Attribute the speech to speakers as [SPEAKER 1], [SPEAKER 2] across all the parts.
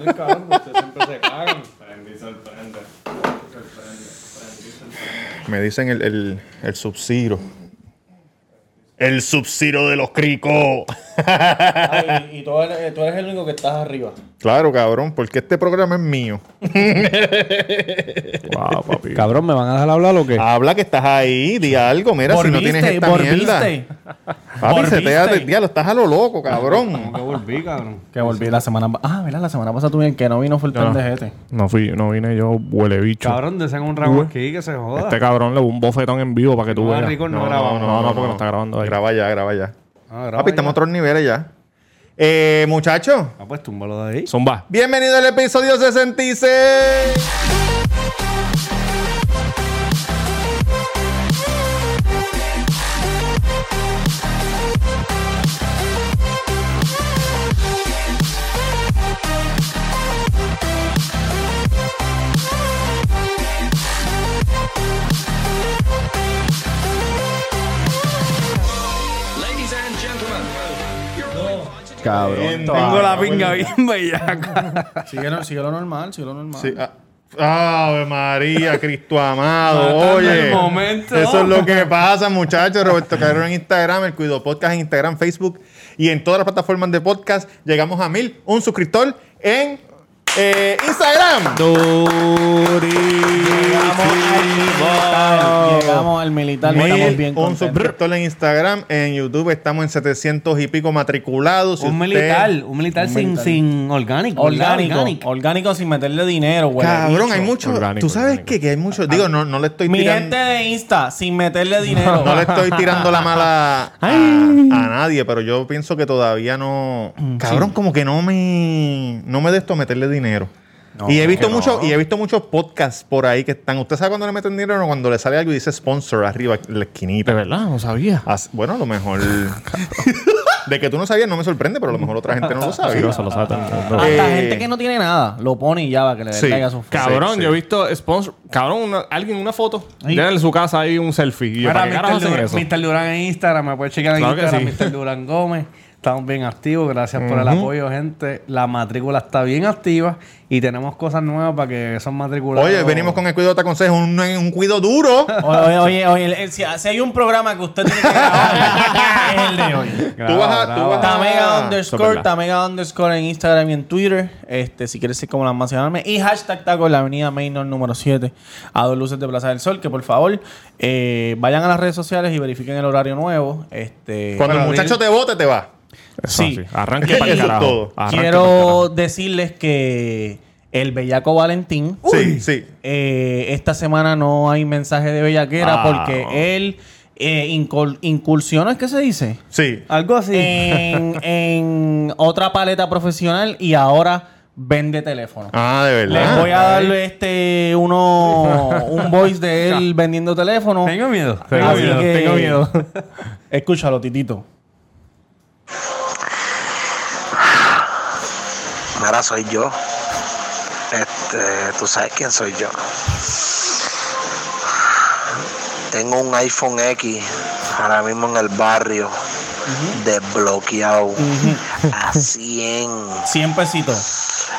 [SPEAKER 1] Ay, cabrón, ustedes siempre se cagan.
[SPEAKER 2] Prende y sorprende. Sorprende. Prende y sorprende.
[SPEAKER 3] Me dicen el, el, el subsiro. El subsiro de los
[SPEAKER 1] Ay,
[SPEAKER 3] cricos.
[SPEAKER 1] Ah, y tú eres, eh, tú eres el único que estás arriba.
[SPEAKER 3] Claro, cabrón, porque este programa es mío. wow, papi.
[SPEAKER 4] Cabrón, ¿me van a dejar hablar o qué?
[SPEAKER 3] Habla que estás ahí, di algo, mira, si no tienes esta mierda. Papi,
[SPEAKER 1] volviste.
[SPEAKER 3] se te hace, diablo, estás a lo loco, cabrón.
[SPEAKER 1] Como que volví, cabrón.
[SPEAKER 4] Que volví la semana pa- Ah, mira, la semana pasada tú bien que no vino fue el
[SPEAKER 5] Yo no.
[SPEAKER 4] pendejete.
[SPEAKER 5] No fui, no vine yo, huele bicho.
[SPEAKER 2] Cabrón, desen un rabo aquí que se joda.
[SPEAKER 5] Este cabrón le dio un bofetón en vivo para que tú
[SPEAKER 2] No,
[SPEAKER 5] veas.
[SPEAKER 2] Rico, no grabamos.
[SPEAKER 5] No, no, porque no está grabando ahí.
[SPEAKER 3] Graba ya, graba ya.
[SPEAKER 2] Ah, graba
[SPEAKER 3] Papi,
[SPEAKER 2] ya.
[SPEAKER 3] estamos a otros niveles ya. Eh, muchachos,
[SPEAKER 2] Ah, pues túmbalo de ahí.
[SPEAKER 5] Zumba.
[SPEAKER 3] bienvenido al episodio 66.
[SPEAKER 4] Cabrón.
[SPEAKER 6] Tengo la pinga bien bellaca.
[SPEAKER 4] Sigue, lo- sigue lo normal, sigue lo normal.
[SPEAKER 3] Sí, ah, Ave María, Cristo amado,
[SPEAKER 6] Matando
[SPEAKER 3] oye.
[SPEAKER 6] el momento.
[SPEAKER 3] Eso es lo que pasa, muchachos. Roberto Carrero en Instagram, el Cuido Podcast en Instagram, Facebook y en todas las plataformas de podcast. Llegamos a mil, un suscriptor en eh, Instagram.
[SPEAKER 4] Llegamos al militar y
[SPEAKER 3] Mil,
[SPEAKER 4] estamos bien
[SPEAKER 3] un
[SPEAKER 4] contentos.
[SPEAKER 3] suscriptor en Instagram, en YouTube estamos en 700 y pico matriculados. Si
[SPEAKER 2] Un
[SPEAKER 3] usted-
[SPEAKER 2] militar, un militar sin,
[SPEAKER 4] militar.
[SPEAKER 2] sin orgánico. ¿verdad?
[SPEAKER 4] Orgánico, orgánico sin meterle dinero, güey.
[SPEAKER 3] Cabrón, hay mucho.
[SPEAKER 5] Orgánico,
[SPEAKER 3] Tú sabes
[SPEAKER 5] orgánico.
[SPEAKER 3] qué? que hay mucho. Digo, no, no le estoy
[SPEAKER 4] Mi
[SPEAKER 3] tirando.
[SPEAKER 4] gente de Insta, sin meterle dinero.
[SPEAKER 3] No le estoy tirando la mala a, a nadie, pero yo pienso que todavía no. Cabrón, como que no me. No me de esto meterle dinero. y he visto mucho, y he visto muchos podcasts por ahí que están. ¿Usted sabe cuando le meten dinero? Cuando le sale algo y dice sponsor arriba en la
[SPEAKER 5] De
[SPEAKER 3] esquinita.
[SPEAKER 5] verdad, no sabía.
[SPEAKER 3] As- bueno, a lo mejor. de que tú no sabías, no me sorprende, pero a lo mejor otra gente no lo
[SPEAKER 5] Ah, Sí, Ah,
[SPEAKER 3] sabía.
[SPEAKER 5] no se lo sabe todo el mundo.
[SPEAKER 4] Hasta
[SPEAKER 3] Eh,
[SPEAKER 4] gente que no tiene nada, lo pone y ya va que le
[SPEAKER 3] sí,
[SPEAKER 4] caiga su
[SPEAKER 5] Cabrón,
[SPEAKER 3] Sí,
[SPEAKER 5] yo he
[SPEAKER 3] sí.
[SPEAKER 5] visto sponsor. Cabrón, una- alguien una foto.
[SPEAKER 4] Ay.
[SPEAKER 5] Tienen en su casa ahí un selfie. Y yo,
[SPEAKER 2] Mira,
[SPEAKER 5] ¿para qué carajo
[SPEAKER 2] Mr.
[SPEAKER 5] hacen
[SPEAKER 2] Durán,
[SPEAKER 5] eso?
[SPEAKER 2] Mr. Durán en Instagram, me puedes checar en
[SPEAKER 5] Claro que
[SPEAKER 2] Instagram,
[SPEAKER 5] sí.
[SPEAKER 2] Mr. Durán Gómez. Estamos bien activos, gracias por el apoyo, gente. La matrícula está bien activa y tenemos cosas nuevas para que esos matriculados.
[SPEAKER 3] Oye, venimos con el cuido te aconsejo, un, un cuido duro.
[SPEAKER 4] Oye, oye, oye, el- el- si, si hay un programa que usted tiene que grabar, es el de hoy.
[SPEAKER 3] tú vas a. Tú vas a-
[SPEAKER 4] Tamega
[SPEAKER 5] Ah, eso es
[SPEAKER 4] underscore,
[SPEAKER 5] verdad.
[SPEAKER 4] Tamega underscore en Instagram y en Twitter. Este, si quieres ser como las más llamarme. Y hashtag taco en la avenida Mainor número 7, a dos luces de Plaza del Sol. Que por favor, eh, vayan a las redes sociales y verifiquen el horario nuevo. Este,
[SPEAKER 3] Cuando el
[SPEAKER 2] Para
[SPEAKER 3] muchacho te vote, te va.
[SPEAKER 5] Eso
[SPEAKER 4] Sí.
[SPEAKER 5] así. Arranque para el
[SPEAKER 3] Eso es
[SPEAKER 5] carajo.
[SPEAKER 3] todo.
[SPEAKER 5] Arranque pa'l carajo.
[SPEAKER 4] quiero decirles que el Bellaco Valentín.
[SPEAKER 3] Sí, sí.
[SPEAKER 4] Eh, esta semana no hay mensaje de bellaquera
[SPEAKER 5] Ah.
[SPEAKER 4] porque él eh, incol- incursionó, ¿es que se dice?
[SPEAKER 3] Sí.
[SPEAKER 2] Algo así.
[SPEAKER 4] En, en otra paleta profesional y ahora vende teléfono.
[SPEAKER 3] Ah, de verdad.
[SPEAKER 4] Les voy a darle este uno un voice de él vendiendo teléfono.
[SPEAKER 2] Tengo miedo. Ah,
[SPEAKER 4] Así
[SPEAKER 2] Tengo miedo.
[SPEAKER 4] que-
[SPEAKER 2] Tengo miedo.
[SPEAKER 4] Escúchalo, Titito.
[SPEAKER 7] Mira, soy yo. Este, tú sabes quién soy yo. Tengo un iPhone X ahora mismo en el barrio, desbloqueado a 100,
[SPEAKER 4] 100 pesitos.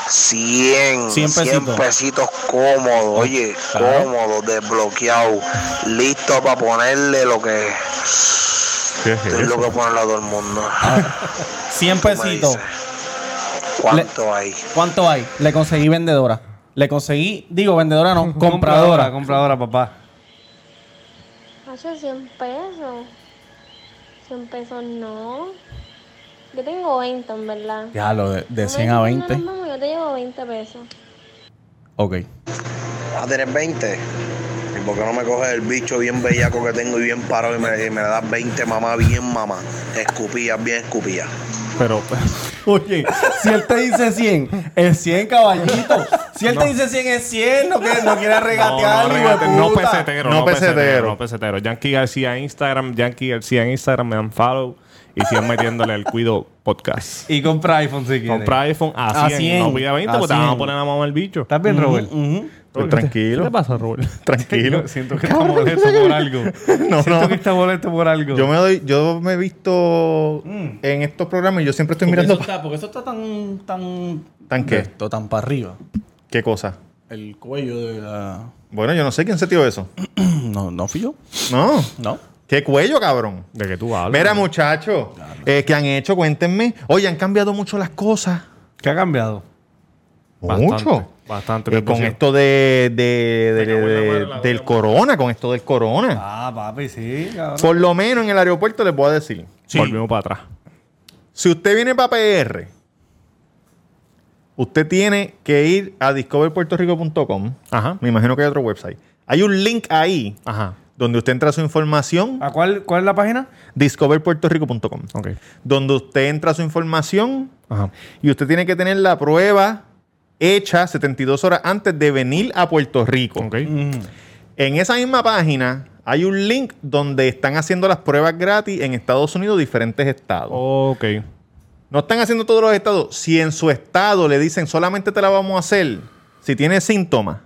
[SPEAKER 7] 100,
[SPEAKER 4] 100
[SPEAKER 7] 100
[SPEAKER 4] pesitos.
[SPEAKER 7] pesitos, cómodo, oye, cómodo, desbloqueado, listo para ponerle lo que
[SPEAKER 3] ¿Qué es
[SPEAKER 7] estoy
[SPEAKER 3] eso?
[SPEAKER 7] loco ponerle a todo el mundo.
[SPEAKER 4] 100
[SPEAKER 7] Tú me
[SPEAKER 4] pesitos.
[SPEAKER 7] dices, ¿Cuánto hay?
[SPEAKER 4] ¿Cuánto hay? Le conseguí vendedora. Le conseguí, digo vendedora no, compradora.
[SPEAKER 2] Compradora, papá.
[SPEAKER 8] Hace 100 pesos. 100 pesos no. Yo tengo 20, en verdad.
[SPEAKER 4] Ya, lo de, de
[SPEAKER 8] Tú me
[SPEAKER 4] 100 a
[SPEAKER 8] dices,
[SPEAKER 4] 20.
[SPEAKER 8] "No, no, mami, yo te llevo 20 pesos.
[SPEAKER 4] Ok.
[SPEAKER 7] a tener 20. ¿Y por qué no me coges el bicho bien bellaco que tengo y bien parado y me, y me le das 20 mamá, bien mamá? Escupías, bien escupías.
[SPEAKER 5] Pero,
[SPEAKER 4] Oye, si él te dice 100, es 100 caballito. Si él te dice 100, es 100. No, que- no quiere regatear,
[SPEAKER 5] no,
[SPEAKER 4] ni
[SPEAKER 5] regate- no
[SPEAKER 4] hueputa.
[SPEAKER 5] pesetero,
[SPEAKER 3] No
[SPEAKER 5] no pesetero,
[SPEAKER 3] pesetero.
[SPEAKER 5] no pesetero. Yankee García en Instagram, Yankee García en Instagram, me dan follow y sigan metiéndole al cuido podcast.
[SPEAKER 2] Y compra iPhone si quieres.
[SPEAKER 5] Compra iPhone a
[SPEAKER 4] A
[SPEAKER 5] 100,
[SPEAKER 4] 100,
[SPEAKER 5] no pida 20
[SPEAKER 4] a
[SPEAKER 5] porque te van a
[SPEAKER 4] 100.
[SPEAKER 5] poner a mamar el bicho.
[SPEAKER 4] Mm,
[SPEAKER 2] ¿Estás bien, Robert?
[SPEAKER 4] Ujú.
[SPEAKER 3] Pues tranquilo.
[SPEAKER 5] ¿Qué te pasa, Robert?
[SPEAKER 3] Tranquilo.
[SPEAKER 2] Siento que está molesto por algo.
[SPEAKER 3] No,
[SPEAKER 2] Siento
[SPEAKER 3] no.
[SPEAKER 2] que está molesto por algo.
[SPEAKER 3] Yo me doy, yo me he visto
[SPEAKER 5] Mm.
[SPEAKER 3] en estos programas y yo siempre estoy
[SPEAKER 4] Porque
[SPEAKER 3] mirando
[SPEAKER 4] eso está, porque eso está tan, tan...
[SPEAKER 3] ¿Tan qué?
[SPEAKER 4] Esto tan para arriba.
[SPEAKER 3] qué cosa.
[SPEAKER 4] El cuello de la...
[SPEAKER 3] Bueno, yo no sé quién se tiró eso.
[SPEAKER 4] No, no fui yo.
[SPEAKER 3] No.
[SPEAKER 4] No.
[SPEAKER 3] Qué cuello, cabrón.
[SPEAKER 5] ¿De que tú hablas?
[SPEAKER 3] Mira, muchachos, eh, ¿qué han hecho? Cuéntenme. Oye, han cambiado mucho las cosas.
[SPEAKER 2] ¿Qué ha cambiado?
[SPEAKER 5] Bastante,
[SPEAKER 3] mucho.
[SPEAKER 5] Bastante.
[SPEAKER 3] Eh,
[SPEAKER 5] bien
[SPEAKER 3] con
[SPEAKER 5] posible.
[SPEAKER 3] esto de, de- de-
[SPEAKER 5] cago en la
[SPEAKER 3] de-
[SPEAKER 5] madre, la voy
[SPEAKER 3] del
[SPEAKER 5] a-
[SPEAKER 3] corona, con esto del corona.
[SPEAKER 2] Ah, papi, sí, cabrón.
[SPEAKER 3] Por lo menos en el aeropuerto les puedo decir.
[SPEAKER 5] Volvimos para atrás.
[SPEAKER 3] Si usted viene para PR, usted tiene que ir a discoverpuertorico.com.
[SPEAKER 5] Ajá.
[SPEAKER 3] Me imagino que hay otro website. Hay un link ahí
[SPEAKER 5] Ajá.
[SPEAKER 3] donde usted entra su información,
[SPEAKER 2] ¿A cuál, cuál es la página?
[SPEAKER 3] discoverpuertorico.com,
[SPEAKER 5] Ok.
[SPEAKER 3] donde usted entra su información
[SPEAKER 5] Ajá.
[SPEAKER 3] y usted tiene que tener la prueba hecha 72 horas antes de venir a Puerto Rico.
[SPEAKER 5] Ok.
[SPEAKER 3] En esa misma página hay un link donde están haciendo las pruebas gratis en Estados Unidos, diferentes estados.
[SPEAKER 5] Ok.
[SPEAKER 3] No están haciendo todos los estados. Si en su estado le dicen solamente te la vamos a hacer si tiene síntomas,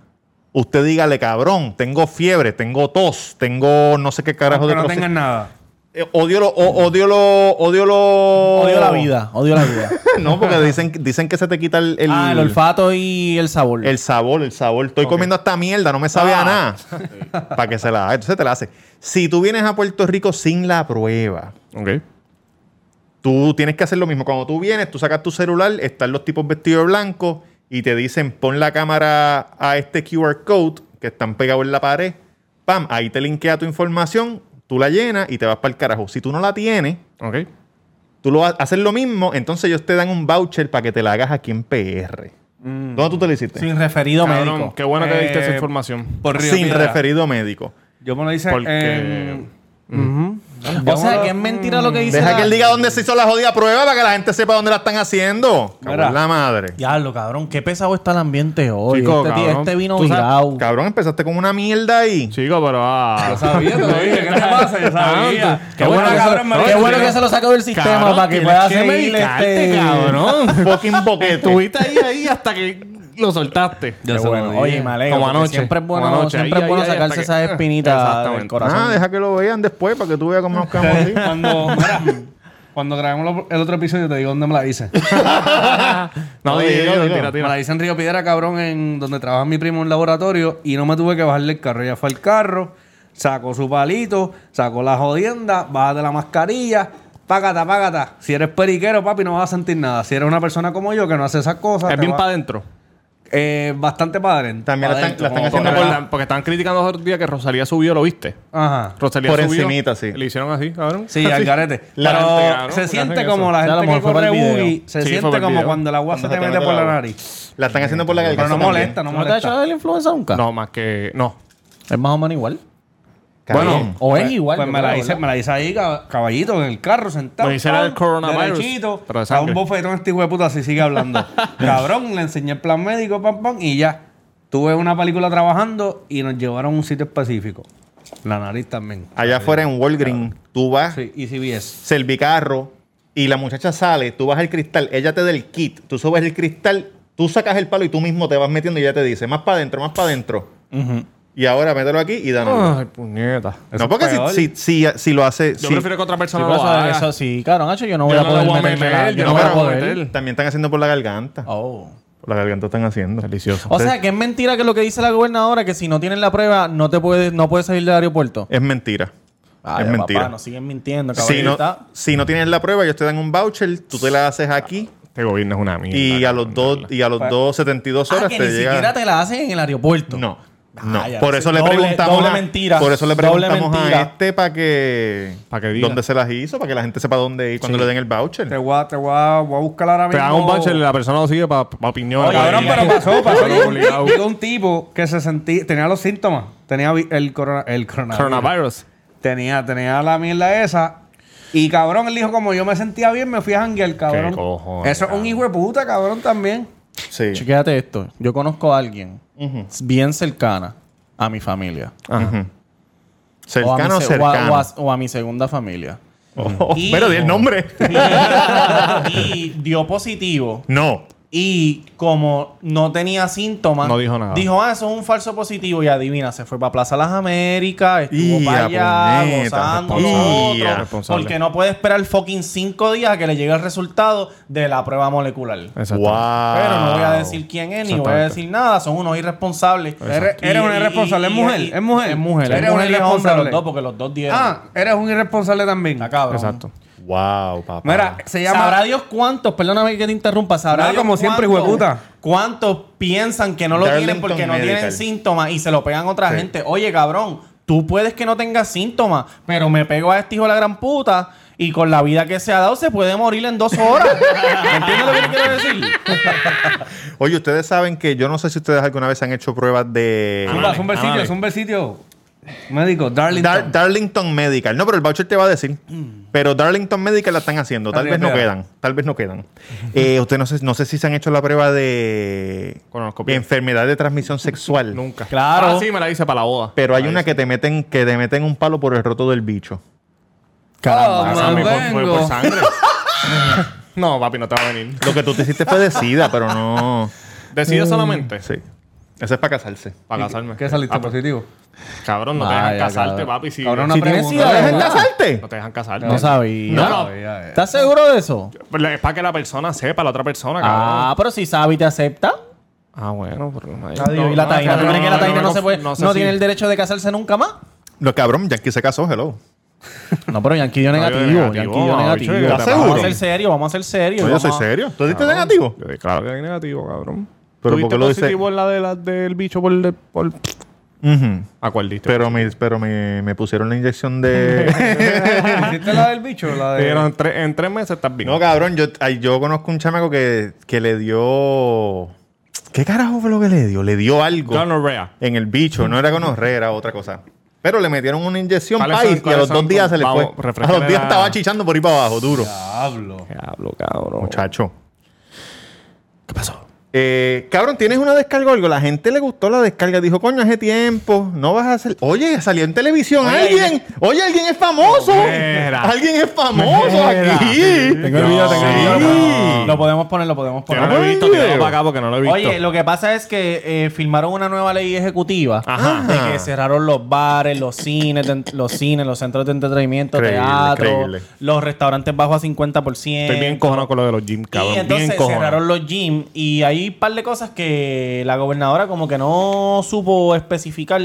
[SPEAKER 3] usted dígale, cabrón, tengo fiebre, tengo tos, tengo no sé qué carajo
[SPEAKER 2] Que
[SPEAKER 3] de
[SPEAKER 2] no
[SPEAKER 3] otro
[SPEAKER 2] tengan
[SPEAKER 3] sí-
[SPEAKER 2] nada.
[SPEAKER 3] Eh, Odio lo, o- odio lo, odio lo.
[SPEAKER 4] Odio la vida, odio la vida.
[SPEAKER 3] no, porque dicen, dicen que se te quita el, el,
[SPEAKER 4] ah, el olfato y el sabor.
[SPEAKER 3] el sabor, el sabor. Estoy comiendo esta mierda, no me sabe
[SPEAKER 4] Ah.
[SPEAKER 3] a nada. Para que se la haga. Entonces te la hace. Si tú vienes a Puerto Rico sin la prueba,
[SPEAKER 5] Ok.
[SPEAKER 3] Tú tienes que hacer lo mismo. Cuando tú vienes, tú sacas tu celular, están los tipos vestidos de blanco y te dicen pon la cámara a este QR code que están pegados en la pared. Pam, ahí te linkea tu información, tú la llenas y te vas para el carajo. Si tú no la tienes,
[SPEAKER 5] Ok.
[SPEAKER 3] tú lo ha- haces lo mismo, entonces ellos te dan un voucher para que te la hagas aquí en PR. ¿Dónde tú te lo hiciste?
[SPEAKER 4] Sin referido
[SPEAKER 5] Cabrón,
[SPEAKER 4] Mm. médico.
[SPEAKER 5] qué bueno que diste esa
[SPEAKER 2] Eh,
[SPEAKER 5] información.
[SPEAKER 2] Por Río
[SPEAKER 3] Sin
[SPEAKER 2] Piedra.
[SPEAKER 3] referido médico.
[SPEAKER 2] Yo me lo hice
[SPEAKER 5] Porque-
[SPEAKER 2] en-
[SPEAKER 4] O sea, que es mentira lo que dice.
[SPEAKER 3] Deja
[SPEAKER 4] la-
[SPEAKER 3] que él diga dónde se hizo la jodida prueba para que la gente sepa dónde la están haciendo. Cabrón,
[SPEAKER 2] Mira.
[SPEAKER 3] la madre.
[SPEAKER 4] Diablo, cabrón, qué pesado está el ambiente hoy.
[SPEAKER 5] Chico,
[SPEAKER 4] este, tío-
[SPEAKER 5] cabrón,
[SPEAKER 4] este vino
[SPEAKER 5] tú sabes-
[SPEAKER 4] virado.
[SPEAKER 3] Cabrón, empezaste con una mierda ahí.
[SPEAKER 5] Chico, pero ah.
[SPEAKER 2] Yo sabía, te lo dije. ¿Qué te pasa? Yo sabía.
[SPEAKER 4] Qué bueno, que, se,
[SPEAKER 2] me lo
[SPEAKER 4] qué
[SPEAKER 2] hice.
[SPEAKER 4] bueno que se lo sacó del sistema para que pueda seguir este...
[SPEAKER 3] Fucking boquete.
[SPEAKER 5] Estuviste ahí, ahí hasta que lo soltaste.
[SPEAKER 2] Yo
[SPEAKER 5] Qué
[SPEAKER 2] se lo
[SPEAKER 5] bueno.
[SPEAKER 2] dije.
[SPEAKER 4] Oye, me alegro.
[SPEAKER 5] Como
[SPEAKER 4] porque
[SPEAKER 5] anoche.
[SPEAKER 4] Siempre es bueno,
[SPEAKER 5] Como anoche.
[SPEAKER 4] siempre
[SPEAKER 5] Ahí,
[SPEAKER 4] es bueno
[SPEAKER 5] ahí, ahí,
[SPEAKER 4] sacarse
[SPEAKER 5] hasta
[SPEAKER 4] esas
[SPEAKER 5] que-
[SPEAKER 4] espinitas del
[SPEAKER 5] Exactamente.
[SPEAKER 4] corazón.
[SPEAKER 3] Ah, deja que lo vean después para que tú veas cómo nos quedamos así.
[SPEAKER 2] Cuando, mira, cuando grabemos lo- el otro episodio te digo dónde me la hice.
[SPEAKER 5] No,
[SPEAKER 3] Oye,
[SPEAKER 5] dilo,
[SPEAKER 3] dilo,
[SPEAKER 5] dilo,
[SPEAKER 3] dilo.
[SPEAKER 5] tira,
[SPEAKER 2] me
[SPEAKER 5] tira.
[SPEAKER 2] la hice en Río Piedra, cabrón, en donde trabaja mi primo en un laboratorio y no me tuve que bajarle el carro. Ella fue al carro, sacó su palito, sacó la jodienda, bájate la mascarilla, págata, págata. Si eres periquero, papi, no vas a sentir nada. Si eres una persona como yo que no hace esas cosas...
[SPEAKER 5] Es
[SPEAKER 2] te
[SPEAKER 5] bien
[SPEAKER 2] va-
[SPEAKER 5] para adentro.
[SPEAKER 2] eh, Bastante padre.
[SPEAKER 3] También la están, la están
[SPEAKER 5] Porque,
[SPEAKER 3] haciendo
[SPEAKER 5] la-
[SPEAKER 3] por,
[SPEAKER 5] porque estaban criticando los otros días que Rosalía subió, ¿lo viste?
[SPEAKER 2] Ajá.
[SPEAKER 5] Rosalía
[SPEAKER 3] Por
[SPEAKER 5] subió.
[SPEAKER 3] encimita, sí.
[SPEAKER 5] Le hicieron así, cabrón.
[SPEAKER 2] Sí, al garete.
[SPEAKER 3] La
[SPEAKER 2] Pero
[SPEAKER 3] gente, cabrón,
[SPEAKER 2] se
[SPEAKER 5] hacen
[SPEAKER 2] siente
[SPEAKER 5] eso.
[SPEAKER 2] como la
[SPEAKER 4] O sea, a lo
[SPEAKER 2] gente que
[SPEAKER 4] mejor fue
[SPEAKER 2] corre
[SPEAKER 4] para el video.
[SPEAKER 2] buggy, se
[SPEAKER 5] Sí, fue
[SPEAKER 2] siente
[SPEAKER 5] para el
[SPEAKER 2] como
[SPEAKER 5] video.
[SPEAKER 2] cuando el agua se te mete
[SPEAKER 3] mete
[SPEAKER 2] por la
[SPEAKER 3] la-
[SPEAKER 2] nariz.
[SPEAKER 3] la están haciendo por la garganta.
[SPEAKER 2] Pero no
[SPEAKER 3] también.
[SPEAKER 2] molesta, no
[SPEAKER 4] ¿No te ha hecho
[SPEAKER 2] molesta.
[SPEAKER 4] el influenza nunca?
[SPEAKER 5] No, más que. No.
[SPEAKER 4] Es más o menos igual.
[SPEAKER 3] Cabrón.
[SPEAKER 5] Bueno.
[SPEAKER 4] O es
[SPEAKER 2] Pues-
[SPEAKER 4] igual.
[SPEAKER 2] Pues
[SPEAKER 4] yo
[SPEAKER 2] me la,
[SPEAKER 4] creo,
[SPEAKER 2] hice,
[SPEAKER 4] ¿verdad?
[SPEAKER 2] me la hice ahí, cab- caballito, en el carro, sentado.
[SPEAKER 5] Me hice la del
[SPEAKER 2] pam,
[SPEAKER 5] coronavirus,
[SPEAKER 2] derechito,
[SPEAKER 5] pero
[SPEAKER 2] a
[SPEAKER 5] de
[SPEAKER 2] un
[SPEAKER 5] sangre.
[SPEAKER 2] bofetón este hijo de puta si sigue hablando. Cabrón, le enseñé el plan médico, pam, pam, y ya. Tuve una película trabajando y nos llevaron a un sitio específico. La nariz también.
[SPEAKER 3] Allá afuera en Walgreens, tú vas,
[SPEAKER 2] Sí, E y CBS.
[SPEAKER 3] servicarro, y la muchacha sale, tú vas al cristal, ella te da el kit, tú subes el cristal, tú sacas el palo y tú mismo te vas metiendo y ella te dice, más para adentro, más para adentro. Y ahora mételo aquí y danos.
[SPEAKER 5] Ay, puñeta.
[SPEAKER 3] no, porque
[SPEAKER 2] peor.
[SPEAKER 3] si, si, si, si lo hace...
[SPEAKER 5] Yo
[SPEAKER 3] si-
[SPEAKER 5] prefiero que otra
[SPEAKER 4] Sí,
[SPEAKER 5] persona
[SPEAKER 4] pero
[SPEAKER 5] lo
[SPEAKER 4] eso,
[SPEAKER 5] haga.
[SPEAKER 4] eso sí, cabrón, hacho, yo no voy a
[SPEAKER 5] ah. Yo no la
[SPEAKER 4] poder
[SPEAKER 5] voy a
[SPEAKER 4] meterme la-
[SPEAKER 5] meter,
[SPEAKER 4] Yo
[SPEAKER 5] yo
[SPEAKER 4] no
[SPEAKER 5] no
[SPEAKER 4] voy
[SPEAKER 5] me
[SPEAKER 4] a
[SPEAKER 5] la voy a
[SPEAKER 4] poder.
[SPEAKER 5] meter.
[SPEAKER 3] También están haciendo por la garganta.
[SPEAKER 4] Oh.
[SPEAKER 3] Por la garganta están haciendo.
[SPEAKER 5] Delicioso.
[SPEAKER 4] O sea, que es mentira que lo que dice la gobernadora, que si no tienen la prueba, no te puedes, no puedes salir del aeropuerto.
[SPEAKER 3] Es mentira. Eh,
[SPEAKER 4] Ay,
[SPEAKER 3] es mentira.
[SPEAKER 4] Papá, nos siguen mintiendo, cabrón.
[SPEAKER 3] Si no, si no tienes la prueba, ellos te dan un voucher, tú te la haces aquí
[SPEAKER 5] Este gobierno es una mierda.
[SPEAKER 3] y a los
[SPEAKER 5] cabrón,
[SPEAKER 3] dos
[SPEAKER 5] de verdad.
[SPEAKER 3] y a los dos 72
[SPEAKER 4] Ah,
[SPEAKER 3] horas
[SPEAKER 4] que
[SPEAKER 3] te
[SPEAKER 4] ni siquiera
[SPEAKER 3] llega.
[SPEAKER 4] te la hacen en el aeropuerto.
[SPEAKER 3] No. No,
[SPEAKER 4] Ah, ya,
[SPEAKER 3] por
[SPEAKER 4] sí.
[SPEAKER 3] eso le
[SPEAKER 4] Doble-
[SPEAKER 3] preguntamos
[SPEAKER 4] doble
[SPEAKER 3] a-
[SPEAKER 4] mentira.
[SPEAKER 3] Por eso le
[SPEAKER 4] Doble
[SPEAKER 3] preguntamos a
[SPEAKER 4] mentira.
[SPEAKER 3] este para que,
[SPEAKER 5] Pa' que diga.
[SPEAKER 3] dónde se las hizo, para que la gente sepa dónde ir cuando le den el voucher.
[SPEAKER 2] Te voy a, te voy a, voy a buscar ahora
[SPEAKER 5] Te
[SPEAKER 2] mismo.
[SPEAKER 5] dan un voucher y la persona lo sigue para opinión.
[SPEAKER 4] Oye,
[SPEAKER 2] Cabrón, pero pasó, pasó.
[SPEAKER 5] Obligado.
[SPEAKER 2] Llegó un tipo que se sentía, tenía los síntomas. Tenía vi- el, corona, el coronavirus.
[SPEAKER 5] Coronavirus.
[SPEAKER 2] Tenía, tenía la mierda esa. Y cabrón, él dijo, como yo me sentía bien, me fui a janguear, cabrón.
[SPEAKER 5] Qué cojones,
[SPEAKER 2] Eso es un hijo de puta, cabrón, también.
[SPEAKER 3] Sí.
[SPEAKER 4] Chequéate esto. Yo conozco a alguien bien cercana a mi familia.
[SPEAKER 3] Ujú.
[SPEAKER 4] a mi
[SPEAKER 3] Cercano o
[SPEAKER 4] se- o a-
[SPEAKER 3] cercano.
[SPEAKER 4] o a- o a mi segunda familia.
[SPEAKER 3] Oh, pero di el nombre.
[SPEAKER 4] y dio positivo.
[SPEAKER 3] no.
[SPEAKER 4] Y como no tenía síntomas,
[SPEAKER 5] No dijo nada.
[SPEAKER 4] Dijo, ah, eso es un falso positivo. Y adivina, se fue para Plaza Las Américas, estuvo
[SPEAKER 3] Ia,
[SPEAKER 4] para allá,
[SPEAKER 3] puñeta,
[SPEAKER 4] gozando lo
[SPEAKER 3] responsable.
[SPEAKER 4] otro,
[SPEAKER 3] Ia,
[SPEAKER 5] responsable.
[SPEAKER 4] Porque no puede esperar fucking cinco días a que le llegue el resultado de la prueba molecular.
[SPEAKER 5] Exacto.
[SPEAKER 3] Wow.
[SPEAKER 4] Pero no voy a decir quién es, ni voy a
[SPEAKER 5] Exactamente.
[SPEAKER 4] decir nada. Son unos irresponsables.
[SPEAKER 2] Eres-
[SPEAKER 4] Y-
[SPEAKER 2] eres un
[SPEAKER 4] y-
[SPEAKER 2] irresponsable.
[SPEAKER 4] y-
[SPEAKER 2] ¿Es mujer?
[SPEAKER 4] y-
[SPEAKER 2] ¿Es mujer?
[SPEAKER 4] Es mujer.
[SPEAKER 2] Eres
[SPEAKER 4] Es mujer
[SPEAKER 2] un
[SPEAKER 4] y hombre
[SPEAKER 2] irresponsable.
[SPEAKER 4] los dos, porque los dos dieron.
[SPEAKER 2] Ah, eres un irresponsable también.
[SPEAKER 4] Está cabrón.
[SPEAKER 5] Exacto.
[SPEAKER 3] Wow, papá.
[SPEAKER 2] Mira, se llama.
[SPEAKER 4] Sabrá Dios cuántos, perdóname que te interrumpa, sabrá
[SPEAKER 2] No,
[SPEAKER 4] Dios
[SPEAKER 2] como siempre,
[SPEAKER 4] cuántos-
[SPEAKER 2] hijueputa.
[SPEAKER 4] ¿Cuántos piensan que no lo tienen
[SPEAKER 3] Darlington
[SPEAKER 4] porque no tienen
[SPEAKER 3] Medical.
[SPEAKER 4] síntomas y se lo pegan a otra gente? Oye, cabrón, tú puedes que no tengas síntomas, pero me pego a este hijo de la gran puta y con la vida que se ha dado se puede morir en dos horas. ¿Me ¿Entiendes lo que te quiero decir?
[SPEAKER 3] Oye, ustedes saben que yo no sé si ustedes alguna vez han hecho pruebas de.
[SPEAKER 4] Ah,
[SPEAKER 2] Zumba, zumba el sitio, zumba el sitio. Médico,
[SPEAKER 3] Dar-
[SPEAKER 2] Darlington.
[SPEAKER 3] Darlington Medical. No, pero el voucher te va a decir. Pero Darlington Medical la están haciendo. Tal
[SPEAKER 2] Arriba,
[SPEAKER 3] vez no
[SPEAKER 2] pega.
[SPEAKER 3] quedan. Tal vez no quedan. Eh, usted no sé, no sé si se han hecho la prueba de,
[SPEAKER 5] Colonoscopia.
[SPEAKER 3] de enfermedad de transmisión sexual.
[SPEAKER 5] Nunca.
[SPEAKER 4] Claro.
[SPEAKER 5] Ah, sí, me la hice para la boda.
[SPEAKER 3] Pero hay una que te meten, que te meten un palo por el roto del bicho.
[SPEAKER 2] Caramba,
[SPEAKER 5] Ah, me fue- fue
[SPEAKER 2] Oh, vengo.
[SPEAKER 5] por sangre. no, papi, no te va a venir.
[SPEAKER 3] Lo que tú te hiciste fue de sida, pero no.
[SPEAKER 5] Decido solamente
[SPEAKER 3] Sí. Eso es para casarse.
[SPEAKER 5] para casarme.
[SPEAKER 2] ¿Qué saliste
[SPEAKER 5] Ah,
[SPEAKER 2] positivo?
[SPEAKER 5] Cabrón, no te
[SPEAKER 4] Vaya,
[SPEAKER 5] dejan casarte,
[SPEAKER 4] cabrón.
[SPEAKER 5] papi. Si
[SPEAKER 2] Cabrón, una
[SPEAKER 4] Si tienes
[SPEAKER 2] pregunta.
[SPEAKER 4] sida,
[SPEAKER 3] ¿Dejas
[SPEAKER 4] ¿verdad?
[SPEAKER 3] casarte?
[SPEAKER 5] no te dejan casarte.
[SPEAKER 4] No sabía.
[SPEAKER 5] No, no.
[SPEAKER 2] Sabía, eh.
[SPEAKER 4] ¿Estás seguro de eso?
[SPEAKER 5] Pero Es para que la persona sepa, la otra persona, cabrón.
[SPEAKER 4] Ah, pero si sabe y te acepta.
[SPEAKER 5] Ah, bueno, pero no hay-
[SPEAKER 4] Adiós. y la
[SPEAKER 5] no,
[SPEAKER 4] taína.
[SPEAKER 5] no,
[SPEAKER 4] ¿Tú
[SPEAKER 5] no,
[SPEAKER 4] crees que la
[SPEAKER 5] no,
[SPEAKER 4] taína
[SPEAKER 5] no,
[SPEAKER 4] no se puede?
[SPEAKER 5] no sé
[SPEAKER 4] ¿No
[SPEAKER 5] si-
[SPEAKER 4] tiene el derecho de casarse nunca más?
[SPEAKER 3] Lo cabrón, Yankee se casó, hello.
[SPEAKER 4] No, pero Yankee dio
[SPEAKER 5] No, yo
[SPEAKER 4] negativo.
[SPEAKER 5] negativo, ah,
[SPEAKER 4] Yankee dio
[SPEAKER 5] bicho,
[SPEAKER 4] negativo.
[SPEAKER 5] ¿estás
[SPEAKER 4] Vamos
[SPEAKER 3] seguro?
[SPEAKER 4] a ser serios, vamos a ser serios.
[SPEAKER 3] No, yo
[SPEAKER 4] vamos
[SPEAKER 3] soy
[SPEAKER 4] a-
[SPEAKER 3] serio. ¿Tú diste negativo?
[SPEAKER 5] Yo dije, Claro que hay negativo, cabrón.
[SPEAKER 3] Pero ¿por
[SPEAKER 5] ¿Tú
[SPEAKER 3] qué
[SPEAKER 5] diste
[SPEAKER 3] lo dice?
[SPEAKER 5] positivo en la, de la del bicho por... el- por...
[SPEAKER 3] Ujú.
[SPEAKER 5] ¿A cuál diste?
[SPEAKER 3] Pero, me, pero me, me pusieron la inyección de.
[SPEAKER 2] ¿Hiciste la del bicho? La de...
[SPEAKER 5] Pero en, tres- en tres meses estás bien.
[SPEAKER 3] No, cabrón, yo, ay, yo conozco un chamaco que, que le dio. ¿Qué carajo fue lo que le dio? Le dio algo
[SPEAKER 5] Gonorrhea.
[SPEAKER 3] en el bicho. No era gonorrea, era otra cosa. Pero le metieron una inyección
[SPEAKER 5] ¿Cuáles
[SPEAKER 3] país
[SPEAKER 5] son-
[SPEAKER 3] y a
[SPEAKER 5] cuáles
[SPEAKER 3] los dos
[SPEAKER 5] son?
[SPEAKER 3] días se le
[SPEAKER 5] Vamos,
[SPEAKER 3] fue. A
[SPEAKER 5] refrescale
[SPEAKER 3] los días
[SPEAKER 5] la-
[SPEAKER 3] estaba chichando por ahí para abajo, duro.
[SPEAKER 2] Diablo.
[SPEAKER 5] Diablo, cabrón.
[SPEAKER 3] Muchacho.
[SPEAKER 5] ¿Qué pasó?
[SPEAKER 3] Eh, cabrón, tienes una descarga o algo. La gente le gustó la descarga. Dijo, coño, hace tiempo. No vas a hacer. Oye, salió en televisión alguien. Oye, alguien es famoso.
[SPEAKER 5] Mira.
[SPEAKER 3] Alguien es famoso
[SPEAKER 5] Mira.
[SPEAKER 3] aquí.
[SPEAKER 4] Tengo el video, tengo el video.
[SPEAKER 3] Sí.
[SPEAKER 4] pero Lo podemos poner, lo podemos
[SPEAKER 5] Que
[SPEAKER 4] poner.
[SPEAKER 5] no lo he visto,
[SPEAKER 3] Oye.
[SPEAKER 5] tíralo para acá porque no lo he visto.
[SPEAKER 4] Oye, lo que pasa es que eh, firmaron una nueva ley ejecutiva
[SPEAKER 5] Ajá.
[SPEAKER 4] de que cerraron los bares, los cines, de- los cines, los centros de entretenimiento,
[SPEAKER 3] Increíble,
[SPEAKER 4] teatro,
[SPEAKER 3] increíble.
[SPEAKER 4] los restaurantes bajo a 50%.
[SPEAKER 5] Estoy bien cojonado con lo de los gym, cabrón.
[SPEAKER 4] Y entonces
[SPEAKER 5] bien cojonado.
[SPEAKER 4] cerraron los gym y hay un par de cosas que la gobernadora como que no supo especificar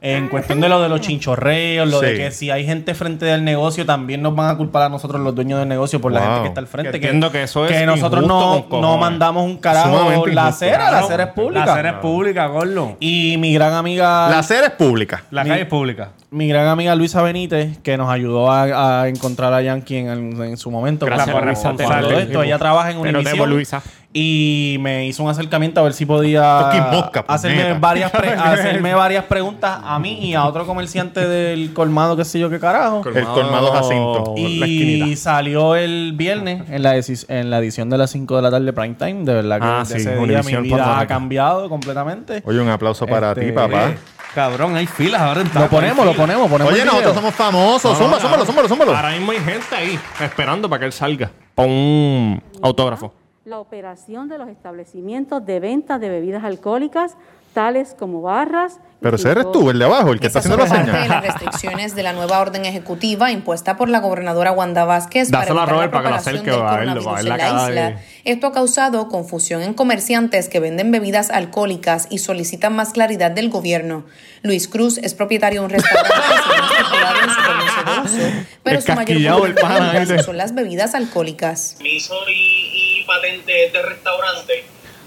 [SPEAKER 4] en cuestión de lo de los chinchorreos, lo de
[SPEAKER 3] Sí.
[SPEAKER 4] que si hay gente frente del negocio también nos van a culpar a nosotros los dueños del negocio por la
[SPEAKER 3] Wow.
[SPEAKER 4] gente que está al frente.
[SPEAKER 5] Que entiendo que eso es
[SPEAKER 4] nosotros
[SPEAKER 5] injusto
[SPEAKER 4] no,
[SPEAKER 5] con
[SPEAKER 4] no
[SPEAKER 5] cojones.
[SPEAKER 4] mandamos un carajo
[SPEAKER 3] Sumamente
[SPEAKER 4] la
[SPEAKER 3] injusto.
[SPEAKER 4] acera, Ah, la acera es pública.
[SPEAKER 2] La cera es pública, gordo.
[SPEAKER 4] Y mi gran amiga...
[SPEAKER 3] La cera es pública.
[SPEAKER 2] La calle es pública.
[SPEAKER 4] Mi gran amiga Luisa Benítez, que nos ayudó a, a encontrar a Yankee en, el- en su momento.
[SPEAKER 5] Gracias,
[SPEAKER 4] cuando-
[SPEAKER 5] Luisa,
[SPEAKER 4] cuando
[SPEAKER 5] te la
[SPEAKER 4] todo esto.
[SPEAKER 5] debemos.
[SPEAKER 4] Ella trabaja en
[SPEAKER 5] Te lo debo,
[SPEAKER 4] Univision.
[SPEAKER 5] Luisa.
[SPEAKER 4] Y me hizo un acercamiento a ver si
[SPEAKER 3] Fucking
[SPEAKER 4] podía
[SPEAKER 3] mosca,
[SPEAKER 5] pues,
[SPEAKER 4] hacerme,
[SPEAKER 3] puñeta.
[SPEAKER 4] varias pre- hacerme varias preguntas a mí y a otro comerciante del colmado, qué sé yo qué carajo.
[SPEAKER 3] El colmado Jacinto.
[SPEAKER 5] La
[SPEAKER 4] Y
[SPEAKER 5] esquinita.
[SPEAKER 4] salió el viernes en la, edi- en la edición de las 5 de la tarde prime time. De verdad que
[SPEAKER 5] Ah,
[SPEAKER 4] desde
[SPEAKER 5] sí,
[SPEAKER 4] ese día mi
[SPEAKER 5] Univision Puerto
[SPEAKER 4] vida ha
[SPEAKER 5] Rico.
[SPEAKER 4] cambiado completamente.
[SPEAKER 3] Oye, un aplauso para
[SPEAKER 4] Este,
[SPEAKER 3] ti, papá.
[SPEAKER 2] Cabrón, hay filas ahora en
[SPEAKER 4] Lo
[SPEAKER 2] taco,
[SPEAKER 4] ponemos,
[SPEAKER 2] hay
[SPEAKER 4] lo
[SPEAKER 2] filas.
[SPEAKER 4] ponemos, ponemos.
[SPEAKER 3] Oye,
[SPEAKER 4] el
[SPEAKER 3] nosotros
[SPEAKER 4] video.
[SPEAKER 3] somos famosos. Zumba, zúmbalo, zúmbalo, zúmbalo.
[SPEAKER 5] ah, Ahora mismo hay gente ahí esperando para que él salga. Pon un autógrafo.
[SPEAKER 9] la operación de los establecimientos de venta de bebidas alcohólicas, tales como barras. y
[SPEAKER 3] Pero ese eres
[SPEAKER 9] picos.
[SPEAKER 3] tú, el de abajo, el que está
[SPEAKER 10] Esas
[SPEAKER 3] haciendo
[SPEAKER 10] son
[SPEAKER 3] la
[SPEAKER 10] parte de las
[SPEAKER 3] señal.
[SPEAKER 10] restricciones de la nueva orden ejecutiva impuesta por la gobernadora Wanda Vázquez
[SPEAKER 5] Dásela a
[SPEAKER 10] evitar
[SPEAKER 5] Robert para que la
[SPEAKER 10] propagación
[SPEAKER 5] acerque, va a
[SPEAKER 10] del
[SPEAKER 5] verlo, va a ver
[SPEAKER 10] coronavirus
[SPEAKER 5] la
[SPEAKER 10] en
[SPEAKER 5] cara de-
[SPEAKER 10] isla. Esto ha causado confusión en comerciantes que venden bebidas alcohólicas y solicitan más claridad del gobierno. Luis Cruz es propietario de un restaurante según ha estipulado en su permiso de uso, pero
[SPEAKER 5] El
[SPEAKER 10] su mayor
[SPEAKER 5] casquillao, el pana,
[SPEAKER 10] vulnerabilidad
[SPEAKER 5] dice.
[SPEAKER 10] son las bebidas alcohólicas.
[SPEAKER 11] permiso y, y patente de este restaurante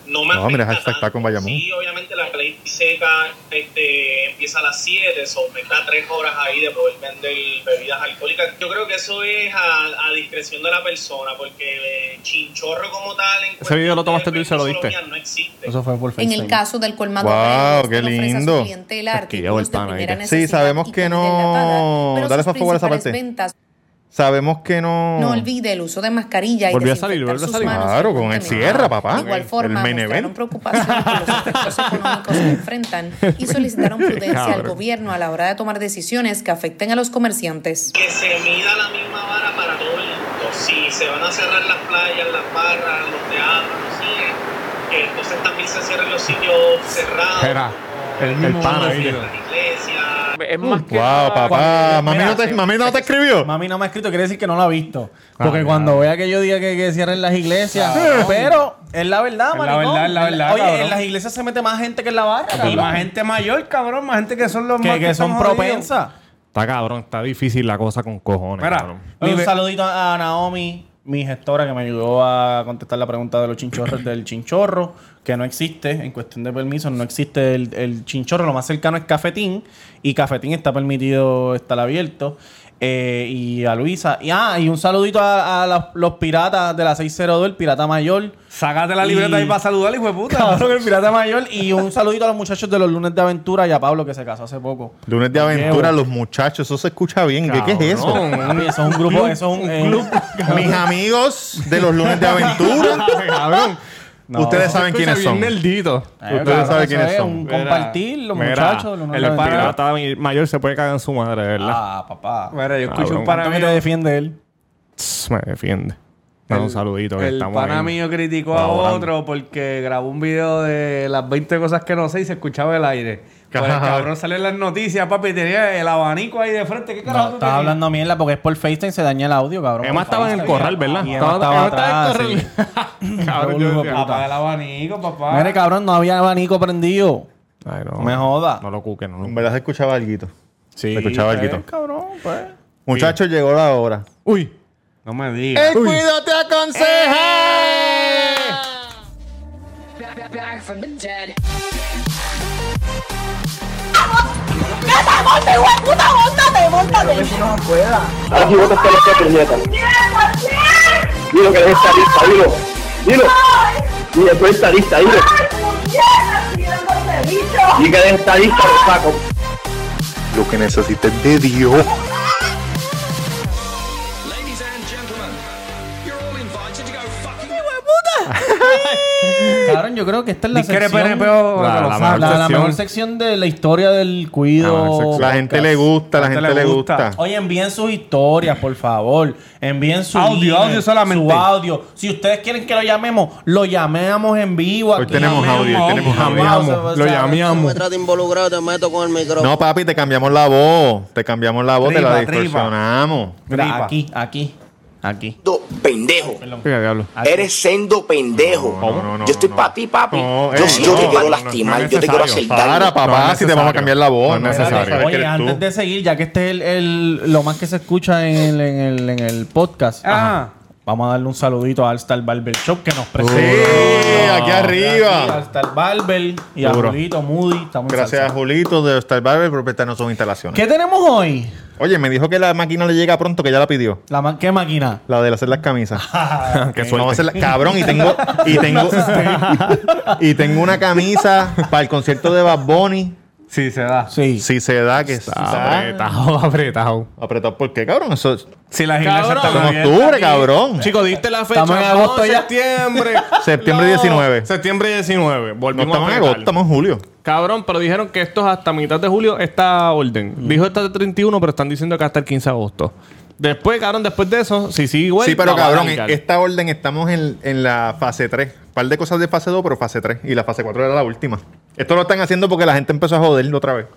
[SPEAKER 11] no me
[SPEAKER 3] No, mira,
[SPEAKER 11] afecta
[SPEAKER 3] hashtag
[SPEAKER 11] tanto.
[SPEAKER 3] con Bayamón.
[SPEAKER 11] Sí, obviamente la ley seca este, empieza a las 7, son me da 3 horas ahí de poder vender bebidas alcohólicas. Yo creo que eso es a, a discreción de la persona, porque eh, chinchorro como tal... en cuestión
[SPEAKER 5] video lo tomaste
[SPEAKER 11] de
[SPEAKER 5] tú y se lo diste.
[SPEAKER 11] permisología No existe.
[SPEAKER 4] Eso fue por
[SPEAKER 10] En
[SPEAKER 4] Facebook.
[SPEAKER 10] el caso del colmado
[SPEAKER 3] Guau,
[SPEAKER 10] Reyes,
[SPEAKER 3] qué
[SPEAKER 10] él ofrece a su
[SPEAKER 3] lindo.
[SPEAKER 10] clientela
[SPEAKER 5] Es que llevo el
[SPEAKER 10] artículos de
[SPEAKER 5] pan ahí,
[SPEAKER 10] primera
[SPEAKER 5] que-
[SPEAKER 3] Sí,
[SPEAKER 10] necesidad
[SPEAKER 3] sabemos
[SPEAKER 10] y
[SPEAKER 3] que
[SPEAKER 10] comida
[SPEAKER 3] no-
[SPEAKER 10] enlatada, pero
[SPEAKER 3] Dale,
[SPEAKER 10] sus
[SPEAKER 3] por favor, esa
[SPEAKER 10] principales
[SPEAKER 3] parte.
[SPEAKER 10] ventas
[SPEAKER 3] Sabemos que no.
[SPEAKER 10] No olvide el uso de mascarilla y
[SPEAKER 5] Volvió a salir,
[SPEAKER 10] desinfectar
[SPEAKER 5] volvió a
[SPEAKER 10] sus
[SPEAKER 5] salir.
[SPEAKER 10] manos
[SPEAKER 3] Claro, con el
[SPEAKER 10] frecuentemente.
[SPEAKER 3] cierra, papá.
[SPEAKER 10] De igual
[SPEAKER 3] El
[SPEAKER 10] forma,
[SPEAKER 3] main
[SPEAKER 10] mostraron
[SPEAKER 3] event.
[SPEAKER 10] preocupación por los efectos económicos que enfrentan y solicitaron prudencia al
[SPEAKER 5] Cabrón.
[SPEAKER 10] gobierno a la hora de tomar decisiones que afecten a los comerciantes.
[SPEAKER 11] que se mida la misma vara para todo el mundo. Si se van a cerrar las playas, las barras, los teatros, los cines, que entonces también se cierren los sitios cerrados.
[SPEAKER 5] Espera, el, el pana ahí.
[SPEAKER 11] Es más
[SPEAKER 3] que Wow, papá.
[SPEAKER 4] Cuando-
[SPEAKER 3] Mami no te- mami no te escribió.
[SPEAKER 4] Mami no me ha escrito, quiere decir que no la ha visto. Porque
[SPEAKER 2] Ah,
[SPEAKER 4] cuando vea que yo diga que, que cierren las iglesias.
[SPEAKER 2] Cabrón.
[SPEAKER 4] Pero es la verdad,
[SPEAKER 2] Es la
[SPEAKER 4] maricón.
[SPEAKER 2] verdad, es la verdad,
[SPEAKER 4] Oye,
[SPEAKER 2] cabrón.
[SPEAKER 4] en las iglesias se mete más gente que en la barra, cabrón.
[SPEAKER 2] Y más gente mayor, cabrón. Más gente que son los
[SPEAKER 4] Que-
[SPEAKER 2] más
[SPEAKER 4] que son
[SPEAKER 2] están jodidos.
[SPEAKER 4] propensas.
[SPEAKER 5] Está cabrón, está difícil la cosa con cojones.
[SPEAKER 2] Mira,
[SPEAKER 5] cabrón.
[SPEAKER 4] Un saludito a Naomi, mi gestora, que me ayudó a contestar la pregunta de los chinchorros del chinchorro, que no existe, en cuestión de permisos, no existe el, el chinchorro. Lo más cercano es cafetín, y cafetín está permitido estar abierto. Eh, y a Luisa. Y, ah, y un saludito a, a los, los piratas de la 602, el pirata mayor.
[SPEAKER 2] Sácate la libreta
[SPEAKER 4] Y-
[SPEAKER 2] ahí para saludar, hijo de puta.
[SPEAKER 4] Cabrón, Ah, el pirata mayor. Y un saludito a los muchachos de los lunes de aventura y a Pablo que se casó hace poco.
[SPEAKER 3] Lunes de aventura, los muchachos, eso se escucha bien. ¿Qué, qué es eso?
[SPEAKER 4] Papi, Eh, eso es un grupo, eso es un, eh,
[SPEAKER 3] Mis amigos de los lunes de aventura.
[SPEAKER 5] Cabrón.
[SPEAKER 4] No.
[SPEAKER 3] Ustedes saben quiénes son.
[SPEAKER 4] Eh,
[SPEAKER 3] Ustedes
[SPEAKER 4] cabrón,
[SPEAKER 3] saben
[SPEAKER 4] eso
[SPEAKER 3] quiénes
[SPEAKER 4] es
[SPEAKER 3] son.
[SPEAKER 4] un compartir, los
[SPEAKER 5] Mira,
[SPEAKER 4] muchachos. los
[SPEAKER 5] el
[SPEAKER 4] noventas.
[SPEAKER 5] pirata mayor se puede cagar en su madre, de ¿verdad?
[SPEAKER 4] Ah, papá.
[SPEAKER 2] Mira, yo escucho
[SPEAKER 5] Cabrón.
[SPEAKER 2] un pana
[SPEAKER 4] ¿Cuánto que te
[SPEAKER 2] mío.
[SPEAKER 4] defiende él?
[SPEAKER 5] Tss, Me defiende. Dale un saludito. que
[SPEAKER 2] El
[SPEAKER 5] estamos
[SPEAKER 2] pana
[SPEAKER 5] ahí.
[SPEAKER 2] mío criticó a
[SPEAKER 5] colaborando.
[SPEAKER 2] otro porque grabó un video de las 20 cosas que no sé y se escuchaba el aire. Pues el
[SPEAKER 3] Cabrón.
[SPEAKER 2] cabrón salió en las noticias, papi, tenía el abanico ahí de frente. ¿Qué carajo
[SPEAKER 4] No,
[SPEAKER 2] tú
[SPEAKER 4] estás
[SPEAKER 2] tenías?
[SPEAKER 4] hablando mierda porque es por FaceTime se daña el audio, cabrón.
[SPEAKER 5] Emma estaba en el corral, ¿verdad?
[SPEAKER 4] Y Emma estaba atrás, sí.
[SPEAKER 5] Cabrón, yo decía,
[SPEAKER 2] Apaga el abanico, papá.
[SPEAKER 4] Mire, cabrón, no había abanico prendido.
[SPEAKER 5] Ay, no.
[SPEAKER 4] No me joda.
[SPEAKER 5] No lo cuque, no lo
[SPEAKER 3] En verdad se escuchaba algo.
[SPEAKER 5] Sí,
[SPEAKER 3] se escuchaba
[SPEAKER 5] pues,
[SPEAKER 3] algo.
[SPEAKER 4] Cabrón, pues.
[SPEAKER 3] Muchachos, llegó la hora.
[SPEAKER 5] Uy.
[SPEAKER 2] No me digas.
[SPEAKER 3] ¡El cuido te aconseja!
[SPEAKER 7] Lo que necesites de Dios.
[SPEAKER 4] Cabrón, yo creo que esta es la
[SPEAKER 2] Disque de
[SPEAKER 4] sección...
[SPEAKER 2] PNP o
[SPEAKER 5] La-
[SPEAKER 2] de
[SPEAKER 5] la
[SPEAKER 2] los
[SPEAKER 4] La,
[SPEAKER 5] mejor
[SPEAKER 2] Santos.
[SPEAKER 4] la mejor
[SPEAKER 5] sección.
[SPEAKER 4] sección de la historia del
[SPEAKER 5] La mejor
[SPEAKER 4] cuido.
[SPEAKER 5] sección.
[SPEAKER 3] La gente le gusta, la gente le gusta.
[SPEAKER 4] Oye, envíen sus historias, por favor. Envíen su
[SPEAKER 2] Audio, audio solamente.
[SPEAKER 4] Su audio. Si ustedes quieren que lo llamemos, lo llamemos en vivo.
[SPEAKER 3] Hoy
[SPEAKER 4] aquí.
[SPEAKER 3] tenemos
[SPEAKER 4] Llamemos,
[SPEAKER 3] audio, hoy tenemos
[SPEAKER 4] llamemos,
[SPEAKER 3] audio.
[SPEAKER 4] o sea, o
[SPEAKER 5] Lo
[SPEAKER 4] sea,
[SPEAKER 5] llamamos.
[SPEAKER 11] trata involucrado, te meto con el micrófono.
[SPEAKER 3] No, papi, te cambiamos la voz. Te cambiamos la voz, te la
[SPEAKER 2] Tripa, tripa.
[SPEAKER 3] distorsionamos.
[SPEAKER 4] Mira,
[SPEAKER 2] Tripa.
[SPEAKER 4] aquí, aquí, aquí.
[SPEAKER 11] Pendejo.
[SPEAKER 5] Mira, diablo.
[SPEAKER 11] Eres sendo pendejo.
[SPEAKER 3] No, no, no,
[SPEAKER 11] yo estoy
[SPEAKER 3] no,
[SPEAKER 11] para
[SPEAKER 3] no.
[SPEAKER 11] ti, papi.
[SPEAKER 3] No,
[SPEAKER 11] yo
[SPEAKER 3] eh,
[SPEAKER 11] sí, yo te
[SPEAKER 3] no,
[SPEAKER 11] quiero
[SPEAKER 5] no,
[SPEAKER 11] lastimar,
[SPEAKER 5] no es
[SPEAKER 11] yo te quiero hacer
[SPEAKER 5] necesario.
[SPEAKER 11] daño.
[SPEAKER 3] Para, papá,
[SPEAKER 5] No es
[SPEAKER 3] si te vamos a
[SPEAKER 5] necesario.
[SPEAKER 3] cambiar la voz.
[SPEAKER 5] No es
[SPEAKER 3] necesario.
[SPEAKER 5] necesario.
[SPEAKER 3] Sabes que
[SPEAKER 4] Oye,
[SPEAKER 3] eres
[SPEAKER 4] antes
[SPEAKER 3] tú.
[SPEAKER 4] de seguir, ya que este es el, el- lo más que se escucha en el, en el, en el podcast,
[SPEAKER 2] Ah.
[SPEAKER 4] vamos a darle un saludito a Alstar Barber Shop que nos presenta.
[SPEAKER 3] Sí, aquí arriba.
[SPEAKER 4] Alstar Barber y a
[SPEAKER 5] Duro.
[SPEAKER 4] Julito Moody. Estamos en
[SPEAKER 3] Gracias a
[SPEAKER 4] salsa.
[SPEAKER 3] Julito de Star Barber por prestarnos sus instalaciones.
[SPEAKER 4] ¿Qué tenemos hoy?
[SPEAKER 3] Oye, me dijo que la máquina le llega pronto, que ya la pidió.
[SPEAKER 4] La ma- ¿Qué máquina?
[SPEAKER 3] La de hacer las camisas.
[SPEAKER 5] Ah, Qué
[SPEAKER 3] Vamos a
[SPEAKER 5] suerte.
[SPEAKER 3] hacer la- cabrón, y tengo, y tengo, y tengo una camisa para el concierto de Bad Bunny.
[SPEAKER 2] Sí, se da.
[SPEAKER 4] Sí.
[SPEAKER 3] Si se da, que
[SPEAKER 5] Está
[SPEAKER 3] está.
[SPEAKER 5] apretado, apretado.
[SPEAKER 3] Apretado, ¿por qué, cabrón? Eso es
[SPEAKER 2] Si las iglesias
[SPEAKER 3] en
[SPEAKER 2] están abiertas.
[SPEAKER 3] octubre, cabrón.
[SPEAKER 5] Chicos, diste la fecha.
[SPEAKER 4] Estamos en agosto
[SPEAKER 5] No,
[SPEAKER 4] ya.
[SPEAKER 5] Septiembre.
[SPEAKER 3] Septiembre 19.
[SPEAKER 5] Septiembre 19.
[SPEAKER 3] No
[SPEAKER 5] Volvimos
[SPEAKER 3] estamos
[SPEAKER 5] a
[SPEAKER 3] en
[SPEAKER 5] apretar.
[SPEAKER 3] agosto, estamos en julio.
[SPEAKER 5] Cabrón, pero dijeron que esto es hasta mitad de julio esta orden. Dijo hasta el 31, pero están diciendo que hasta el 15 de agosto. Después, cabrón, después de eso, si sigue igual.
[SPEAKER 3] sí, pero
[SPEAKER 5] la van a
[SPEAKER 3] cabrón,
[SPEAKER 5] alargar.
[SPEAKER 3] esta orden estamos en, en la fase 3. Un par de cosas de fase 2, pero fase 3. Y la fase 4 era la última. Esto lo están haciendo porque la gente empezó a joderlo otra vez.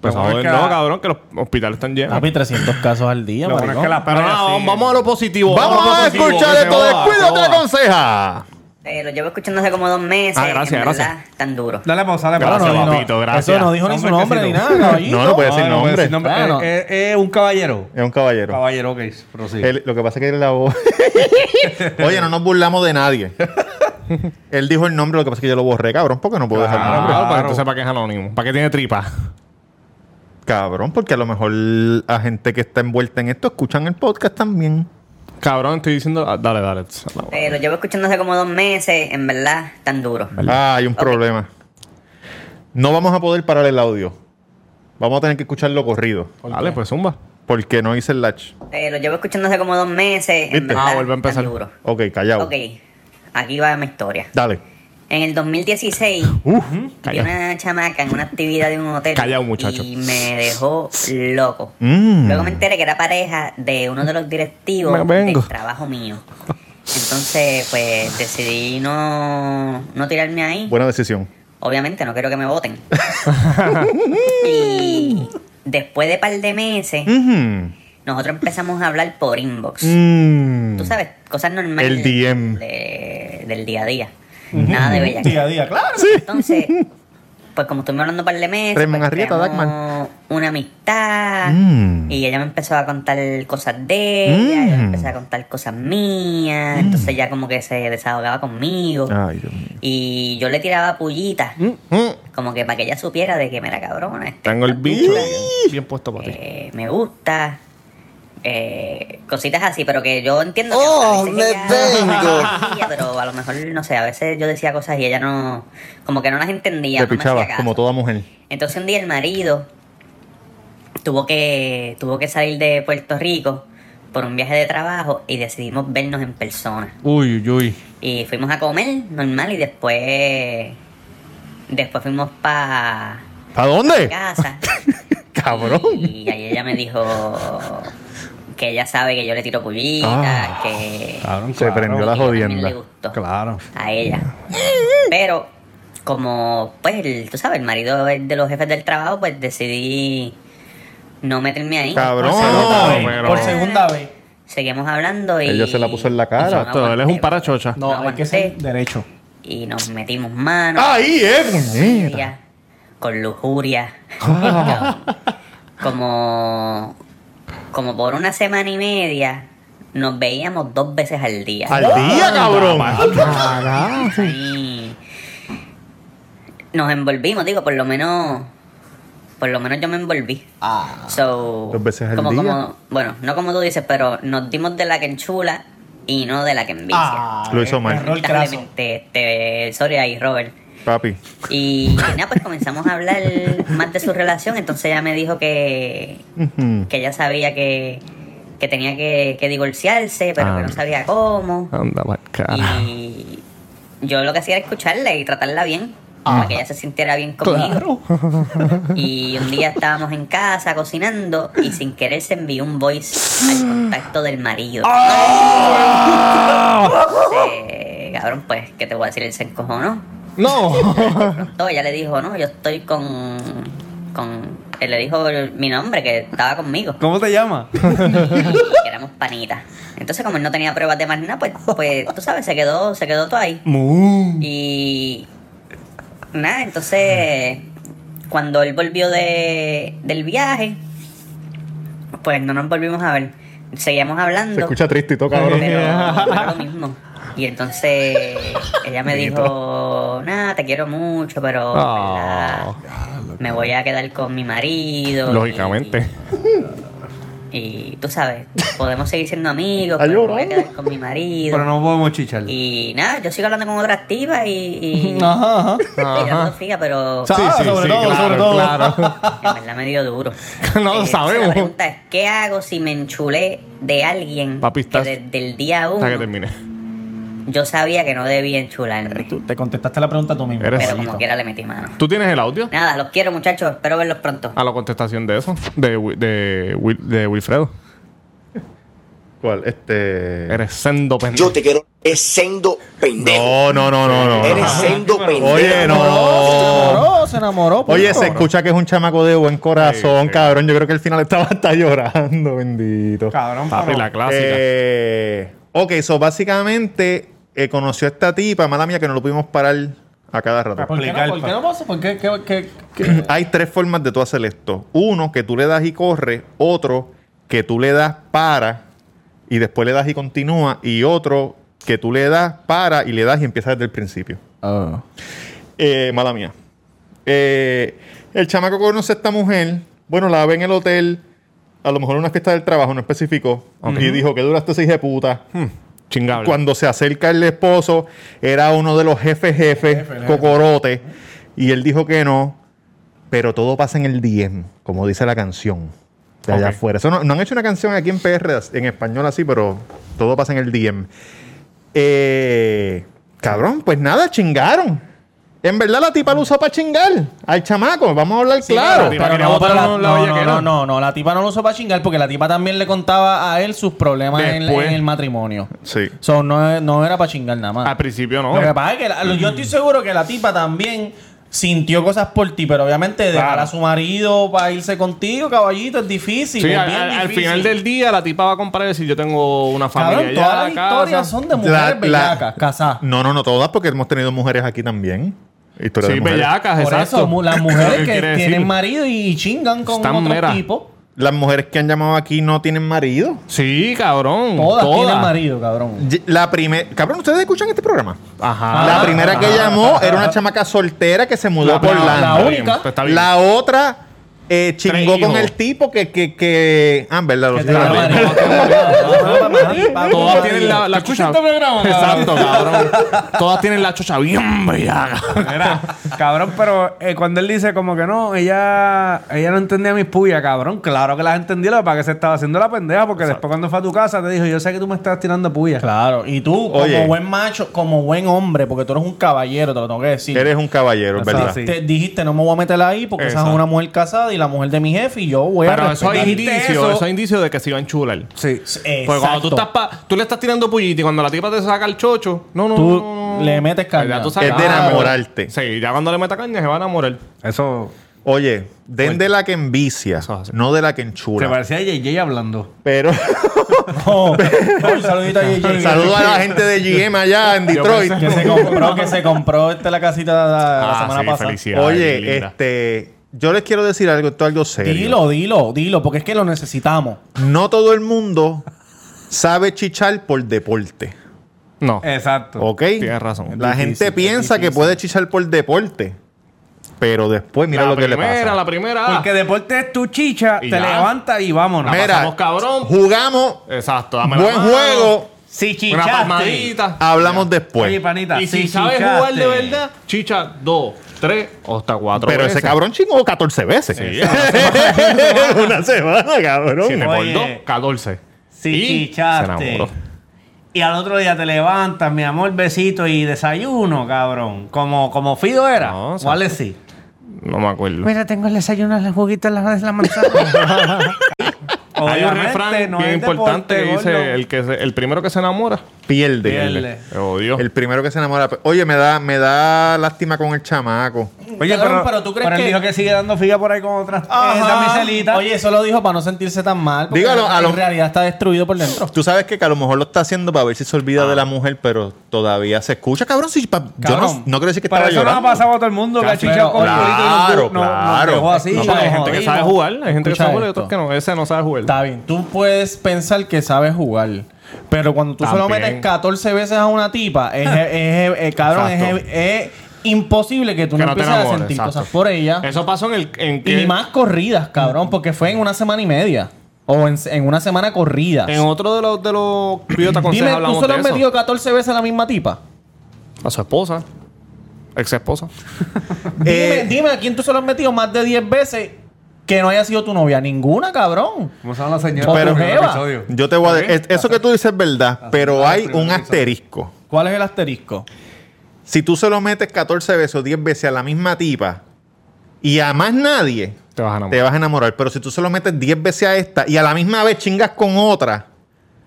[SPEAKER 5] Pues,
[SPEAKER 2] Lo bueno
[SPEAKER 5] joder,
[SPEAKER 2] es que
[SPEAKER 5] no,
[SPEAKER 2] la-
[SPEAKER 5] cabrón, que los hospitales están llenos.
[SPEAKER 4] Papi, 300 casos al día,
[SPEAKER 2] Lo bueno es
[SPEAKER 4] maricón.
[SPEAKER 2] que las
[SPEAKER 5] Pero
[SPEAKER 2] playas
[SPEAKER 5] nada,
[SPEAKER 2] siguen.
[SPEAKER 5] vamos a lo positivo.
[SPEAKER 3] Vamos
[SPEAKER 5] a
[SPEAKER 3] a
[SPEAKER 5] lo positivo,
[SPEAKER 3] escuchar
[SPEAKER 5] que
[SPEAKER 3] esto
[SPEAKER 5] se
[SPEAKER 3] de
[SPEAKER 5] joda,
[SPEAKER 3] Cuido
[SPEAKER 5] se
[SPEAKER 3] te
[SPEAKER 5] joda.
[SPEAKER 3] aconseja.
[SPEAKER 12] Eh, lo llevo escuchando hace como dos meses.
[SPEAKER 5] Ah, gracias,
[SPEAKER 12] en
[SPEAKER 5] gracias.
[SPEAKER 12] verdad, Tan duro.
[SPEAKER 2] Dale pausa, dale
[SPEAKER 5] Gracias,
[SPEAKER 2] pausa.
[SPEAKER 4] no, no,
[SPEAKER 5] papito, gracias.
[SPEAKER 4] Eso no dijo ni su
[SPEAKER 2] Hombre,
[SPEAKER 4] nombre
[SPEAKER 2] que
[SPEAKER 4] ni
[SPEAKER 2] sí,
[SPEAKER 4] nada,
[SPEAKER 2] tú.
[SPEAKER 4] caballito.
[SPEAKER 3] No, no puede decir
[SPEAKER 2] no puede
[SPEAKER 3] nombre.
[SPEAKER 2] decir nombre.
[SPEAKER 4] Bueno.
[SPEAKER 2] Eh, eh, eh, un caballero.
[SPEAKER 3] Es un caballero.
[SPEAKER 2] Caballero, ok. Prosigue.
[SPEAKER 3] Él- lo que pasa es que él la voz. Oye, no nos burlamos de nadie. él dijo el nombre, lo que pasa es que yo lo borré, cabrón, porque no puedo
[SPEAKER 5] Ah, Claro,
[SPEAKER 3] dejar el nombre.
[SPEAKER 5] para que tú sepas que es anónimo. Para que tiene tripa.
[SPEAKER 3] Cabrón, porque a lo mejor la gente que está envuelta en esto escuchan el podcast también.
[SPEAKER 5] Cabrón, estoy diciendo. ah, dale, dale.
[SPEAKER 12] Eh, lo llevo escuchando hace como dos meses. En verdad, tan duro.
[SPEAKER 3] Ah, hay un problema. No vamos a poder parar el audio. Vamos a tener que escucharlo corrido.
[SPEAKER 5] Dale, pues zumba.
[SPEAKER 3] Porque no hice el latch.
[SPEAKER 12] Eh, lo llevo escuchando hace como dos meses.
[SPEAKER 3] ¿Viste?
[SPEAKER 12] En verdad,
[SPEAKER 5] Ah, vuelve a empezar.
[SPEAKER 12] Tan duro.
[SPEAKER 3] Ok, callado.
[SPEAKER 12] Ok, aquí va mi historia.
[SPEAKER 3] Dale.
[SPEAKER 12] En el 2016, vi
[SPEAKER 5] Calla.
[SPEAKER 12] una chamaca en una actividad de un hotel.
[SPEAKER 5] Callao, muchacho.
[SPEAKER 12] Y me dejó loco.
[SPEAKER 3] Mm.
[SPEAKER 12] Luego me enteré que era pareja de uno de los directivos
[SPEAKER 5] Me vengo.
[SPEAKER 12] del trabajo mío.
[SPEAKER 10] Entonces, pues decidí no, no tirarme ahí.
[SPEAKER 3] Buena decisión.
[SPEAKER 10] Obviamente, no quiero que me voten. y después de par de meses,
[SPEAKER 3] Ujú.
[SPEAKER 10] nosotros empezamos a hablar por inbox.
[SPEAKER 3] Mm.
[SPEAKER 10] Tú sabes, cosas
[SPEAKER 5] Mm.
[SPEAKER 10] normales.
[SPEAKER 3] El DM.
[SPEAKER 10] de- del día a día. Nada de bella.
[SPEAKER 4] Día a día, claro.
[SPEAKER 10] Entonces, pues como estuvimos hablando un par de meses,
[SPEAKER 3] Raymond
[SPEAKER 10] pues,
[SPEAKER 3] Arrieta,
[SPEAKER 10] creamos
[SPEAKER 3] Dagmar.
[SPEAKER 10] una amistad.
[SPEAKER 3] Mm.
[SPEAKER 10] Y ella me empezó a contar cosas de ella, yo le empecé a contar cosas
[SPEAKER 4] Mm.
[SPEAKER 10] mías. Entonces ella como que se desahogaba conmigo.
[SPEAKER 3] Ay, Dios mío.
[SPEAKER 10] Y yo le tiraba pullitas.
[SPEAKER 4] Mm,
[SPEAKER 10] Como que para que ella supiera de que me la cabrona. este,
[SPEAKER 5] Tengo el bicho bien puesto para ti.
[SPEAKER 10] eh, me gusta. eh, cositas así, pero que yo entiendo.
[SPEAKER 7] Oh,
[SPEAKER 10] que a veces
[SPEAKER 7] me
[SPEAKER 10] ella-
[SPEAKER 7] tengo.
[SPEAKER 10] Pero a lo mejor, no sé, a veces yo decía cosas y ella no. Como que no las entendía.
[SPEAKER 3] Te
[SPEAKER 10] no me hacía
[SPEAKER 3] pichabas,
[SPEAKER 10] caso.
[SPEAKER 3] como toda mujer.
[SPEAKER 10] Entonces un día el marido tuvo que, tuvo que salir de Puerto Rico por un viaje de trabajo y decidimos vernos en persona.
[SPEAKER 2] Uy, uy, uy.
[SPEAKER 10] Y fuimos a comer normal y después. Después fuimos para
[SPEAKER 3] ¿Para dónde?
[SPEAKER 10] casa.
[SPEAKER 3] Cabrón.
[SPEAKER 10] Y ahí ella me dijo que ella sabe que yo le tiro pullita,
[SPEAKER 3] Ah.
[SPEAKER 10] que
[SPEAKER 3] Se prendió la jodienda.
[SPEAKER 2] Claro.
[SPEAKER 10] a ella. Pero como, pues, el- tú sabes, el marido es de los jefes del trabajo, pues decidí no meterme ahí.
[SPEAKER 3] Cabrón.
[SPEAKER 10] Por segunda vez.
[SPEAKER 3] Pero-
[SPEAKER 4] Ah, Por segunda vez.
[SPEAKER 10] Seguimos hablando y...
[SPEAKER 3] Ella se la puso en la cara.
[SPEAKER 5] Exacto, él es un parachocha.
[SPEAKER 10] No, hay que ser
[SPEAKER 4] derecho.
[SPEAKER 10] Y nos metimos manos.
[SPEAKER 3] Ahí, eh, puñeta.
[SPEAKER 10] Con lujuria. como... Como por una semana y media nos veíamos dos veces al día.
[SPEAKER 3] Al día, cabrón.
[SPEAKER 10] Ahí nos envolvimos, digo, por lo menos. Por lo menos yo me envolví. Ah. So,
[SPEAKER 3] Dos veces al
[SPEAKER 10] como,
[SPEAKER 3] día.
[SPEAKER 10] como- bueno, no como tú dices, pero nos dimos de la que enchula y no de la que envicia.
[SPEAKER 3] Lo hizo mal.
[SPEAKER 10] Lamentablemente, este, sorry ahí, Robert.
[SPEAKER 3] Papi.
[SPEAKER 10] Y nada, pues comenzamos a hablar más de su relación. Entonces ella me dijo que,
[SPEAKER 3] Ujú.
[SPEAKER 10] que ella sabía que, que tenía que, que divorciarse, pero
[SPEAKER 5] Ah.
[SPEAKER 10] que no sabía cómo.
[SPEAKER 5] Anda, mal
[SPEAKER 3] Ah,
[SPEAKER 5] cara.
[SPEAKER 10] Y yo lo que hacía era escucharla y tratarla bien.
[SPEAKER 5] Ah.
[SPEAKER 10] Para que ella se sintiera bien conmigo. Y un día estábamos en casa cocinando y sin querer se envió un voice al contacto del marido. Entonces, cabrón, pues, ¿qué te voy a decir? Él se encojonó.
[SPEAKER 5] No.
[SPEAKER 10] Entonces ella le dijo, no, yo estoy con... con... Él le dijo el- mi nombre, que estaba conmigo.
[SPEAKER 2] ¿Cómo te llamas?
[SPEAKER 10] Y que éramos panitas. Entonces, como él no tenía pruebas de más nada, pues, pues tú sabes, se quedó, se quedó todo ahí. Y nada, entonces cuando él volvió de, del viaje, pues no nos volvimos a ver. Seguíamos hablando.
[SPEAKER 3] Se escucha triste y todo, cabrón.
[SPEAKER 10] Pero no era lo mismo. Y entonces ella me dijo, nada, te quiero mucho, pero
[SPEAKER 3] Oh.
[SPEAKER 5] Ah,
[SPEAKER 10] ¿verdad? me voy a quedar con mi marido.
[SPEAKER 5] Lógicamente.
[SPEAKER 10] Y, y tú sabes, podemos seguir siendo amigos, pero me voy a quedar con mi marido.
[SPEAKER 2] Pero no podemos chichar.
[SPEAKER 10] Y nada, yo sigo hablando con otra tipa y... y
[SPEAKER 2] Ajá,
[SPEAKER 10] y
[SPEAKER 5] Ajá.
[SPEAKER 10] dando figa, pero...
[SPEAKER 5] Sí, sí, sí, claro, claro.
[SPEAKER 10] En verdad me dio duro.
[SPEAKER 5] No lo
[SPEAKER 10] Eh,
[SPEAKER 5] sabemos.
[SPEAKER 10] La pregunta es, ¿qué hago si me enchulé de alguien
[SPEAKER 5] Papi,
[SPEAKER 10] que
[SPEAKER 5] estás-
[SPEAKER 10] desde el día uno
[SPEAKER 5] Hasta que termine.
[SPEAKER 10] yo sabía que no debía enchularme?
[SPEAKER 4] Tú te contestaste la pregunta tú mismo.
[SPEAKER 5] Eres-
[SPEAKER 10] Pero como
[SPEAKER 3] Oh,
[SPEAKER 10] quiera le metí mano.
[SPEAKER 5] ¿Tú tienes el audio?
[SPEAKER 10] Nada, los quiero muchachos, espero verlos pronto.
[SPEAKER 5] A la contestación de eso, de, Wi- de, Wil- de Wilfredo.
[SPEAKER 3] ¿Cuál? Este.
[SPEAKER 5] Eres sendo pendejo.
[SPEAKER 7] Yo te quiero. Es sendo
[SPEAKER 3] No,
[SPEAKER 7] pendejo.
[SPEAKER 3] no, no, no, no.
[SPEAKER 7] Eres
[SPEAKER 3] no.
[SPEAKER 7] sendo pendejo.
[SPEAKER 3] Oye, no.
[SPEAKER 4] enamoró, se enamoró.
[SPEAKER 3] Oye,
[SPEAKER 4] punto.
[SPEAKER 3] se escucha que es un chamaco de buen corazón, cabrón. Yo creo que al final estaba hasta llorando, bendito.
[SPEAKER 4] Cabrón,
[SPEAKER 5] Papi,
[SPEAKER 4] pero-
[SPEAKER 5] la clásica.
[SPEAKER 3] Eh, ok, so básicamente eh, conoció a esta tipa, mala mía, que no lo pudimos parar a cada rato.
[SPEAKER 4] ¿Por qué no, ¿Por qué no pasa? ¿Por qué? ¿Qué- qué- qué-
[SPEAKER 3] Hay tres formas de tú hacer esto. Uno, que tú le das y corre. Otro, que tú le das para y después le das y continúa. Y otro, que tú le das para y le das y empieza desde el principio. Eh, mala mía. Eh, el chamaco conoce a esta mujer. Bueno, la ve en el hotel. A lo mejor en una fiesta del trabajo, no especificó. Y dijo que duraste seis de puta.
[SPEAKER 5] Chingable.
[SPEAKER 3] Cuando se acerca el esposo, era uno de los jefes jefes, cocorote. Y él dijo que no. Pero todo pasa en el DM, como dice la canción. De allá
[SPEAKER 5] Ok.
[SPEAKER 3] afuera. Eso no, no han hecho una canción aquí en PR, en español así, pero todo pasa en el DM. Eh, cabrón, pues nada, chingaron. En verdad la tipa lo usó para chingar al chamaco. Vamos a hablar
[SPEAKER 4] Claro,
[SPEAKER 3] claro.
[SPEAKER 4] pero no, pero la- no, no, no, no, no, la tipa no lo usó para chingar porque la tipa también le contaba a él sus problemas en,
[SPEAKER 5] Después.
[SPEAKER 4] en el matrimonio.
[SPEAKER 3] Sí.
[SPEAKER 4] So, no, no era para chingar nada más.
[SPEAKER 5] Al principio no.
[SPEAKER 4] Lo que pasa es que la- lo- yo estoy seguro que la tipa también sintió cosas por ti, pero obviamente dejar
[SPEAKER 5] Claro.
[SPEAKER 4] a su marido para irse contigo, caballito, es difícil.
[SPEAKER 5] Sí,
[SPEAKER 4] es
[SPEAKER 5] al,
[SPEAKER 4] bien
[SPEAKER 5] al- al
[SPEAKER 4] difícil.
[SPEAKER 5] final del día la tipa va a comprar y decir, yo tengo una familia
[SPEAKER 4] Cabrón,
[SPEAKER 5] allá,
[SPEAKER 4] todas las
[SPEAKER 5] casa". Mm,
[SPEAKER 4] historias son de mujeres bellacas. casadas.
[SPEAKER 3] No, no, no todas, porque hemos tenido mujeres aquí también. Historias
[SPEAKER 5] Sí,
[SPEAKER 3] de mujeres.
[SPEAKER 5] bellacas,
[SPEAKER 4] Por eso, mu- las
[SPEAKER 5] Lo
[SPEAKER 4] mujeres
[SPEAKER 5] que
[SPEAKER 4] que
[SPEAKER 5] quiere
[SPEAKER 4] tienen
[SPEAKER 5] decir.
[SPEAKER 4] marido y chingan con
[SPEAKER 5] Están
[SPEAKER 4] otro
[SPEAKER 5] meras.
[SPEAKER 4] tipo,
[SPEAKER 3] Las mujeres que han llamado aquí no tienen marido.
[SPEAKER 5] Sí, cabrón.
[SPEAKER 4] todas, tienen marido, cabrón.
[SPEAKER 3] La primera. Cabrón, ¿ustedes escuchan este programa?
[SPEAKER 5] Ajá.
[SPEAKER 3] la primera que llamó era una chamaca soltera que se mudó
[SPEAKER 5] Ah. La-
[SPEAKER 3] por
[SPEAKER 5] la-
[SPEAKER 3] Orlando.
[SPEAKER 5] la única. Está bien, está bien.
[SPEAKER 3] La otra eh, chingó
[SPEAKER 5] hijos.
[SPEAKER 3] con el tipo que. que, que... Ah, en verdad,
[SPEAKER 4] Este
[SPEAKER 3] lo siento.
[SPEAKER 5] Todas tienen la, la chucha. Exacto, cabrón. Todas tienen la chucha bien bellaca.
[SPEAKER 2] Cabrón, pero eh, cuando él dice como que no, ella ella no entendía mis puyas, cabrón. Claro que las entendía, lo que pasa es que se estaba haciendo la pendeja, porque después cuando fue a tu casa te dijo, yo sé que tú me estás tirando puyas.
[SPEAKER 4] Claro, y tú,
[SPEAKER 3] Oye.
[SPEAKER 4] como buen macho, como buen hombre, porque tú eres un caballero, te lo tengo que decir.
[SPEAKER 3] Eres un caballero, es
[SPEAKER 4] O sea,
[SPEAKER 3] ¿verdad?
[SPEAKER 4] te dijiste, no me voy a meter ahí porque esa
[SPEAKER 5] Exacto.
[SPEAKER 4] es una mujer casada y la mujer de mi jefe y yo voy a
[SPEAKER 5] Pero eso es
[SPEAKER 4] respetar.
[SPEAKER 5] indicio, eso es indicio de que se iban a chular.
[SPEAKER 2] Sí.
[SPEAKER 5] Porque cuando tú, estás pa- tú le estás tirando pullita y cuando la tipa te saca el chocho, no, no,
[SPEAKER 4] Tú
[SPEAKER 5] no, no, no.
[SPEAKER 4] le metes caña.
[SPEAKER 5] Ya tú sabes.
[SPEAKER 3] Es de
[SPEAKER 5] Ah,
[SPEAKER 3] enamorarte.
[SPEAKER 5] Sí, ya cuando le meta caña se va a enamorar.
[SPEAKER 2] Eso
[SPEAKER 3] Oye, den de la que envicia, no de la que
[SPEAKER 2] se
[SPEAKER 3] enchula.
[SPEAKER 2] parecía a JJ hablando.
[SPEAKER 3] Pero.
[SPEAKER 4] Un saludito a JJ.
[SPEAKER 3] Saludo a la gente de GM allá en
[SPEAKER 4] Yo
[SPEAKER 3] Detroit.
[SPEAKER 4] pensé Que se compró, que se compró este, la casita la, la
[SPEAKER 5] Ah,
[SPEAKER 4] semana
[SPEAKER 5] sí,
[SPEAKER 4] pasada.
[SPEAKER 5] felicidades.
[SPEAKER 3] Oye,
[SPEAKER 5] linda.
[SPEAKER 3] este. Yo les quiero decir algo, esto es algo serio.
[SPEAKER 4] Dilo, dilo, dilo, porque es que lo necesitamos.
[SPEAKER 3] No todo el mundo sabe chichar por deporte.
[SPEAKER 5] No.
[SPEAKER 2] Exacto.
[SPEAKER 3] ¿Ok?
[SPEAKER 5] Tienes razón.
[SPEAKER 3] La gente piensa que puede chichar por deporte. Pero después, mira
[SPEAKER 5] la
[SPEAKER 3] lo que le
[SPEAKER 5] primera,
[SPEAKER 3] pasa.
[SPEAKER 5] la primera.
[SPEAKER 2] Porque deporte es tu chicha,
[SPEAKER 5] Y
[SPEAKER 2] te
[SPEAKER 5] ya.
[SPEAKER 2] levantas y vámonos.
[SPEAKER 5] La
[SPEAKER 3] Mira,
[SPEAKER 5] pasamos cabrón.
[SPEAKER 3] Jugamos,
[SPEAKER 5] Exacto. Dame la
[SPEAKER 3] buen
[SPEAKER 5] mano,
[SPEAKER 3] juego,
[SPEAKER 2] Si
[SPEAKER 5] Una palmadita.
[SPEAKER 3] hablamos
[SPEAKER 2] Oye,
[SPEAKER 3] después.
[SPEAKER 2] panita,
[SPEAKER 5] Y si, sabes
[SPEAKER 2] chichaste.
[SPEAKER 5] jugar de verdad, chicha dos, tres o hasta cuatro
[SPEAKER 3] Pero ese
[SPEAKER 5] veces.
[SPEAKER 3] cabrón chingó 14 veces. Una semana, cabrón.
[SPEAKER 5] Tiene por
[SPEAKER 2] Oye.
[SPEAKER 5] dos, 14.
[SPEAKER 2] Si
[SPEAKER 5] Y se
[SPEAKER 2] chichaste.
[SPEAKER 5] enamoró.
[SPEAKER 2] Y al otro día te levantas, mi amor, besito y desayuno, cabrón. Como, como Fido era.
[SPEAKER 5] No, o sea,
[SPEAKER 2] ¿Cuál es sí?
[SPEAKER 5] No me
[SPEAKER 4] Pues,
[SPEAKER 5] acuerdo.
[SPEAKER 2] Mira, tengo el desayuno, las juguitas, las de la manzana.
[SPEAKER 5] Hay un
[SPEAKER 2] Obviamente,
[SPEAKER 5] refrán
[SPEAKER 2] no
[SPEAKER 5] bien
[SPEAKER 2] es
[SPEAKER 5] importante que
[SPEAKER 2] deporte, gordo.
[SPEAKER 5] dice el, que se- el primero que se enamora.
[SPEAKER 3] Pierde.
[SPEAKER 2] Pierde.
[SPEAKER 5] Te odio.
[SPEAKER 3] El primero que se enamora. Oye, me da, me da lástima con el chamaco.
[SPEAKER 2] Oye,
[SPEAKER 4] Cabrón,
[SPEAKER 2] pero,
[SPEAKER 4] pero tú crees
[SPEAKER 2] pero él
[SPEAKER 4] que-
[SPEAKER 2] dijo que sigue dando figa por ahí con otras eh,
[SPEAKER 4] Ajá.
[SPEAKER 2] damiselitas.
[SPEAKER 4] Oye, eso lo dijo para no sentirse tan mal. porque
[SPEAKER 3] Dígalo, a
[SPEAKER 4] en
[SPEAKER 3] lo-
[SPEAKER 4] realidad está destruido por dentro.
[SPEAKER 3] Tú sabes que, que a lo mejor lo está haciendo para ver si se olvida de la mujer, pero todavía se escucha, cabrón. Si, pa- yo no,
[SPEAKER 4] Cabrón.
[SPEAKER 3] no quiero decir que
[SPEAKER 2] Pero
[SPEAKER 3] estaba
[SPEAKER 2] eso no ha
[SPEAKER 3] llorando.
[SPEAKER 2] pasado a todo el mundo que ha
[SPEAKER 4] Casi,
[SPEAKER 2] chichado con
[SPEAKER 4] pero-
[SPEAKER 2] culito y nos-
[SPEAKER 3] Claro,
[SPEAKER 2] nos- nos
[SPEAKER 3] claro.
[SPEAKER 2] dejó así.
[SPEAKER 4] No,
[SPEAKER 5] No,
[SPEAKER 2] nos
[SPEAKER 5] porque hay
[SPEAKER 4] jodido.
[SPEAKER 5] gente que
[SPEAKER 2] jodimos.
[SPEAKER 5] sabe jugar, hay gente que
[SPEAKER 4] Escucha
[SPEAKER 5] sabe jugar y
[SPEAKER 4] esto.
[SPEAKER 5] otros que no. Ese no sabe jugar.
[SPEAKER 4] Está bien, tú puedes pensar que sabes jugar. Pero cuando tú solo
[SPEAKER 5] También.
[SPEAKER 4] metes 14 veces a una tipa, es, es- es- eh, cabrón, es,
[SPEAKER 5] Exacto.
[SPEAKER 4] es imposible que tú
[SPEAKER 5] Que
[SPEAKER 4] no
[SPEAKER 5] no te
[SPEAKER 4] empieces a
[SPEAKER 5] enamores,
[SPEAKER 4] sentir
[SPEAKER 5] exacto.
[SPEAKER 4] cosas por ella.
[SPEAKER 5] Eso pasó en el. En
[SPEAKER 4] Y
[SPEAKER 5] que-
[SPEAKER 4] más corridas, cabrón, porque fue en una semana y media. O en, en una semana corridas.
[SPEAKER 5] En otro de los de los videos
[SPEAKER 4] Dime,
[SPEAKER 5] hablamos
[SPEAKER 4] ¿tú solo
[SPEAKER 5] de
[SPEAKER 4] has
[SPEAKER 5] eso.
[SPEAKER 4] metido 14 veces a la misma tipa?
[SPEAKER 5] A su esposa. Ex esposa.
[SPEAKER 4] Dime, dime a quién tú solo has metido más de 10 veces que no haya sido tu novia. Ninguna, cabrón.
[SPEAKER 2] Como son las señoras
[SPEAKER 4] Pero-
[SPEAKER 2] del primer
[SPEAKER 4] Jeva.
[SPEAKER 2] episodio.
[SPEAKER 3] Yo te voy a de- es- Eso que tú dices es verdad, pero hay un asterisco.
[SPEAKER 4] ¿Cuál es el asterisco?
[SPEAKER 3] Si tú se lo metes 14 veces o 10 veces a la misma tipa y a más nadie,
[SPEAKER 5] Te vas a enamorar.
[SPEAKER 3] te vas a enamorar. Pero si tú se lo metes 10 veces a esta y a la misma vez chingas con otra,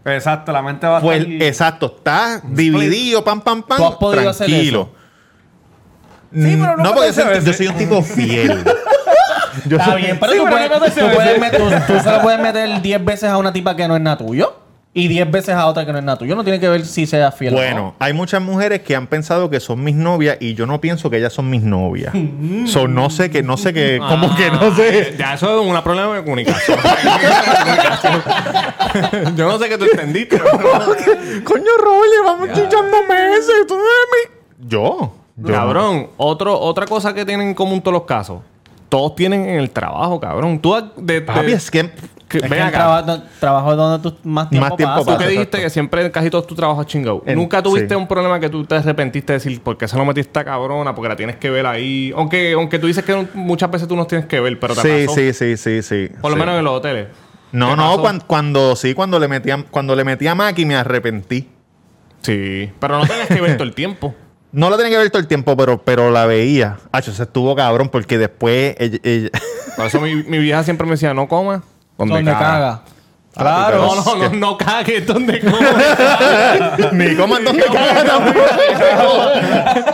[SPEAKER 2] Exacto, la mente va a
[SPEAKER 3] pues
[SPEAKER 2] estar-
[SPEAKER 3] exacto, estás dividido, pam, pam, pam.
[SPEAKER 4] ¿Tú has podido hacer
[SPEAKER 3] tranquilo.
[SPEAKER 2] Sí, pero no
[SPEAKER 3] no, porque yo
[SPEAKER 2] 14
[SPEAKER 3] soy, yo
[SPEAKER 2] veces.
[SPEAKER 3] soy un tipo fiel. Yo
[SPEAKER 4] Está
[SPEAKER 3] soy-
[SPEAKER 4] bien, pero,
[SPEAKER 2] Sí,
[SPEAKER 4] tú,
[SPEAKER 2] pero
[SPEAKER 4] puedes,
[SPEAKER 2] no 14
[SPEAKER 4] tú
[SPEAKER 2] veces.
[SPEAKER 4] puedes meter- tú- tú solo puedes meter 10 veces a una tipa que no es nada tuyo y 10 veces a otra que no es nada tuyo. No tiene que ver si sea fiel o
[SPEAKER 3] Bueno,
[SPEAKER 4] no.
[SPEAKER 3] hay muchas mujeres que han pensado que son mis novias y yo no pienso que ellas son mis novias. so, no sé que, no sé que, como que no sé.
[SPEAKER 5] Ah, eh, Ya, eso es un problema de comunicación. Yo no sé qué tú entendiste. pero-
[SPEAKER 3] Coño, Roger, vamos chichando meses. Tú no eres mi- Yo. yo.
[SPEAKER 5] Cabrón, otro, otra cosa que tienen en común todos los casos. Todos tienen en el trabajo, cabrón. Tú has- de, de-
[SPEAKER 3] Papi, es que.
[SPEAKER 5] que-
[SPEAKER 4] Es
[SPEAKER 5] ven
[SPEAKER 4] que el
[SPEAKER 5] acá.
[SPEAKER 4] traba- no- trabajo es donde tú más tiempo,
[SPEAKER 3] Más tiempo
[SPEAKER 5] Tú
[SPEAKER 4] pasas.
[SPEAKER 5] que
[SPEAKER 3] pasa,
[SPEAKER 5] dijiste
[SPEAKER 3] exacto.
[SPEAKER 5] que siempre casi todos tus trabajos chingado.
[SPEAKER 3] En-
[SPEAKER 5] Nunca tuviste
[SPEAKER 3] sí.
[SPEAKER 5] un problema que tú te arrepentiste de decir, ¿por qué se lo metiste a cabrona? Porque la tienes que ver ahí. Aunque, aunque tú dices que no- muchas veces tú no tienes que ver, pero te
[SPEAKER 3] Sí,
[SPEAKER 5] pasó.
[SPEAKER 3] sí, sí, sí, sí.
[SPEAKER 5] Por lo
[SPEAKER 3] sí.
[SPEAKER 5] menos en los hoteles.
[SPEAKER 3] No,
[SPEAKER 5] ¿Te
[SPEAKER 3] no,
[SPEAKER 5] pasó?
[SPEAKER 3] cuan- cuando, sí, cuando le metía, cuando le metía Maki me arrepentí.
[SPEAKER 5] Sí. Pero no tienes que ver todo el tiempo.
[SPEAKER 3] No la tenía que ver todo el tiempo, pero, pero la veía. Hacho, se estuvo cabrón porque después ella- ella-
[SPEAKER 5] Por eso mi, mi vieja siempre me decía, no comas donde,
[SPEAKER 3] Donde
[SPEAKER 5] caga. Ah,
[SPEAKER 3] caga. Papi,
[SPEAKER 5] Claro, no,
[SPEAKER 3] pero
[SPEAKER 5] no,
[SPEAKER 3] es
[SPEAKER 5] no,
[SPEAKER 3] que-
[SPEAKER 5] no cagues donde comas.
[SPEAKER 3] Ni comas donde caga tampoco.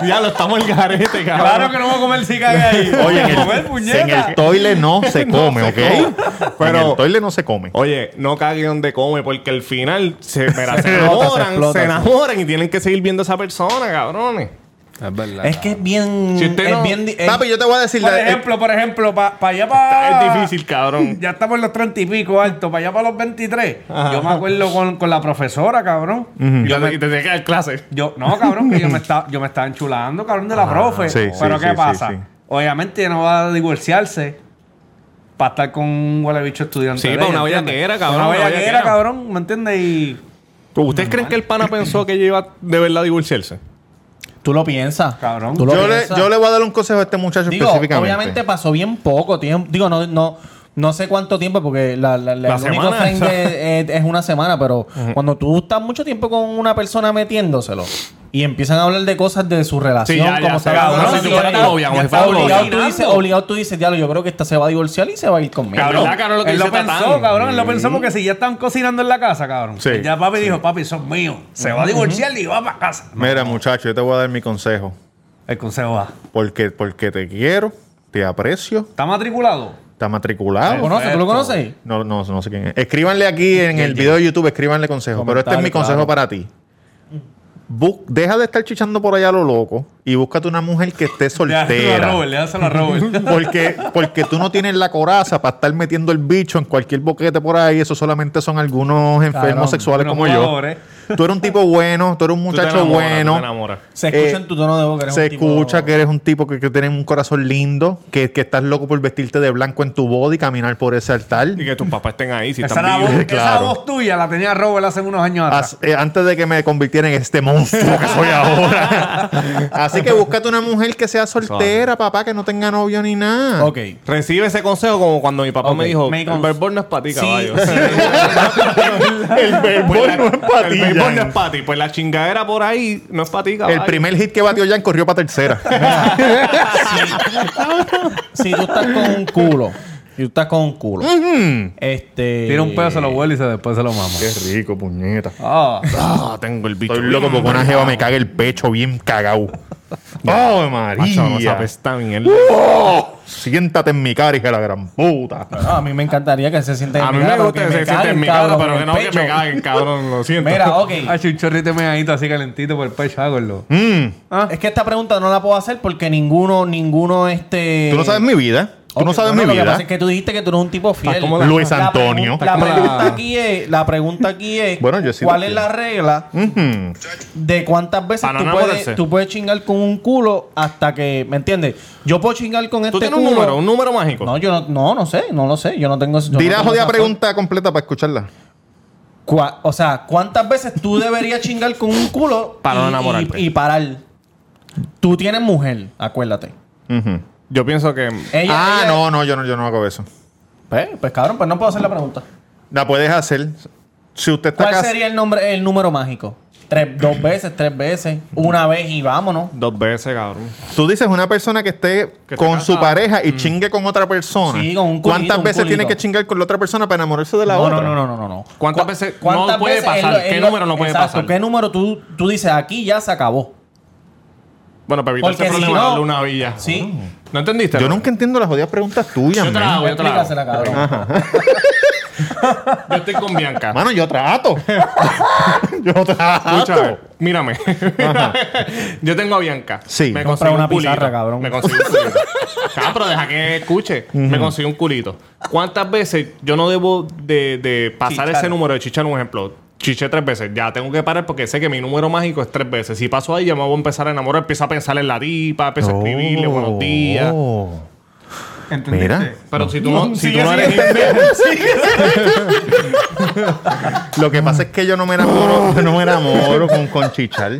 [SPEAKER 5] ya lo estamos el garete, cabrón.
[SPEAKER 6] Claro que no vamos a comer si caga ahí.
[SPEAKER 3] Oye, en
[SPEAKER 6] Comer,
[SPEAKER 3] el,
[SPEAKER 6] puñeta.
[SPEAKER 3] en el toile no se come, ¿ok? Pero, en el toile no se come.
[SPEAKER 5] Oye, no cague donde come, porque al final se, mira, se
[SPEAKER 4] Se explota,
[SPEAKER 5] enamoran,
[SPEAKER 4] se
[SPEAKER 5] se,
[SPEAKER 4] explota, sí.
[SPEAKER 5] enamoran y tienen que seguir viendo a esa persona, cabrones.
[SPEAKER 2] Es verdad.
[SPEAKER 4] Es que es bien.
[SPEAKER 5] Si usted
[SPEAKER 4] es
[SPEAKER 5] no-
[SPEAKER 4] bien di- es-
[SPEAKER 3] Papi, yo te voy a decir
[SPEAKER 2] Por
[SPEAKER 3] la- eh,
[SPEAKER 2] ejemplo, por ejemplo, para allá para.
[SPEAKER 5] Es difícil, cabrón.
[SPEAKER 2] Ya estamos en los 30 y pico alto, para allá para los 23.
[SPEAKER 5] Ajá.
[SPEAKER 2] Yo me acuerdo con, con la profesora, cabrón.
[SPEAKER 5] Y, la- y te tenés que dar clase.
[SPEAKER 2] Yo, no, cabrón, que yo me estaba, yo me estaba enchulando, cabrón, de la profe.
[SPEAKER 3] Ah, sí,
[SPEAKER 2] Pero
[SPEAKER 3] sí,
[SPEAKER 2] ¿qué
[SPEAKER 3] sí,
[SPEAKER 2] pasa?
[SPEAKER 3] sí, sí.
[SPEAKER 2] Obviamente ella no va a divorciarse para estar con un huele bicho estudiante.
[SPEAKER 5] Sí,
[SPEAKER 2] de
[SPEAKER 5] para
[SPEAKER 2] ella,
[SPEAKER 5] una
[SPEAKER 2] ¿entiendes?
[SPEAKER 5] bellaquera, cabrón,
[SPEAKER 2] Una
[SPEAKER 5] una
[SPEAKER 2] bellaquera,
[SPEAKER 5] bellaquera.
[SPEAKER 2] cabrón, ¿me entiendes? Y.
[SPEAKER 5] ¿Ustedes creen que el pana pensó que ella iba de verdad a divorciarse?
[SPEAKER 4] Tú lo piensas.
[SPEAKER 2] Cabrón.
[SPEAKER 4] Tú lo
[SPEAKER 3] Yo le,
[SPEAKER 4] piensas.
[SPEAKER 3] yo le voy a dar un consejo a este muchacho
[SPEAKER 4] Digo,
[SPEAKER 3] específicamente.
[SPEAKER 4] obviamente pasó bien poco tiempo. Digo, no, no, no sé cuánto tiempo, porque la, la- la-
[SPEAKER 5] La
[SPEAKER 4] el único
[SPEAKER 5] semana,
[SPEAKER 4] frame
[SPEAKER 5] o sea.
[SPEAKER 4] de- es, es una semana, pero cuando tú estás mucho tiempo con una persona metiéndoselo y empiezan a hablar de cosas de su relación,
[SPEAKER 5] Sí, ya, ya,
[SPEAKER 4] como
[SPEAKER 5] se
[SPEAKER 4] está
[SPEAKER 5] acabó.
[SPEAKER 4] cabrón,
[SPEAKER 5] Como si
[SPEAKER 4] y-
[SPEAKER 5] fuera
[SPEAKER 4] y-
[SPEAKER 5] novia, pues, como
[SPEAKER 4] y
[SPEAKER 5] si
[SPEAKER 4] está
[SPEAKER 5] fuera
[SPEAKER 4] obligado,
[SPEAKER 5] novia.
[SPEAKER 4] tú dices, obligado tú dices, diablo, yo creo que esta se va a divorciar y se va a ir conmigo.
[SPEAKER 5] Cabrón, ¿Verdad, cabrón, lo que
[SPEAKER 2] Ah, él lo
[SPEAKER 5] dice Tatán?
[SPEAKER 2] pensó, cabrón, él lo pensó porque si ya están cocinando en la casa, cabrón.
[SPEAKER 3] Sí,
[SPEAKER 2] ya papi dijo, papi, son míos. Se va a divorciar y va para casa.
[SPEAKER 3] Mira, muchacho, yo te voy a dar mi consejo.
[SPEAKER 2] El consejo va.
[SPEAKER 3] Porque, porque te quiero, te aprecio,
[SPEAKER 2] ¿Está matriculado?
[SPEAKER 3] está matriculado.
[SPEAKER 4] ¿Lo conoces? ¿Tú lo conoces?
[SPEAKER 3] No, no, no sé quién es. Escríbanle aquí en el video de YouTube, escríbanle consejos. Pero este es mi
[SPEAKER 4] Comentario,
[SPEAKER 3] consejo
[SPEAKER 4] claro.
[SPEAKER 3] para ti. Bu- deja de estar chichando por allá a lo loco y búscate una mujer que esté
[SPEAKER 2] Déjaselo a
[SPEAKER 3] soltera.
[SPEAKER 2] Robert, déjaselo a Robert.
[SPEAKER 3] Porque, porque tú no tienes la coraza para estar metiendo el bicho en cualquier boquete por ahí. Eso solamente son algunos enfermos
[SPEAKER 4] Cabrón,
[SPEAKER 3] sexuales
[SPEAKER 2] unos
[SPEAKER 3] como yo.
[SPEAKER 2] jugadores.
[SPEAKER 3] Tú eres un tipo bueno, tú eres un muchacho bueno.
[SPEAKER 4] Se escucha
[SPEAKER 3] Eh,
[SPEAKER 4] en tu tono de voz que eres
[SPEAKER 3] Se
[SPEAKER 4] un tipo-
[SPEAKER 3] escucha que eres un tipo que, que tiene un corazón lindo, que, que estás loco por vestirte de blanco en tu body y caminar por ese altar.
[SPEAKER 5] Y que tus papás estén ahí, si
[SPEAKER 2] Esa,
[SPEAKER 5] están
[SPEAKER 2] era
[SPEAKER 5] vivos.
[SPEAKER 2] voz, esa
[SPEAKER 3] claro.
[SPEAKER 2] voz tuya la tenía Robert hace unos años atrás.
[SPEAKER 3] As- eh, antes de que me convirtiera en este monstruo que soy ahora. Así que búscate una mujer que sea soltera, papá, que no tenga novio ni nada.
[SPEAKER 4] Ok.
[SPEAKER 5] Recibe ese consejo como cuando mi papá
[SPEAKER 4] Ok.
[SPEAKER 5] me dijo,
[SPEAKER 4] Me
[SPEAKER 5] el
[SPEAKER 4] cons-
[SPEAKER 5] béisbol no es para ti,
[SPEAKER 4] Sí,
[SPEAKER 5] caballo.
[SPEAKER 4] sí.
[SPEAKER 3] El
[SPEAKER 5] Pues la-
[SPEAKER 3] béisbol no es para ti.
[SPEAKER 5] El béisbol no
[SPEAKER 3] Jan.
[SPEAKER 5] es para ti. Pues la chingadera por ahí no es para ti, caballo.
[SPEAKER 3] El primer hit que batió Jan corrió para tercera.
[SPEAKER 4] si tú estás con un culo, si tú estás con un culo,
[SPEAKER 3] Mm,
[SPEAKER 4] este.
[SPEAKER 2] Tira un pedo, se lo huele y se, después se lo mama.
[SPEAKER 3] Qué rico, puñeta.
[SPEAKER 2] Ah,
[SPEAKER 5] Ah, tengo el bicho.
[SPEAKER 3] Estoy loco porque una jeva me caga el pecho bien cagao. ¡Oh, María!
[SPEAKER 5] Macho, no sabes, está bien.
[SPEAKER 3] ¡Oh! Siéntate en mi cara, hija de la gran puta.
[SPEAKER 4] No, a mí me encantaría que se sienta
[SPEAKER 5] A mí me gusta que se siente en mi cara, pero que no que me
[SPEAKER 4] cae.
[SPEAKER 5] caguen, cabrón. Lo siento.
[SPEAKER 4] Mira, ok.
[SPEAKER 3] Ah,
[SPEAKER 2] ha hecho un chorrito meadito así calentito por el pecho, hágalo.
[SPEAKER 3] Mm,
[SPEAKER 4] Ah. Es que esta pregunta no la puedo hacer porque ninguno, ninguno, este.
[SPEAKER 3] Tú no sabes mi vida. Tú no
[SPEAKER 4] Ok,
[SPEAKER 3] sabes
[SPEAKER 4] bueno,
[SPEAKER 3] mi
[SPEAKER 4] Lo que
[SPEAKER 3] vida.
[SPEAKER 4] pasa es que tú dijiste que tú eres un tipo fiel.
[SPEAKER 5] como la-
[SPEAKER 3] Luis
[SPEAKER 4] La
[SPEAKER 3] Antonio.
[SPEAKER 4] pregunta-
[SPEAKER 3] Está
[SPEAKER 4] La
[SPEAKER 3] como la-
[SPEAKER 4] pregunta aquí es, la pregunta aquí es
[SPEAKER 3] Bueno, yo he sido
[SPEAKER 4] ¿cuál
[SPEAKER 3] fiel.
[SPEAKER 4] es la regla
[SPEAKER 3] Ujú.
[SPEAKER 4] de cuántas veces
[SPEAKER 5] Para
[SPEAKER 4] tú
[SPEAKER 5] no enamorarse.
[SPEAKER 4] puedes, tú puedes chingar con un culo hasta que, ¿me entiendes? Yo puedo chingar con
[SPEAKER 5] Tú
[SPEAKER 4] este
[SPEAKER 5] tienes
[SPEAKER 4] culo.
[SPEAKER 5] un número, un número
[SPEAKER 3] Pues,
[SPEAKER 5] mágico.
[SPEAKER 4] No, yo no, no, no sé, no lo sé. Yo no tengo. yo no
[SPEAKER 3] Dirá
[SPEAKER 4] tengo
[SPEAKER 3] jodida
[SPEAKER 4] esa
[SPEAKER 3] pregunta completa para escucharla.
[SPEAKER 4] Cua- o sea, ¿cuántas veces tú deberías chingar con un culo
[SPEAKER 5] Para
[SPEAKER 4] y,
[SPEAKER 5] no enamorarte.
[SPEAKER 4] y- y parar? Tú tienes mujer, acuérdate.
[SPEAKER 3] Ujú.
[SPEAKER 5] Yo pienso que.
[SPEAKER 4] Ella-
[SPEAKER 3] Mm-hmm. ah,
[SPEAKER 4] ella-
[SPEAKER 3] no, no, yo no, yo no hago eso.
[SPEAKER 4] Pues, pues, cabrón, pues no puedo hacer la pregunta.
[SPEAKER 3] La puedes hacer. Si usted está
[SPEAKER 4] ¿Cuál
[SPEAKER 3] cas-
[SPEAKER 4] sería el nombre, el número mágico? Tres, dos veces, tres veces, una vez y vámonos.
[SPEAKER 5] Dos veces, cabrón.
[SPEAKER 3] Tú dices una persona que esté Mm.
[SPEAKER 5] Que esté
[SPEAKER 3] con su
[SPEAKER 5] casada.
[SPEAKER 3] pareja y chingue con otra persona.
[SPEAKER 4] Sí, con un culito,
[SPEAKER 3] ¿Cuántas
[SPEAKER 4] un
[SPEAKER 3] veces
[SPEAKER 4] culito.
[SPEAKER 3] tiene que chingar con la otra persona para enamorarse de la
[SPEAKER 4] No,
[SPEAKER 3] otra?
[SPEAKER 4] no, no, no, no, no, no.
[SPEAKER 5] ¿Cuántas
[SPEAKER 4] Cu-
[SPEAKER 5] veces no puede
[SPEAKER 4] veces es
[SPEAKER 5] pasar?
[SPEAKER 4] es
[SPEAKER 5] ¿Qué número no puede
[SPEAKER 4] exacto,
[SPEAKER 5] pasar?
[SPEAKER 4] ¿Qué número tú, tú dices aquí ya se acabó?
[SPEAKER 5] Bueno, para evitar ese
[SPEAKER 4] Porque si
[SPEAKER 5] problema,
[SPEAKER 4] no-
[SPEAKER 5] darle una villa.
[SPEAKER 4] Sí.
[SPEAKER 5] ¿No entendiste?
[SPEAKER 3] Yo
[SPEAKER 5] no?
[SPEAKER 3] nunca entiendo las jodidas preguntas tuyas,
[SPEAKER 5] Yo te la
[SPEAKER 3] man.
[SPEAKER 5] hago, yo te la hago.
[SPEAKER 4] Explícasela, cabrón.
[SPEAKER 5] Ah, Yo estoy con Bianca.
[SPEAKER 3] Mano, yo trato. yo trato.
[SPEAKER 5] Escucha, mírame. yo tengo a Bianca.
[SPEAKER 3] Sí.
[SPEAKER 5] Me
[SPEAKER 4] Compra
[SPEAKER 5] consigo
[SPEAKER 4] una
[SPEAKER 5] un culito.
[SPEAKER 4] pizarra, cabrón.
[SPEAKER 5] Me consigo un culito. ah, pero deja que escuche. Me consigo un culito. ¿Cuántas veces yo no debo de, de pasar ese número de chichar? Un ejemplo. Chiché tres veces. Ya tengo que parar porque sé que mi número mágico es tres veces. Si paso ahí, ya me voy a empezar a enamorar. Empiezo a pensar en la tipa, empiezo a escribirle buenos días.
[SPEAKER 3] Oh.
[SPEAKER 2] ¿Entendiste?
[SPEAKER 3] Mira.
[SPEAKER 5] Pero si tú no, si tú no eres
[SPEAKER 3] Lo que pasa es que yo no me enamoro, yo no me enamoro con, con chichar.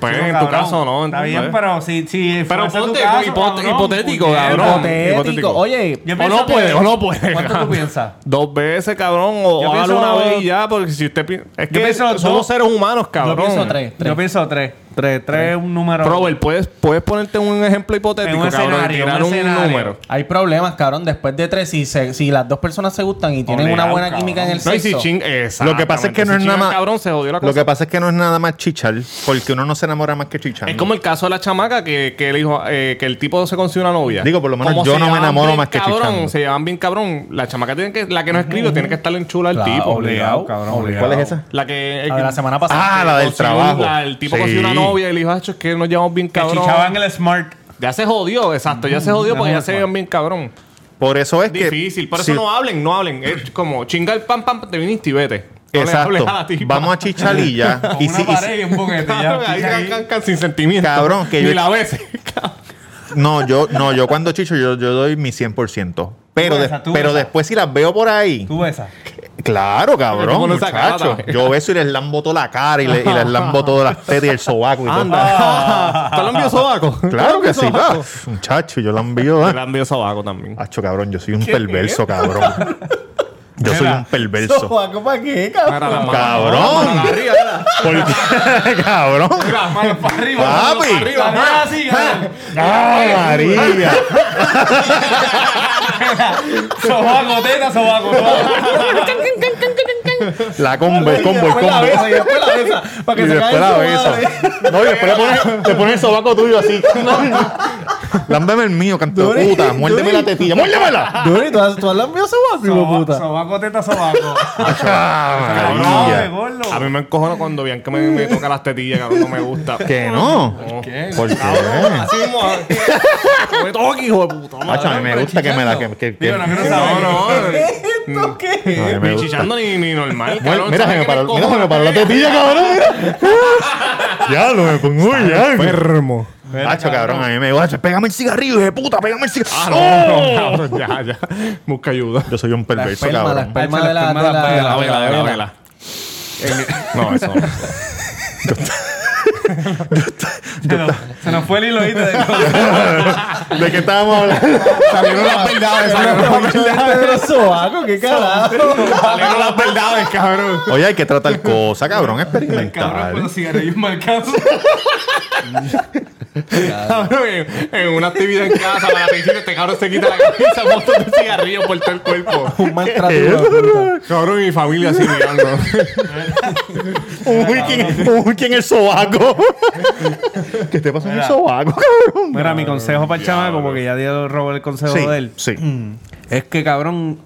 [SPEAKER 5] pues, en tu
[SPEAKER 2] Cabrón,
[SPEAKER 5] caso, no.
[SPEAKER 2] Está
[SPEAKER 5] ¿entiendes?
[SPEAKER 2] bien, pero si. si
[SPEAKER 5] Pero
[SPEAKER 2] fuese tu
[SPEAKER 5] ponte
[SPEAKER 2] caso,
[SPEAKER 5] hipote-
[SPEAKER 2] cabrón,
[SPEAKER 5] hipotético,
[SPEAKER 2] puñeta.
[SPEAKER 5] cabrón.
[SPEAKER 4] Hipotético.
[SPEAKER 5] hipotético.
[SPEAKER 4] Oye,
[SPEAKER 2] Yo
[SPEAKER 5] O
[SPEAKER 2] pienso
[SPEAKER 5] no
[SPEAKER 2] que-
[SPEAKER 5] puede, o no puede.
[SPEAKER 2] ¿Cuánto tú piensas?
[SPEAKER 5] Dos veces, cabrón. O
[SPEAKER 2] Yo
[SPEAKER 5] hágalo
[SPEAKER 2] pienso-
[SPEAKER 5] una vez y ya, porque si usted pi- Es que
[SPEAKER 2] pienso
[SPEAKER 5] somos
[SPEAKER 2] dos.
[SPEAKER 5] seres humanos, cabrón.
[SPEAKER 4] Yo pienso tres.
[SPEAKER 2] Yo pienso tres. Tres, tres, un número.
[SPEAKER 5] Robert, ¿puedes, puedes ponerte un ejemplo hipotético,
[SPEAKER 4] En un
[SPEAKER 5] cabrón, de
[SPEAKER 4] escenario,
[SPEAKER 5] tirar
[SPEAKER 4] un
[SPEAKER 5] un,
[SPEAKER 4] escenario.
[SPEAKER 5] número.
[SPEAKER 4] Hay problemas, cabrón. Después de tres, si, se- si las dos personas se gustan y tienen una
[SPEAKER 5] Obligado,
[SPEAKER 4] buena
[SPEAKER 5] cabrón.
[SPEAKER 4] química en el
[SPEAKER 5] No, y si
[SPEAKER 4] sexo.
[SPEAKER 5] chin-
[SPEAKER 3] Lo que pasa es que no
[SPEAKER 5] Si
[SPEAKER 3] es
[SPEAKER 5] chinga
[SPEAKER 3] nada
[SPEAKER 5] el
[SPEAKER 3] más.
[SPEAKER 5] cabrón, se jodió la
[SPEAKER 3] Lo
[SPEAKER 5] cosa.
[SPEAKER 3] que pasa es que no es nada más chichar, porque uno no se enamora más que chichar.
[SPEAKER 5] Es como el caso de la chamaca que, que, el, hijo, eh, que el tipo se consiguió una novia.
[SPEAKER 3] Digo, por lo menos
[SPEAKER 5] Como
[SPEAKER 3] yo
[SPEAKER 5] se
[SPEAKER 3] no me
[SPEAKER 5] llevaban
[SPEAKER 3] enamoro
[SPEAKER 5] bien
[SPEAKER 3] más que
[SPEAKER 5] cabrón,
[SPEAKER 3] chichando.
[SPEAKER 5] Se llevan bien cabrón. La chamaca tiene que, la que no escribe tiene que estarle en chula al
[SPEAKER 2] Claro,
[SPEAKER 5] tipo.
[SPEAKER 2] obligado, cabrón, obligado.
[SPEAKER 3] ¿Cuál es esa?
[SPEAKER 5] La que.
[SPEAKER 4] La de la semana pasada.
[SPEAKER 5] que
[SPEAKER 3] Ah, la del
[SPEAKER 5] consiguió
[SPEAKER 3] trabajo.
[SPEAKER 5] la- el tipo
[SPEAKER 3] Sí.
[SPEAKER 5] consiguió una novia y le dijo, "Acho, es que nos llevamos bien cabrón.
[SPEAKER 2] chichaba en el Smart.
[SPEAKER 5] Ya se jodió, exacto. Ya se jodió
[SPEAKER 2] Ya
[SPEAKER 5] porque
[SPEAKER 2] en
[SPEAKER 5] ya
[SPEAKER 2] el
[SPEAKER 5] se
[SPEAKER 2] Smart.
[SPEAKER 5] llevan bien cabrón.
[SPEAKER 3] Por eso es que.
[SPEAKER 5] Difícil. Por eso
[SPEAKER 3] si-
[SPEAKER 5] no hablen, no hablen. Es como chingar el pam, pam, te viniste y vete. No le hables
[SPEAKER 3] Exacto.
[SPEAKER 5] a la tipa.
[SPEAKER 3] Vamos a chichar y ya. y si, y si-
[SPEAKER 2] y un boquete.
[SPEAKER 5] Claro, ahí arrancan sin sentimiento.
[SPEAKER 3] Cabrón, que
[SPEAKER 5] Ni
[SPEAKER 3] yo-
[SPEAKER 5] la veces.
[SPEAKER 3] no, yo, no, yo cuando chicho, yo, yo doy mi 100%. Pero,
[SPEAKER 2] Tú
[SPEAKER 3] de-
[SPEAKER 2] besas, tú
[SPEAKER 3] pero
[SPEAKER 2] besas.
[SPEAKER 3] después si las veo por ahí.
[SPEAKER 2] Tú besas.
[SPEAKER 3] Claro,
[SPEAKER 5] Pero tú
[SPEAKER 3] cabrón,
[SPEAKER 5] no sacas
[SPEAKER 3] muchacho.
[SPEAKER 5] nada.
[SPEAKER 3] Yo beso y les lambo toda la cara y, le- y les lambo todas las tetas y el sobaco y todo. Ah,
[SPEAKER 5] Anda. ¿Te lo envió sobaco?
[SPEAKER 3] Claro que sí, va. muchacho, yo la envío.
[SPEAKER 5] Te
[SPEAKER 3] ah.
[SPEAKER 5] la envió sobaco también.
[SPEAKER 3] Hacho, cabrón, yo soy un perverso, cabrón. Yo soy un perverso.
[SPEAKER 4] Sobaco, ¿Para qué, cabrón?
[SPEAKER 5] Para la mano.
[SPEAKER 3] Cabrón.
[SPEAKER 5] Para la barriga, ¿verdad?
[SPEAKER 3] ¿Por qué? cabrón.
[SPEAKER 5] Mira, mano para arriba. mano
[SPEAKER 3] Papi.
[SPEAKER 5] para arriba, mano.
[SPEAKER 3] Ah, María.
[SPEAKER 2] Sobaco, teta, sobaco.
[SPEAKER 3] La combo, el combo, el
[SPEAKER 4] Después la
[SPEAKER 3] combo.
[SPEAKER 4] besa, y después la besa. Para
[SPEAKER 3] Y
[SPEAKER 4] que se
[SPEAKER 3] después la
[SPEAKER 4] caiga el
[SPEAKER 3] besa.
[SPEAKER 4] sobaco.
[SPEAKER 3] No, y después le pones, te pones el sobaco tuyo así. Lámbame el mío, canto de
[SPEAKER 4] Duri,
[SPEAKER 3] puta. Muérdeme
[SPEAKER 4] Duri.
[SPEAKER 3] la tetilla. ¡Muérdemela!
[SPEAKER 4] Duri, ¿tú has, tú has lambido sobaco, hijo de puta?
[SPEAKER 2] Sobaco, teta, sobaco.
[SPEAKER 3] Ah,
[SPEAKER 5] Cabrón,
[SPEAKER 3] María.
[SPEAKER 2] Ay, gordo.
[SPEAKER 5] A mí me encojono cuando vean que me, me toca las tetillas, cabrón, no me gusta.
[SPEAKER 3] Que no.
[SPEAKER 2] Eh,
[SPEAKER 5] qué?
[SPEAKER 3] ¿Por qué?
[SPEAKER 5] Así mismo. No me toque, hijo de puta.
[SPEAKER 3] Macho, a mí me gusta que me la. Que, que- que-
[SPEAKER 2] Digo, no quiero
[SPEAKER 5] No,
[SPEAKER 2] saber.
[SPEAKER 5] no.
[SPEAKER 4] ¿Esto qué?
[SPEAKER 3] No, a mí me
[SPEAKER 5] Ni
[SPEAKER 3] gusta.
[SPEAKER 5] chichando ni, ni normal.
[SPEAKER 3] Mira,
[SPEAKER 5] cabrón,
[SPEAKER 3] mira, se
[SPEAKER 5] ¿sabes
[SPEAKER 3] me
[SPEAKER 5] qué
[SPEAKER 3] paró, mira, se me
[SPEAKER 5] encojono?
[SPEAKER 3] paró la tetilla, cabrón. Mira. ya, lo me pongo ya.
[SPEAKER 5] Enfermo.
[SPEAKER 3] Macho, cabrón, a mí me gusta. Pégame el cigarrillo, hijo de puta, pégame el cigarrillo.
[SPEAKER 5] Ah,
[SPEAKER 3] ¡Oh!
[SPEAKER 5] no, no, cabrón, ya, ya. Busca ayuda.
[SPEAKER 3] Yo soy un
[SPEAKER 4] La
[SPEAKER 3] perverso,
[SPEAKER 4] esperma, la
[SPEAKER 3] cabrón.
[SPEAKER 4] esperma de la... de la-
[SPEAKER 5] La vela, la vela, la vela. No, eso no.
[SPEAKER 2] Se nos- Se nos fue el hilo ahí.
[SPEAKER 3] ¿De qué estábamos hablando?
[SPEAKER 5] Salieron las verdades, salieron las verdades.
[SPEAKER 4] Pero sobaco, qué carajo.
[SPEAKER 5] Salieron las verdades, cabrón.
[SPEAKER 3] Oye, hay que tratar cosas, cabrón, experimental.
[SPEAKER 2] cigarrillos marcados.
[SPEAKER 5] Cabrón, en, en una actividad en casa, para la piscina, este cabrón se quita la camisa, montó de cigarrillo por todo el cuerpo.
[SPEAKER 4] Un maltrato,
[SPEAKER 3] ¿Eh?
[SPEAKER 4] hijo de puta.
[SPEAKER 5] Cabrón, y mi familia así mirando.
[SPEAKER 3] Un wiki, un wiki en el sobaco. ¿Qué te pasa en el sobaco, cabrón?
[SPEAKER 2] Mira, mi consejo para el chamaco, porque ya dio Robert el consejo de él.
[SPEAKER 3] Sí, sí.
[SPEAKER 2] Mm. Es que, cabrón,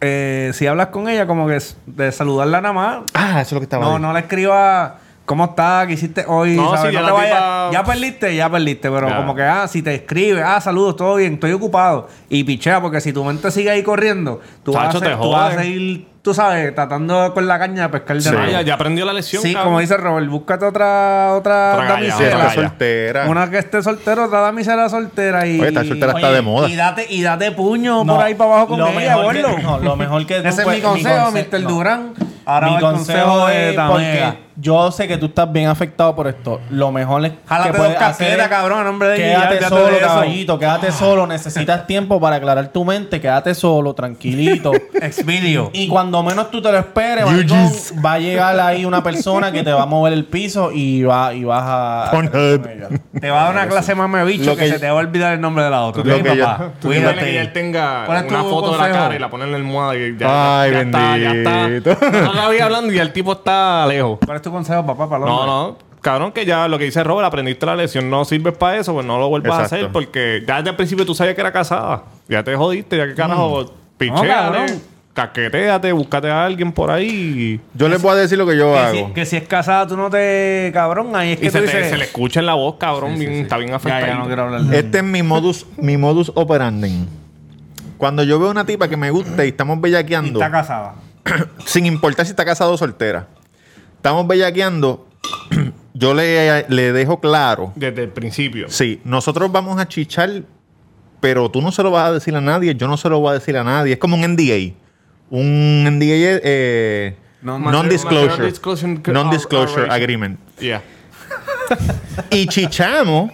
[SPEAKER 2] eh, si hablas con ella, como que s- de saludarla nada más.
[SPEAKER 3] Ah, eso es lo que estaba
[SPEAKER 2] No, no le escribas cómo estás, qué hiciste hoy.
[SPEAKER 5] No,
[SPEAKER 2] ¿sabes?
[SPEAKER 5] sí, ya
[SPEAKER 2] No te
[SPEAKER 5] la
[SPEAKER 2] vayas-
[SPEAKER 5] tipa-
[SPEAKER 2] Ya perdiste, ya perdiste. Pero
[SPEAKER 5] Ya.
[SPEAKER 2] como que, ah, si te escribe, ah, saludos, todo bien, estoy ocupado. Y pichea, porque si tu mente sigue ahí corriendo, tú, vas
[SPEAKER 5] Chacho,
[SPEAKER 2] a,
[SPEAKER 5] te
[SPEAKER 2] ser- tú vas a
[SPEAKER 5] joden.
[SPEAKER 2] seguir, tú sabes, tratando con la caña de pescar de nuevo.
[SPEAKER 5] Ah, ya, ya aprendió la lección.
[SPEAKER 2] Sí,
[SPEAKER 5] cabrón.
[SPEAKER 2] como dice Robert, búscate otra, otra
[SPEAKER 5] Otra
[SPEAKER 3] Sí,
[SPEAKER 5] galla, otra
[SPEAKER 2] damisela.
[SPEAKER 3] está
[SPEAKER 5] Vaya.
[SPEAKER 3] soltera.
[SPEAKER 2] Una que esté soltera, otra damisela soltera. Y,
[SPEAKER 3] Oye, estar soltera está
[SPEAKER 2] Oye,
[SPEAKER 3] de moda.
[SPEAKER 2] Y date, y date puño
[SPEAKER 4] No,
[SPEAKER 2] por ahí para abajo con
[SPEAKER 4] lo
[SPEAKER 2] ella,
[SPEAKER 4] mejor que-
[SPEAKER 2] gordo.
[SPEAKER 4] no, lo mejor que tú
[SPEAKER 2] Ese es mi
[SPEAKER 4] puedes-
[SPEAKER 2] consejo,
[SPEAKER 4] conse-
[SPEAKER 2] Mr.
[SPEAKER 4] no.
[SPEAKER 2] Durán. Ahora va
[SPEAKER 4] mi
[SPEAKER 2] el
[SPEAKER 4] consejo es
[SPEAKER 2] Tamega.
[SPEAKER 4] porque yo sé que tú estás bien afectado por esto. Lo mejor es
[SPEAKER 2] Jálate
[SPEAKER 4] que
[SPEAKER 2] dos
[SPEAKER 4] puedes hacer
[SPEAKER 2] casquetas,
[SPEAKER 4] es-
[SPEAKER 2] cabrón, hombre de
[SPEAKER 4] Quédate
[SPEAKER 2] guillar,
[SPEAKER 4] solo,
[SPEAKER 2] fíjate de eso.
[SPEAKER 4] caballito, quédate solo. Necesitas tiempo para aclarar tu mente. Quédate solo, tranquilito.
[SPEAKER 2] Expidio.
[SPEAKER 4] Y cuando menos tú te lo esperes, maricón, va a llegar ahí una persona que te va a mover el piso y va y vas a.
[SPEAKER 3] Con
[SPEAKER 4] Ella.
[SPEAKER 2] Te va a dar una clase mame bicho
[SPEAKER 3] Lo
[SPEAKER 2] que,
[SPEAKER 3] que-
[SPEAKER 2] se te va a olvidar el nombre de la otra.
[SPEAKER 3] Lo
[SPEAKER 2] ¿ok,
[SPEAKER 3] que yo-
[SPEAKER 2] papá?
[SPEAKER 5] Tú tienes que él
[SPEAKER 2] Cuídate.
[SPEAKER 5] tenga
[SPEAKER 2] ¿Cuál es
[SPEAKER 5] una
[SPEAKER 2] tu
[SPEAKER 5] foto de la
[SPEAKER 2] consejo?
[SPEAKER 5] cara y la pone en la almohada y ya,
[SPEAKER 3] Ay,
[SPEAKER 5] ya está, ya
[SPEAKER 3] bendito.
[SPEAKER 5] está. Nosotros había hablando y el tipo está lejos.
[SPEAKER 2] ¿Cuál es tu consejo, papá, para
[SPEAKER 5] No, no. Cabrón, que ya lo que dice Robert, aprendiste la lección, no sirves para eso, pues no lo vuelvas
[SPEAKER 3] Exacto.
[SPEAKER 5] a hacer, porque ya desde el principio tú sabías que era casada. Ya te jodiste, ya que carajo,
[SPEAKER 2] Mm. cabrón.
[SPEAKER 5] picheate, caqueteate, búscate a alguien por ahí
[SPEAKER 3] Yo les voy a decir lo que yo
[SPEAKER 2] Que si,
[SPEAKER 3] hago.
[SPEAKER 2] que si es casada, tú no te. Cabrón, ahí es
[SPEAKER 5] y,
[SPEAKER 2] que
[SPEAKER 5] y se,
[SPEAKER 2] tú
[SPEAKER 5] te-
[SPEAKER 2] dices.
[SPEAKER 5] se le escucha en la voz, cabrón, bien- está bien
[SPEAKER 2] Ya,
[SPEAKER 5] afectado.
[SPEAKER 2] ya no quiero hablar de
[SPEAKER 3] Este es mi modus, mi modus operandi. Cuando yo veo una tipa que me gusta y estamos
[SPEAKER 2] Y
[SPEAKER 3] bellaqueando,
[SPEAKER 2] está casada.
[SPEAKER 3] sin importar si está casado o soltera, estamos bellaqueando, yo le, le dejo claro.
[SPEAKER 5] Desde el principio.
[SPEAKER 3] Sí, nosotros vamos a chichar, pero tú no se lo vas a decir a nadie, yo no se lo voy a decir a nadie. Es como un NDA. Un NDA es eh,
[SPEAKER 2] No-
[SPEAKER 3] non-disclosure.
[SPEAKER 5] Non-disclosure-
[SPEAKER 3] Non-disclosure
[SPEAKER 2] oh,
[SPEAKER 5] Arbitration.
[SPEAKER 3] agreement.
[SPEAKER 5] Yeah.
[SPEAKER 3] Y chichamos.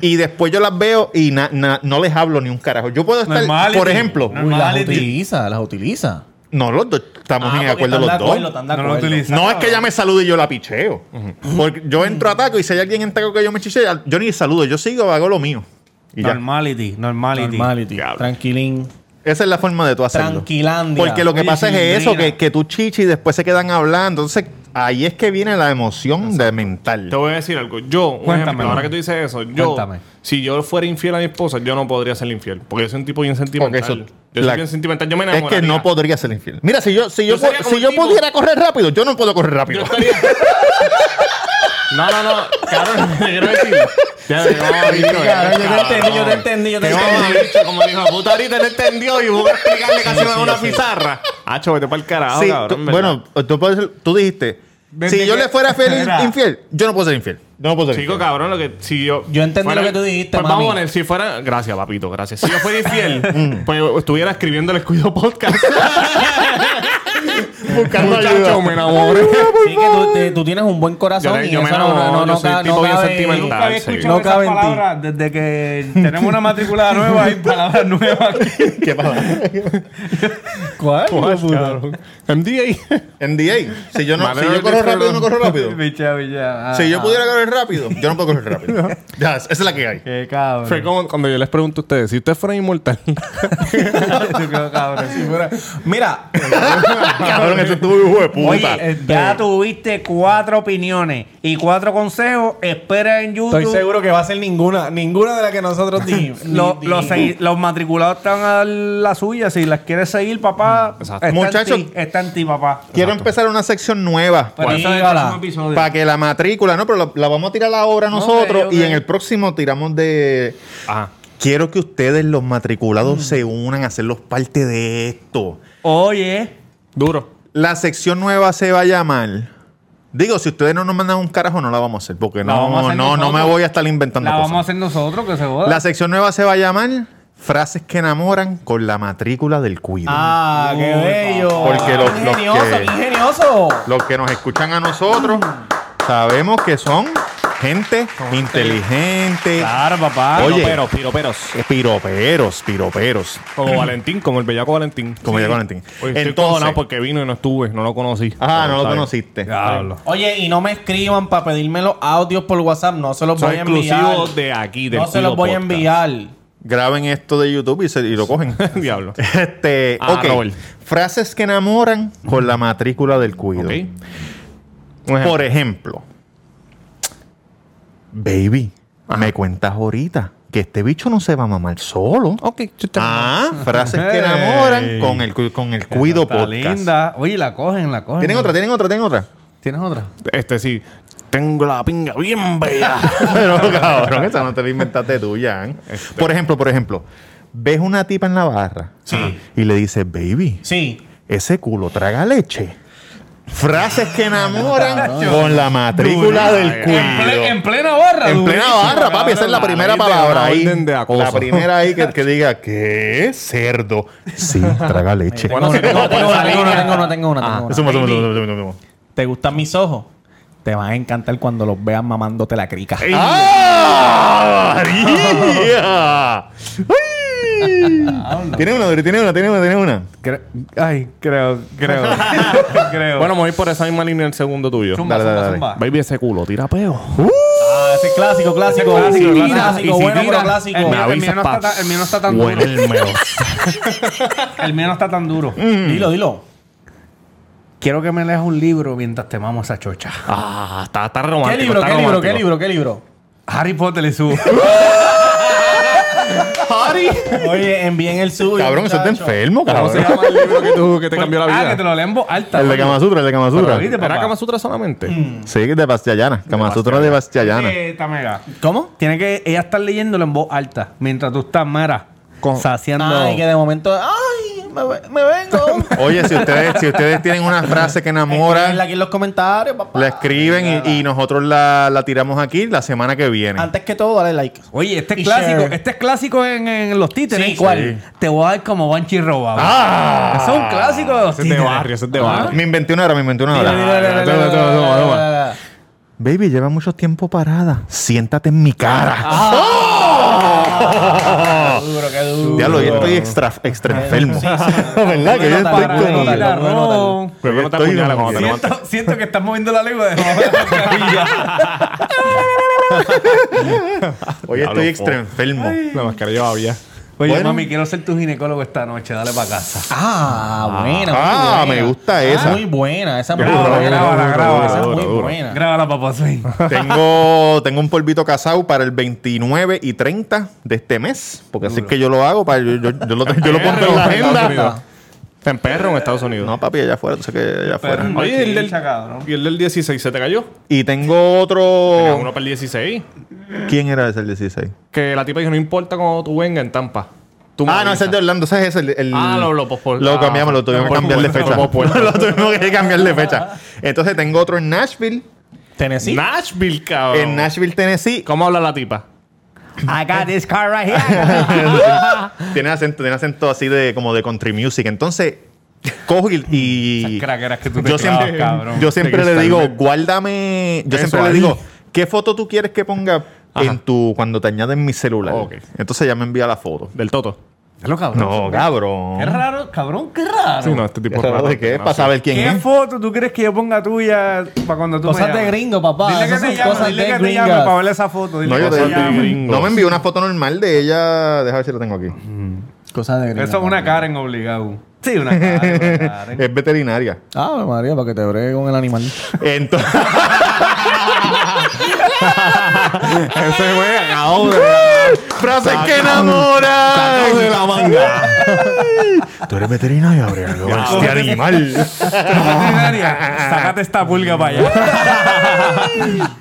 [SPEAKER 3] Y después yo las veo y na- na- no les hablo ni un carajo. Yo puedo estar,
[SPEAKER 2] Normality.
[SPEAKER 3] por ejemplo,
[SPEAKER 4] Uy, las
[SPEAKER 2] Normality.
[SPEAKER 4] utiliza, las utiliza.
[SPEAKER 3] No, los dos. Estamos
[SPEAKER 4] Ah,
[SPEAKER 3] en
[SPEAKER 4] porque
[SPEAKER 3] acuerdo los
[SPEAKER 4] están de acuerdo,
[SPEAKER 3] dos.
[SPEAKER 4] están de No lo acuerdo. utilizaron.
[SPEAKER 3] No es que ella me salude y yo la picheo. Porque yo entro a taco y si hay alguien en taco que yo me chiche, yo ni saludo. Yo sigo, hago lo mío. Y ya.
[SPEAKER 2] Normality, normality.
[SPEAKER 4] Normality. Tranquilín.
[SPEAKER 3] Esa es la forma de tú hacerlo.
[SPEAKER 4] Tranquilandia.
[SPEAKER 3] Porque lo que
[SPEAKER 4] Oye,
[SPEAKER 3] pasa
[SPEAKER 4] sí,
[SPEAKER 3] es eso,
[SPEAKER 4] nena.
[SPEAKER 3] que, que tú chichi y después se quedan hablando. Entonces, ahí es que viene la emoción de mental.
[SPEAKER 5] Te voy a decir algo. Yo, un
[SPEAKER 3] Cuéntame.
[SPEAKER 5] ejemplo, ahora que tú dices eso, yo,
[SPEAKER 3] Cuéntame.
[SPEAKER 5] si yo fuera infiel a mi esposa, yo no podría ser infiel. Porque yo soy un tipo bien sentimental.
[SPEAKER 3] eso-
[SPEAKER 5] yo
[SPEAKER 3] la-
[SPEAKER 5] soy bien sentimental. Yo me
[SPEAKER 3] Es
[SPEAKER 5] enamoraría.
[SPEAKER 3] que no podría ser infiel. Mira, si yo, si
[SPEAKER 5] Yo
[SPEAKER 3] yo,
[SPEAKER 5] sería
[SPEAKER 3] pu-
[SPEAKER 5] como
[SPEAKER 3] si yo
[SPEAKER 5] tipo-
[SPEAKER 3] pudiera correr rápido, yo no puedo correr rápido.
[SPEAKER 5] No, no, no. Cabrón, te quiero decir. Ya,
[SPEAKER 3] Sí,
[SPEAKER 5] ya, ya,
[SPEAKER 3] cabrón,
[SPEAKER 5] ya,
[SPEAKER 3] yo te
[SPEAKER 5] cabrón.
[SPEAKER 3] entendí, yo te entendí, yo te
[SPEAKER 5] Qué
[SPEAKER 3] entendí.
[SPEAKER 5] mamabicho, Como dijo, puta, ahorita no entendió y voy a explicarle casi
[SPEAKER 3] sí,
[SPEAKER 5] en una
[SPEAKER 3] yo sé.
[SPEAKER 5] pizarra. Hacho, vete para el carajo,
[SPEAKER 3] Sí,
[SPEAKER 5] cabrón.
[SPEAKER 3] tú-
[SPEAKER 5] ¿verdad?
[SPEAKER 3] bueno, tú, puedes- tú dijiste,
[SPEAKER 5] Desde
[SPEAKER 3] si yo
[SPEAKER 5] que-
[SPEAKER 3] le fuera fiel
[SPEAKER 5] Era.
[SPEAKER 3] infiel, yo no puedo ser infiel. Yo no puedo ser
[SPEAKER 5] Chico, cabrón, lo que si yo.
[SPEAKER 4] Yo entendí lo que tú dijiste,
[SPEAKER 5] Pues
[SPEAKER 4] mami.
[SPEAKER 5] vamos a poner, si fuera. Gracias, papito, gracias. Si yo fuera infiel, pues estuviera escribiendo el escudo podcast.
[SPEAKER 3] infiel. Buscando ayuda.
[SPEAKER 5] Muchacho, me enamoré.
[SPEAKER 4] Sí, que tú, te- tú tienes un buen corazón.
[SPEAKER 5] Yo le-
[SPEAKER 4] y
[SPEAKER 5] yo me
[SPEAKER 4] eso no-
[SPEAKER 5] enamoro,
[SPEAKER 4] no- no-
[SPEAKER 5] yo
[SPEAKER 4] no
[SPEAKER 5] soy
[SPEAKER 4] ca-
[SPEAKER 5] tipo
[SPEAKER 4] no
[SPEAKER 5] bien
[SPEAKER 4] cabe-
[SPEAKER 5] sentimental.
[SPEAKER 2] Nunca había escuchado
[SPEAKER 4] No
[SPEAKER 2] esas
[SPEAKER 4] cabe en ti.
[SPEAKER 2] palabras desde que tenemos una matrícula nueva. Hay palabras nuevas aquí.
[SPEAKER 3] ¿Qué pasa?
[SPEAKER 4] ¿Cuál?
[SPEAKER 5] Pues, cabrón. MDA.
[SPEAKER 3] NDA. Si yo, no, si
[SPEAKER 5] Madre,
[SPEAKER 3] yo
[SPEAKER 5] no
[SPEAKER 3] corro
[SPEAKER 5] te-
[SPEAKER 3] rápido, no corro rápido.
[SPEAKER 2] Bicha, bicha. Ah,
[SPEAKER 3] Si yo
[SPEAKER 2] ah.
[SPEAKER 3] pudiera correr rápido, yo no puedo correr rápido. Ya, esa es la que hay.
[SPEAKER 2] Qué cabrón.
[SPEAKER 5] Fue como cuando yo les pregunto a ustedes, si ustedes fueran inmortal.
[SPEAKER 2] Yo creo, cabrón. sí.
[SPEAKER 4] Mira,
[SPEAKER 3] Cabrón, eso estuvo hijo de puta.
[SPEAKER 2] Oye, eh, ya tuviste cuatro opiniones y cuatro consejos. Espera en YouTube.
[SPEAKER 4] estoy seguro que va a ser ninguna, ninguna de las que nosotros dijimos.
[SPEAKER 2] Lo-
[SPEAKER 4] Ni-
[SPEAKER 2] los,
[SPEAKER 4] ni-
[SPEAKER 2] segui- los matriculados te van a dar la suya. Si las quieres seguir,
[SPEAKER 3] Mm,
[SPEAKER 2] papá, está en
[SPEAKER 3] Muchachos.
[SPEAKER 2] ti, está en ti, papá.
[SPEAKER 3] Quiero empezar una sección nueva.
[SPEAKER 2] Pero eso es el
[SPEAKER 4] Dígala.
[SPEAKER 2] próximo episodio.
[SPEAKER 3] Para que la matrícula, no, pero la, la vamos a tirar ahora nosotros
[SPEAKER 2] ok.
[SPEAKER 3] y en el próximo tiramos de.
[SPEAKER 2] Ah.
[SPEAKER 5] Ajá.
[SPEAKER 3] Quiero que ustedes, los matriculados, se unan a hacerlos parte de esto.
[SPEAKER 2] Oye,
[SPEAKER 5] Duro.
[SPEAKER 3] La sección nueva se va a llamar. Digo, si ustedes no nos mandan un carajo, no la vamos a hacer, porque
[SPEAKER 2] La vamos a
[SPEAKER 3] no,
[SPEAKER 2] hacer
[SPEAKER 3] no, no
[SPEAKER 2] nosotros.
[SPEAKER 3] me voy a estar inventando
[SPEAKER 2] la
[SPEAKER 3] cosas.
[SPEAKER 2] vamos a hacer nosotros, que se joda.
[SPEAKER 3] La sección nueva se va a llamar Frases que enamoran con la matrícula del cuido.
[SPEAKER 4] Ah, qué bello.
[SPEAKER 3] Porque los-
[SPEAKER 4] Qué
[SPEAKER 3] los
[SPEAKER 4] ingenioso,
[SPEAKER 3] que-
[SPEAKER 4] qué ingenioso.
[SPEAKER 3] Los que nos escuchan a nosotros sabemos que son gente inteligente.
[SPEAKER 2] Claro, papá.
[SPEAKER 3] Oye,
[SPEAKER 5] Piroperos, Ah, piroperos.
[SPEAKER 3] eh, piroperos, piroperos.
[SPEAKER 5] Como Valentín, como el bellaco Valentín.
[SPEAKER 3] Como ya Valentín.
[SPEAKER 5] Oye, estoy
[SPEAKER 3] Entonces,
[SPEAKER 5] cojonado porque vino y no estuve, no lo conocí.
[SPEAKER 3] ah,
[SPEAKER 5] Pero,
[SPEAKER 3] no lo
[SPEAKER 5] ¿sabes?
[SPEAKER 3] conociste.
[SPEAKER 2] Diablo.
[SPEAKER 4] Oye, y no me escriban para pedirme los audios por WhatsApp. No se los
[SPEAKER 5] Son
[SPEAKER 4] voy a enviar.
[SPEAKER 5] exclusivos de aquí, del
[SPEAKER 4] No se los
[SPEAKER 5] Cuido
[SPEAKER 4] voy a
[SPEAKER 5] Podcast.
[SPEAKER 4] enviar.
[SPEAKER 3] Graben esto de YouTube y, se- y lo cogen.
[SPEAKER 5] Diablo.
[SPEAKER 3] este,
[SPEAKER 5] Ah,
[SPEAKER 3] ok.
[SPEAKER 5] Robert.
[SPEAKER 3] Frases que enamoran con la matrícula del cuido.
[SPEAKER 5] Ok.
[SPEAKER 3] Por ejemplo, baby, me cuentas ahorita que este bicho no se va a mamar solo.
[SPEAKER 5] Ok, yo te-
[SPEAKER 3] Ah, frases que enamoran con el, cu- con el cuido
[SPEAKER 2] Está
[SPEAKER 3] podcast.
[SPEAKER 2] linda. Oye, la cogen, la cogen.
[SPEAKER 3] Tienen otra, tienen otra, tienen otra.
[SPEAKER 2] ¿Tienes otra?
[SPEAKER 5] Este sí. Tengo la pinga bien bella.
[SPEAKER 3] Pero cabrón, esa no te la inventaste tú, Jan.
[SPEAKER 5] Este.
[SPEAKER 3] Por ejemplo, por ejemplo, ves una tipa en la barra y le dices, baby,
[SPEAKER 4] Sí.
[SPEAKER 3] ese culo traga leche. Frases que enamoran con la matrícula del
[SPEAKER 2] En, ple- en
[SPEAKER 3] cuido.
[SPEAKER 2] plena barra.
[SPEAKER 3] En plena
[SPEAKER 2] durísimo,
[SPEAKER 3] barra, papi, esa es la
[SPEAKER 5] cabrón,
[SPEAKER 3] primera
[SPEAKER 5] la ley de
[SPEAKER 3] palabra
[SPEAKER 5] la
[SPEAKER 3] ahí.
[SPEAKER 5] orden de acoso.
[SPEAKER 3] La primera ahí que, que diga, ¿qué? Cerdo. Sí, traga leche.
[SPEAKER 4] Tengo una, tengo una, tengo una, tengo una, tengo una, tengo una, tengo una.
[SPEAKER 3] Sumo, sumo,
[SPEAKER 4] Baby,
[SPEAKER 3] sumo, sumo, sumo, sumo.
[SPEAKER 4] ¿Te gustan mis ojos? Te van a encantar cuando los veas mamándote la crica.
[SPEAKER 3] ¡Ah! María! ¡Ay! Tiene una, Dori, tiene una, tiene una, tiene una.
[SPEAKER 2] Cre- Ay, creo, creo. creo.
[SPEAKER 5] Bueno, me voy por esa misma línea el segundo tuyo.
[SPEAKER 2] Zumba,
[SPEAKER 3] dale,
[SPEAKER 2] zumba,
[SPEAKER 3] dale.
[SPEAKER 2] zumba.
[SPEAKER 5] Baby, ese culo, tira peo.
[SPEAKER 4] Ah, ese es clásico, clásico.
[SPEAKER 2] Clásico,
[SPEAKER 4] Sí,
[SPEAKER 2] clásico.
[SPEAKER 4] clásico,
[SPEAKER 2] Y si
[SPEAKER 4] bueno,
[SPEAKER 2] tira,
[SPEAKER 4] pero clásico.
[SPEAKER 2] El
[SPEAKER 5] Me
[SPEAKER 2] mío, el mío
[SPEAKER 5] avisas,
[SPEAKER 2] no está
[SPEAKER 5] paps.
[SPEAKER 2] tan- el mío no está tan duro.
[SPEAKER 3] Huele el meo.
[SPEAKER 2] El mío no está tan duro.
[SPEAKER 4] Dilo, dilo.
[SPEAKER 2] Quiero que me leas un libro mientras te mamo esa chocha.
[SPEAKER 5] Ah, está, está romántico.
[SPEAKER 4] ¿Qué libro,
[SPEAKER 5] está
[SPEAKER 4] qué libro,
[SPEAKER 5] romántico.
[SPEAKER 4] qué libro, qué libro?
[SPEAKER 2] Harry Potter y su.
[SPEAKER 4] Oye, envíen el suyo.
[SPEAKER 3] Cabrón, eso está
[SPEAKER 4] muchacho.
[SPEAKER 3] enfermo,
[SPEAKER 5] ¿Cómo se
[SPEAKER 3] cabrón.
[SPEAKER 5] llama el libro que, tú- Pues, que te cambió la
[SPEAKER 2] Ah,
[SPEAKER 5] vida?
[SPEAKER 2] que te lo leen en voz alta.
[SPEAKER 3] El de
[SPEAKER 2] coño.
[SPEAKER 3] Kama Sutra, el de Kama Sutra.
[SPEAKER 2] Pero, ¿viste?
[SPEAKER 5] ¿Era Kama Sutra solamente?
[SPEAKER 3] Este, Sí, de Bastiayana. Kama Sutra de Bastiayana.
[SPEAKER 2] Eh, está mega.
[SPEAKER 4] ¿Cómo?
[SPEAKER 2] Tiene que ella estar leyéndolo en voz alta mientras tú estás mera saciando.
[SPEAKER 4] Ay, que de momento. ¡Ay! Me, ve- me vengo.
[SPEAKER 3] Oye, si ustedes, si ustedes tienen una frase que
[SPEAKER 4] Escríbenla
[SPEAKER 3] enamora,
[SPEAKER 4] aquí en los comentarios, papá.
[SPEAKER 3] la escriben y, y nosotros la, la tiramos aquí la semana que viene.
[SPEAKER 4] Antes que todo, dale like.
[SPEAKER 2] Oye, este
[SPEAKER 4] Y
[SPEAKER 2] es clásico,
[SPEAKER 4] share.
[SPEAKER 2] este es clásico en, en los títeres.
[SPEAKER 4] Sí, ¿cuál?
[SPEAKER 2] Te voy a dar como Banshee robado.
[SPEAKER 3] ¡Ah!
[SPEAKER 2] Eso es un clásico de los
[SPEAKER 5] Ese es de
[SPEAKER 2] títeres.
[SPEAKER 5] barrio, ese es de
[SPEAKER 2] Ah.
[SPEAKER 5] barrio.
[SPEAKER 3] Me inventé una hora, me inventé una
[SPEAKER 4] Dile,
[SPEAKER 3] hora.
[SPEAKER 4] dile, dile, dile, dile, dile, dile, dile.
[SPEAKER 3] Baby, lleva mucho tiempo parada. Siéntate en mi cara. ¡Oh!
[SPEAKER 4] duro, qué duro.
[SPEAKER 3] Ya lo, yo
[SPEAKER 5] Ah.
[SPEAKER 3] estoy extra, extra enfermo.
[SPEAKER 4] Ah. Sí, sí.
[SPEAKER 3] ¿Verdad? Que yo
[SPEAKER 4] Bueno,
[SPEAKER 3] estoy
[SPEAKER 4] para, bueno,
[SPEAKER 3] como...
[SPEAKER 4] para, bueno, para.
[SPEAKER 5] Pero no te apuñala cuando te levantas.
[SPEAKER 6] Siento, siento que estás moviendo la lengua de
[SPEAKER 3] Hoy
[SPEAKER 5] Diablo,
[SPEAKER 3] estoy
[SPEAKER 5] po.
[SPEAKER 3] extra enfermo.
[SPEAKER 5] La mascarilla babia.
[SPEAKER 2] Oye,
[SPEAKER 3] Bueno.
[SPEAKER 2] mami, quiero ser tu ginecólogo esta noche. Dale para casa.
[SPEAKER 4] Ah, buena.
[SPEAKER 3] Ah,
[SPEAKER 4] muy
[SPEAKER 3] me
[SPEAKER 4] buena.
[SPEAKER 3] gusta
[SPEAKER 4] Ah,
[SPEAKER 3] esa.
[SPEAKER 4] Muy buena. Esa es muy
[SPEAKER 3] Duro,
[SPEAKER 4] buena.
[SPEAKER 3] duro,
[SPEAKER 4] Grábala,
[SPEAKER 3] duro,
[SPEAKER 4] grábala. Esa es
[SPEAKER 3] duro,
[SPEAKER 4] muy
[SPEAKER 3] duro.
[SPEAKER 4] buena.
[SPEAKER 2] Grábala, papá Swing.
[SPEAKER 3] Tengo, tengo un polvito casado para el 29 y 30 de este mes. Porque así es que yo lo hago. Para, yo, yo, yo lo, yo lo pongo en la agenda.
[SPEAKER 5] Te emperro en Estados Unidos.
[SPEAKER 3] No, papi, allá afuera. Tú sabes que allá afuera.
[SPEAKER 5] Oye, el del, ¿y el del 16 se te cayó?
[SPEAKER 3] Y tengo
[SPEAKER 5] Tenía
[SPEAKER 3] otro...
[SPEAKER 5] uno para el 16.
[SPEAKER 3] ¿Quién era ese el 16?
[SPEAKER 5] Que la tipa dijo, no importa cuando tú vengas en Tampa. Tú me
[SPEAKER 3] Ah, no,
[SPEAKER 5] avisas".
[SPEAKER 3] ese es de Orlando. Ese es el... el-
[SPEAKER 5] Ah, lo, lo pospor-
[SPEAKER 3] Lo
[SPEAKER 5] ah,
[SPEAKER 3] cambiamos, lo tuvimos que
[SPEAKER 5] por
[SPEAKER 3] cambiar de
[SPEAKER 5] supuesto,
[SPEAKER 3] fecha.
[SPEAKER 5] por supuesto.
[SPEAKER 3] Lo tuvimos que cambiar de fecha. Entonces tengo otro en Nashville.
[SPEAKER 4] Tennessee.
[SPEAKER 5] Nashville, cabrón.
[SPEAKER 3] En Nashville, Tennessee.
[SPEAKER 5] ¿Cómo habla la tipa?
[SPEAKER 6] I got this car right here.
[SPEAKER 3] tiene acento, tiene acento así de como de country music. Entonces, cojo y, y-
[SPEAKER 2] Craqueras que tú te
[SPEAKER 3] yo
[SPEAKER 2] clavas,
[SPEAKER 3] siempre,
[SPEAKER 2] cabrón.
[SPEAKER 3] yo siempre
[SPEAKER 5] De
[SPEAKER 3] le digo,
[SPEAKER 5] cristal.
[SPEAKER 3] guárdame. Yo
[SPEAKER 5] Eso
[SPEAKER 3] siempre le
[SPEAKER 5] ahí.
[SPEAKER 3] digo, ¿qué foto tú quieres que ponga en tu cuando te añaden mi celular?
[SPEAKER 5] Ok.
[SPEAKER 3] Entonces ya me envía la foto.
[SPEAKER 5] Del Toto.
[SPEAKER 2] Es lo cabrón.
[SPEAKER 3] No, cabrón.
[SPEAKER 2] Qué raro, cabrón, qué raro.
[SPEAKER 5] Sí, no, este tipo
[SPEAKER 3] ¿Qué raro de qué?
[SPEAKER 5] No,
[SPEAKER 3] Para
[SPEAKER 5] sí.
[SPEAKER 3] saber quién
[SPEAKER 2] ¿Qué
[SPEAKER 3] es.
[SPEAKER 2] foto tú crees que yo ponga tuya para cuando tú me
[SPEAKER 4] Cosas de
[SPEAKER 2] llames?
[SPEAKER 4] gringo, papá.
[SPEAKER 2] Dile que
[SPEAKER 4] Esas
[SPEAKER 2] te
[SPEAKER 4] son
[SPEAKER 2] llame,
[SPEAKER 4] cosas
[SPEAKER 2] dile
[SPEAKER 4] de
[SPEAKER 2] que te
[SPEAKER 4] gringas.
[SPEAKER 2] llame para ver esa foto. Dile
[SPEAKER 3] No, yo
[SPEAKER 2] que
[SPEAKER 3] te-
[SPEAKER 2] te llame.
[SPEAKER 3] no me envió una foto normal de ella. Déjame ver si la tengo aquí.
[SPEAKER 4] Cosas de gringo.
[SPEAKER 2] Eso es una Karen obligado. Sí, una Karen. una Karen.
[SPEAKER 3] Es veterinaria.
[SPEAKER 4] Ah, María, para que te bregue con el animal.
[SPEAKER 3] Entonces.
[SPEAKER 5] Ese güey acabó de...
[SPEAKER 3] Frases que enamoran.
[SPEAKER 5] de la manga.
[SPEAKER 3] Tú eres veterinario, Gabriel. Este animal.
[SPEAKER 2] Veterinaria, Sácate esta pulga para allá.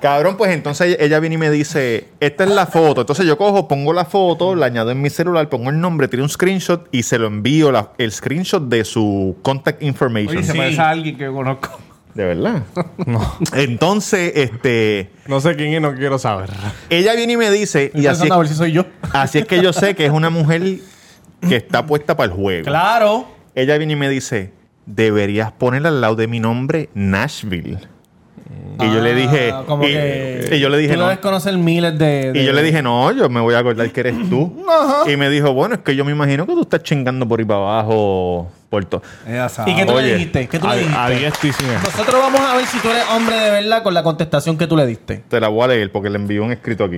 [SPEAKER 3] Cabrón, pues entonces ella viene y me dice, esta es la foto. Entonces yo cojo, pongo la foto, la añado en mi celular, pongo el nombre, tiro un screenshot y se lo envío la- el screenshot de su contact information.
[SPEAKER 2] Oye, se parece a alguien que yo conozco.
[SPEAKER 3] De verdad. Entonces, este,
[SPEAKER 5] No sé quién es, no quiero saber.
[SPEAKER 3] ella viene y me dice, y
[SPEAKER 4] Y
[SPEAKER 3] así,
[SPEAKER 4] a ver si soy yo.
[SPEAKER 3] así es que yo sé que es una mujer que está puesta para el juego.
[SPEAKER 4] Claro.
[SPEAKER 3] Ella viene y me dice, deberías poner al lado de mi nombre Nashville. Y yo le dije,
[SPEAKER 4] Ah, como
[SPEAKER 3] y,
[SPEAKER 4] que
[SPEAKER 3] y yo le dije,
[SPEAKER 4] tú
[SPEAKER 3] no,
[SPEAKER 4] debes conocer miles de, de-
[SPEAKER 3] Y yo le dije, no, yo me voy a acordar que eres tú. Y me dijo, bueno, es que yo me imagino que tú estás chingando por ahí para abajo, por todo.
[SPEAKER 2] Ella sabe.
[SPEAKER 4] ¿Y qué tú
[SPEAKER 3] Oye,
[SPEAKER 4] le dijiste? ¿Qué tú
[SPEAKER 5] A,
[SPEAKER 4] le dijiste?
[SPEAKER 5] a diestra y siniestra.
[SPEAKER 4] Ah, Nosotros vamos a ver si tú eres hombre de verdad con la contestación que tú le diste.
[SPEAKER 3] Te la voy a leer porque le envió un escrito aquí.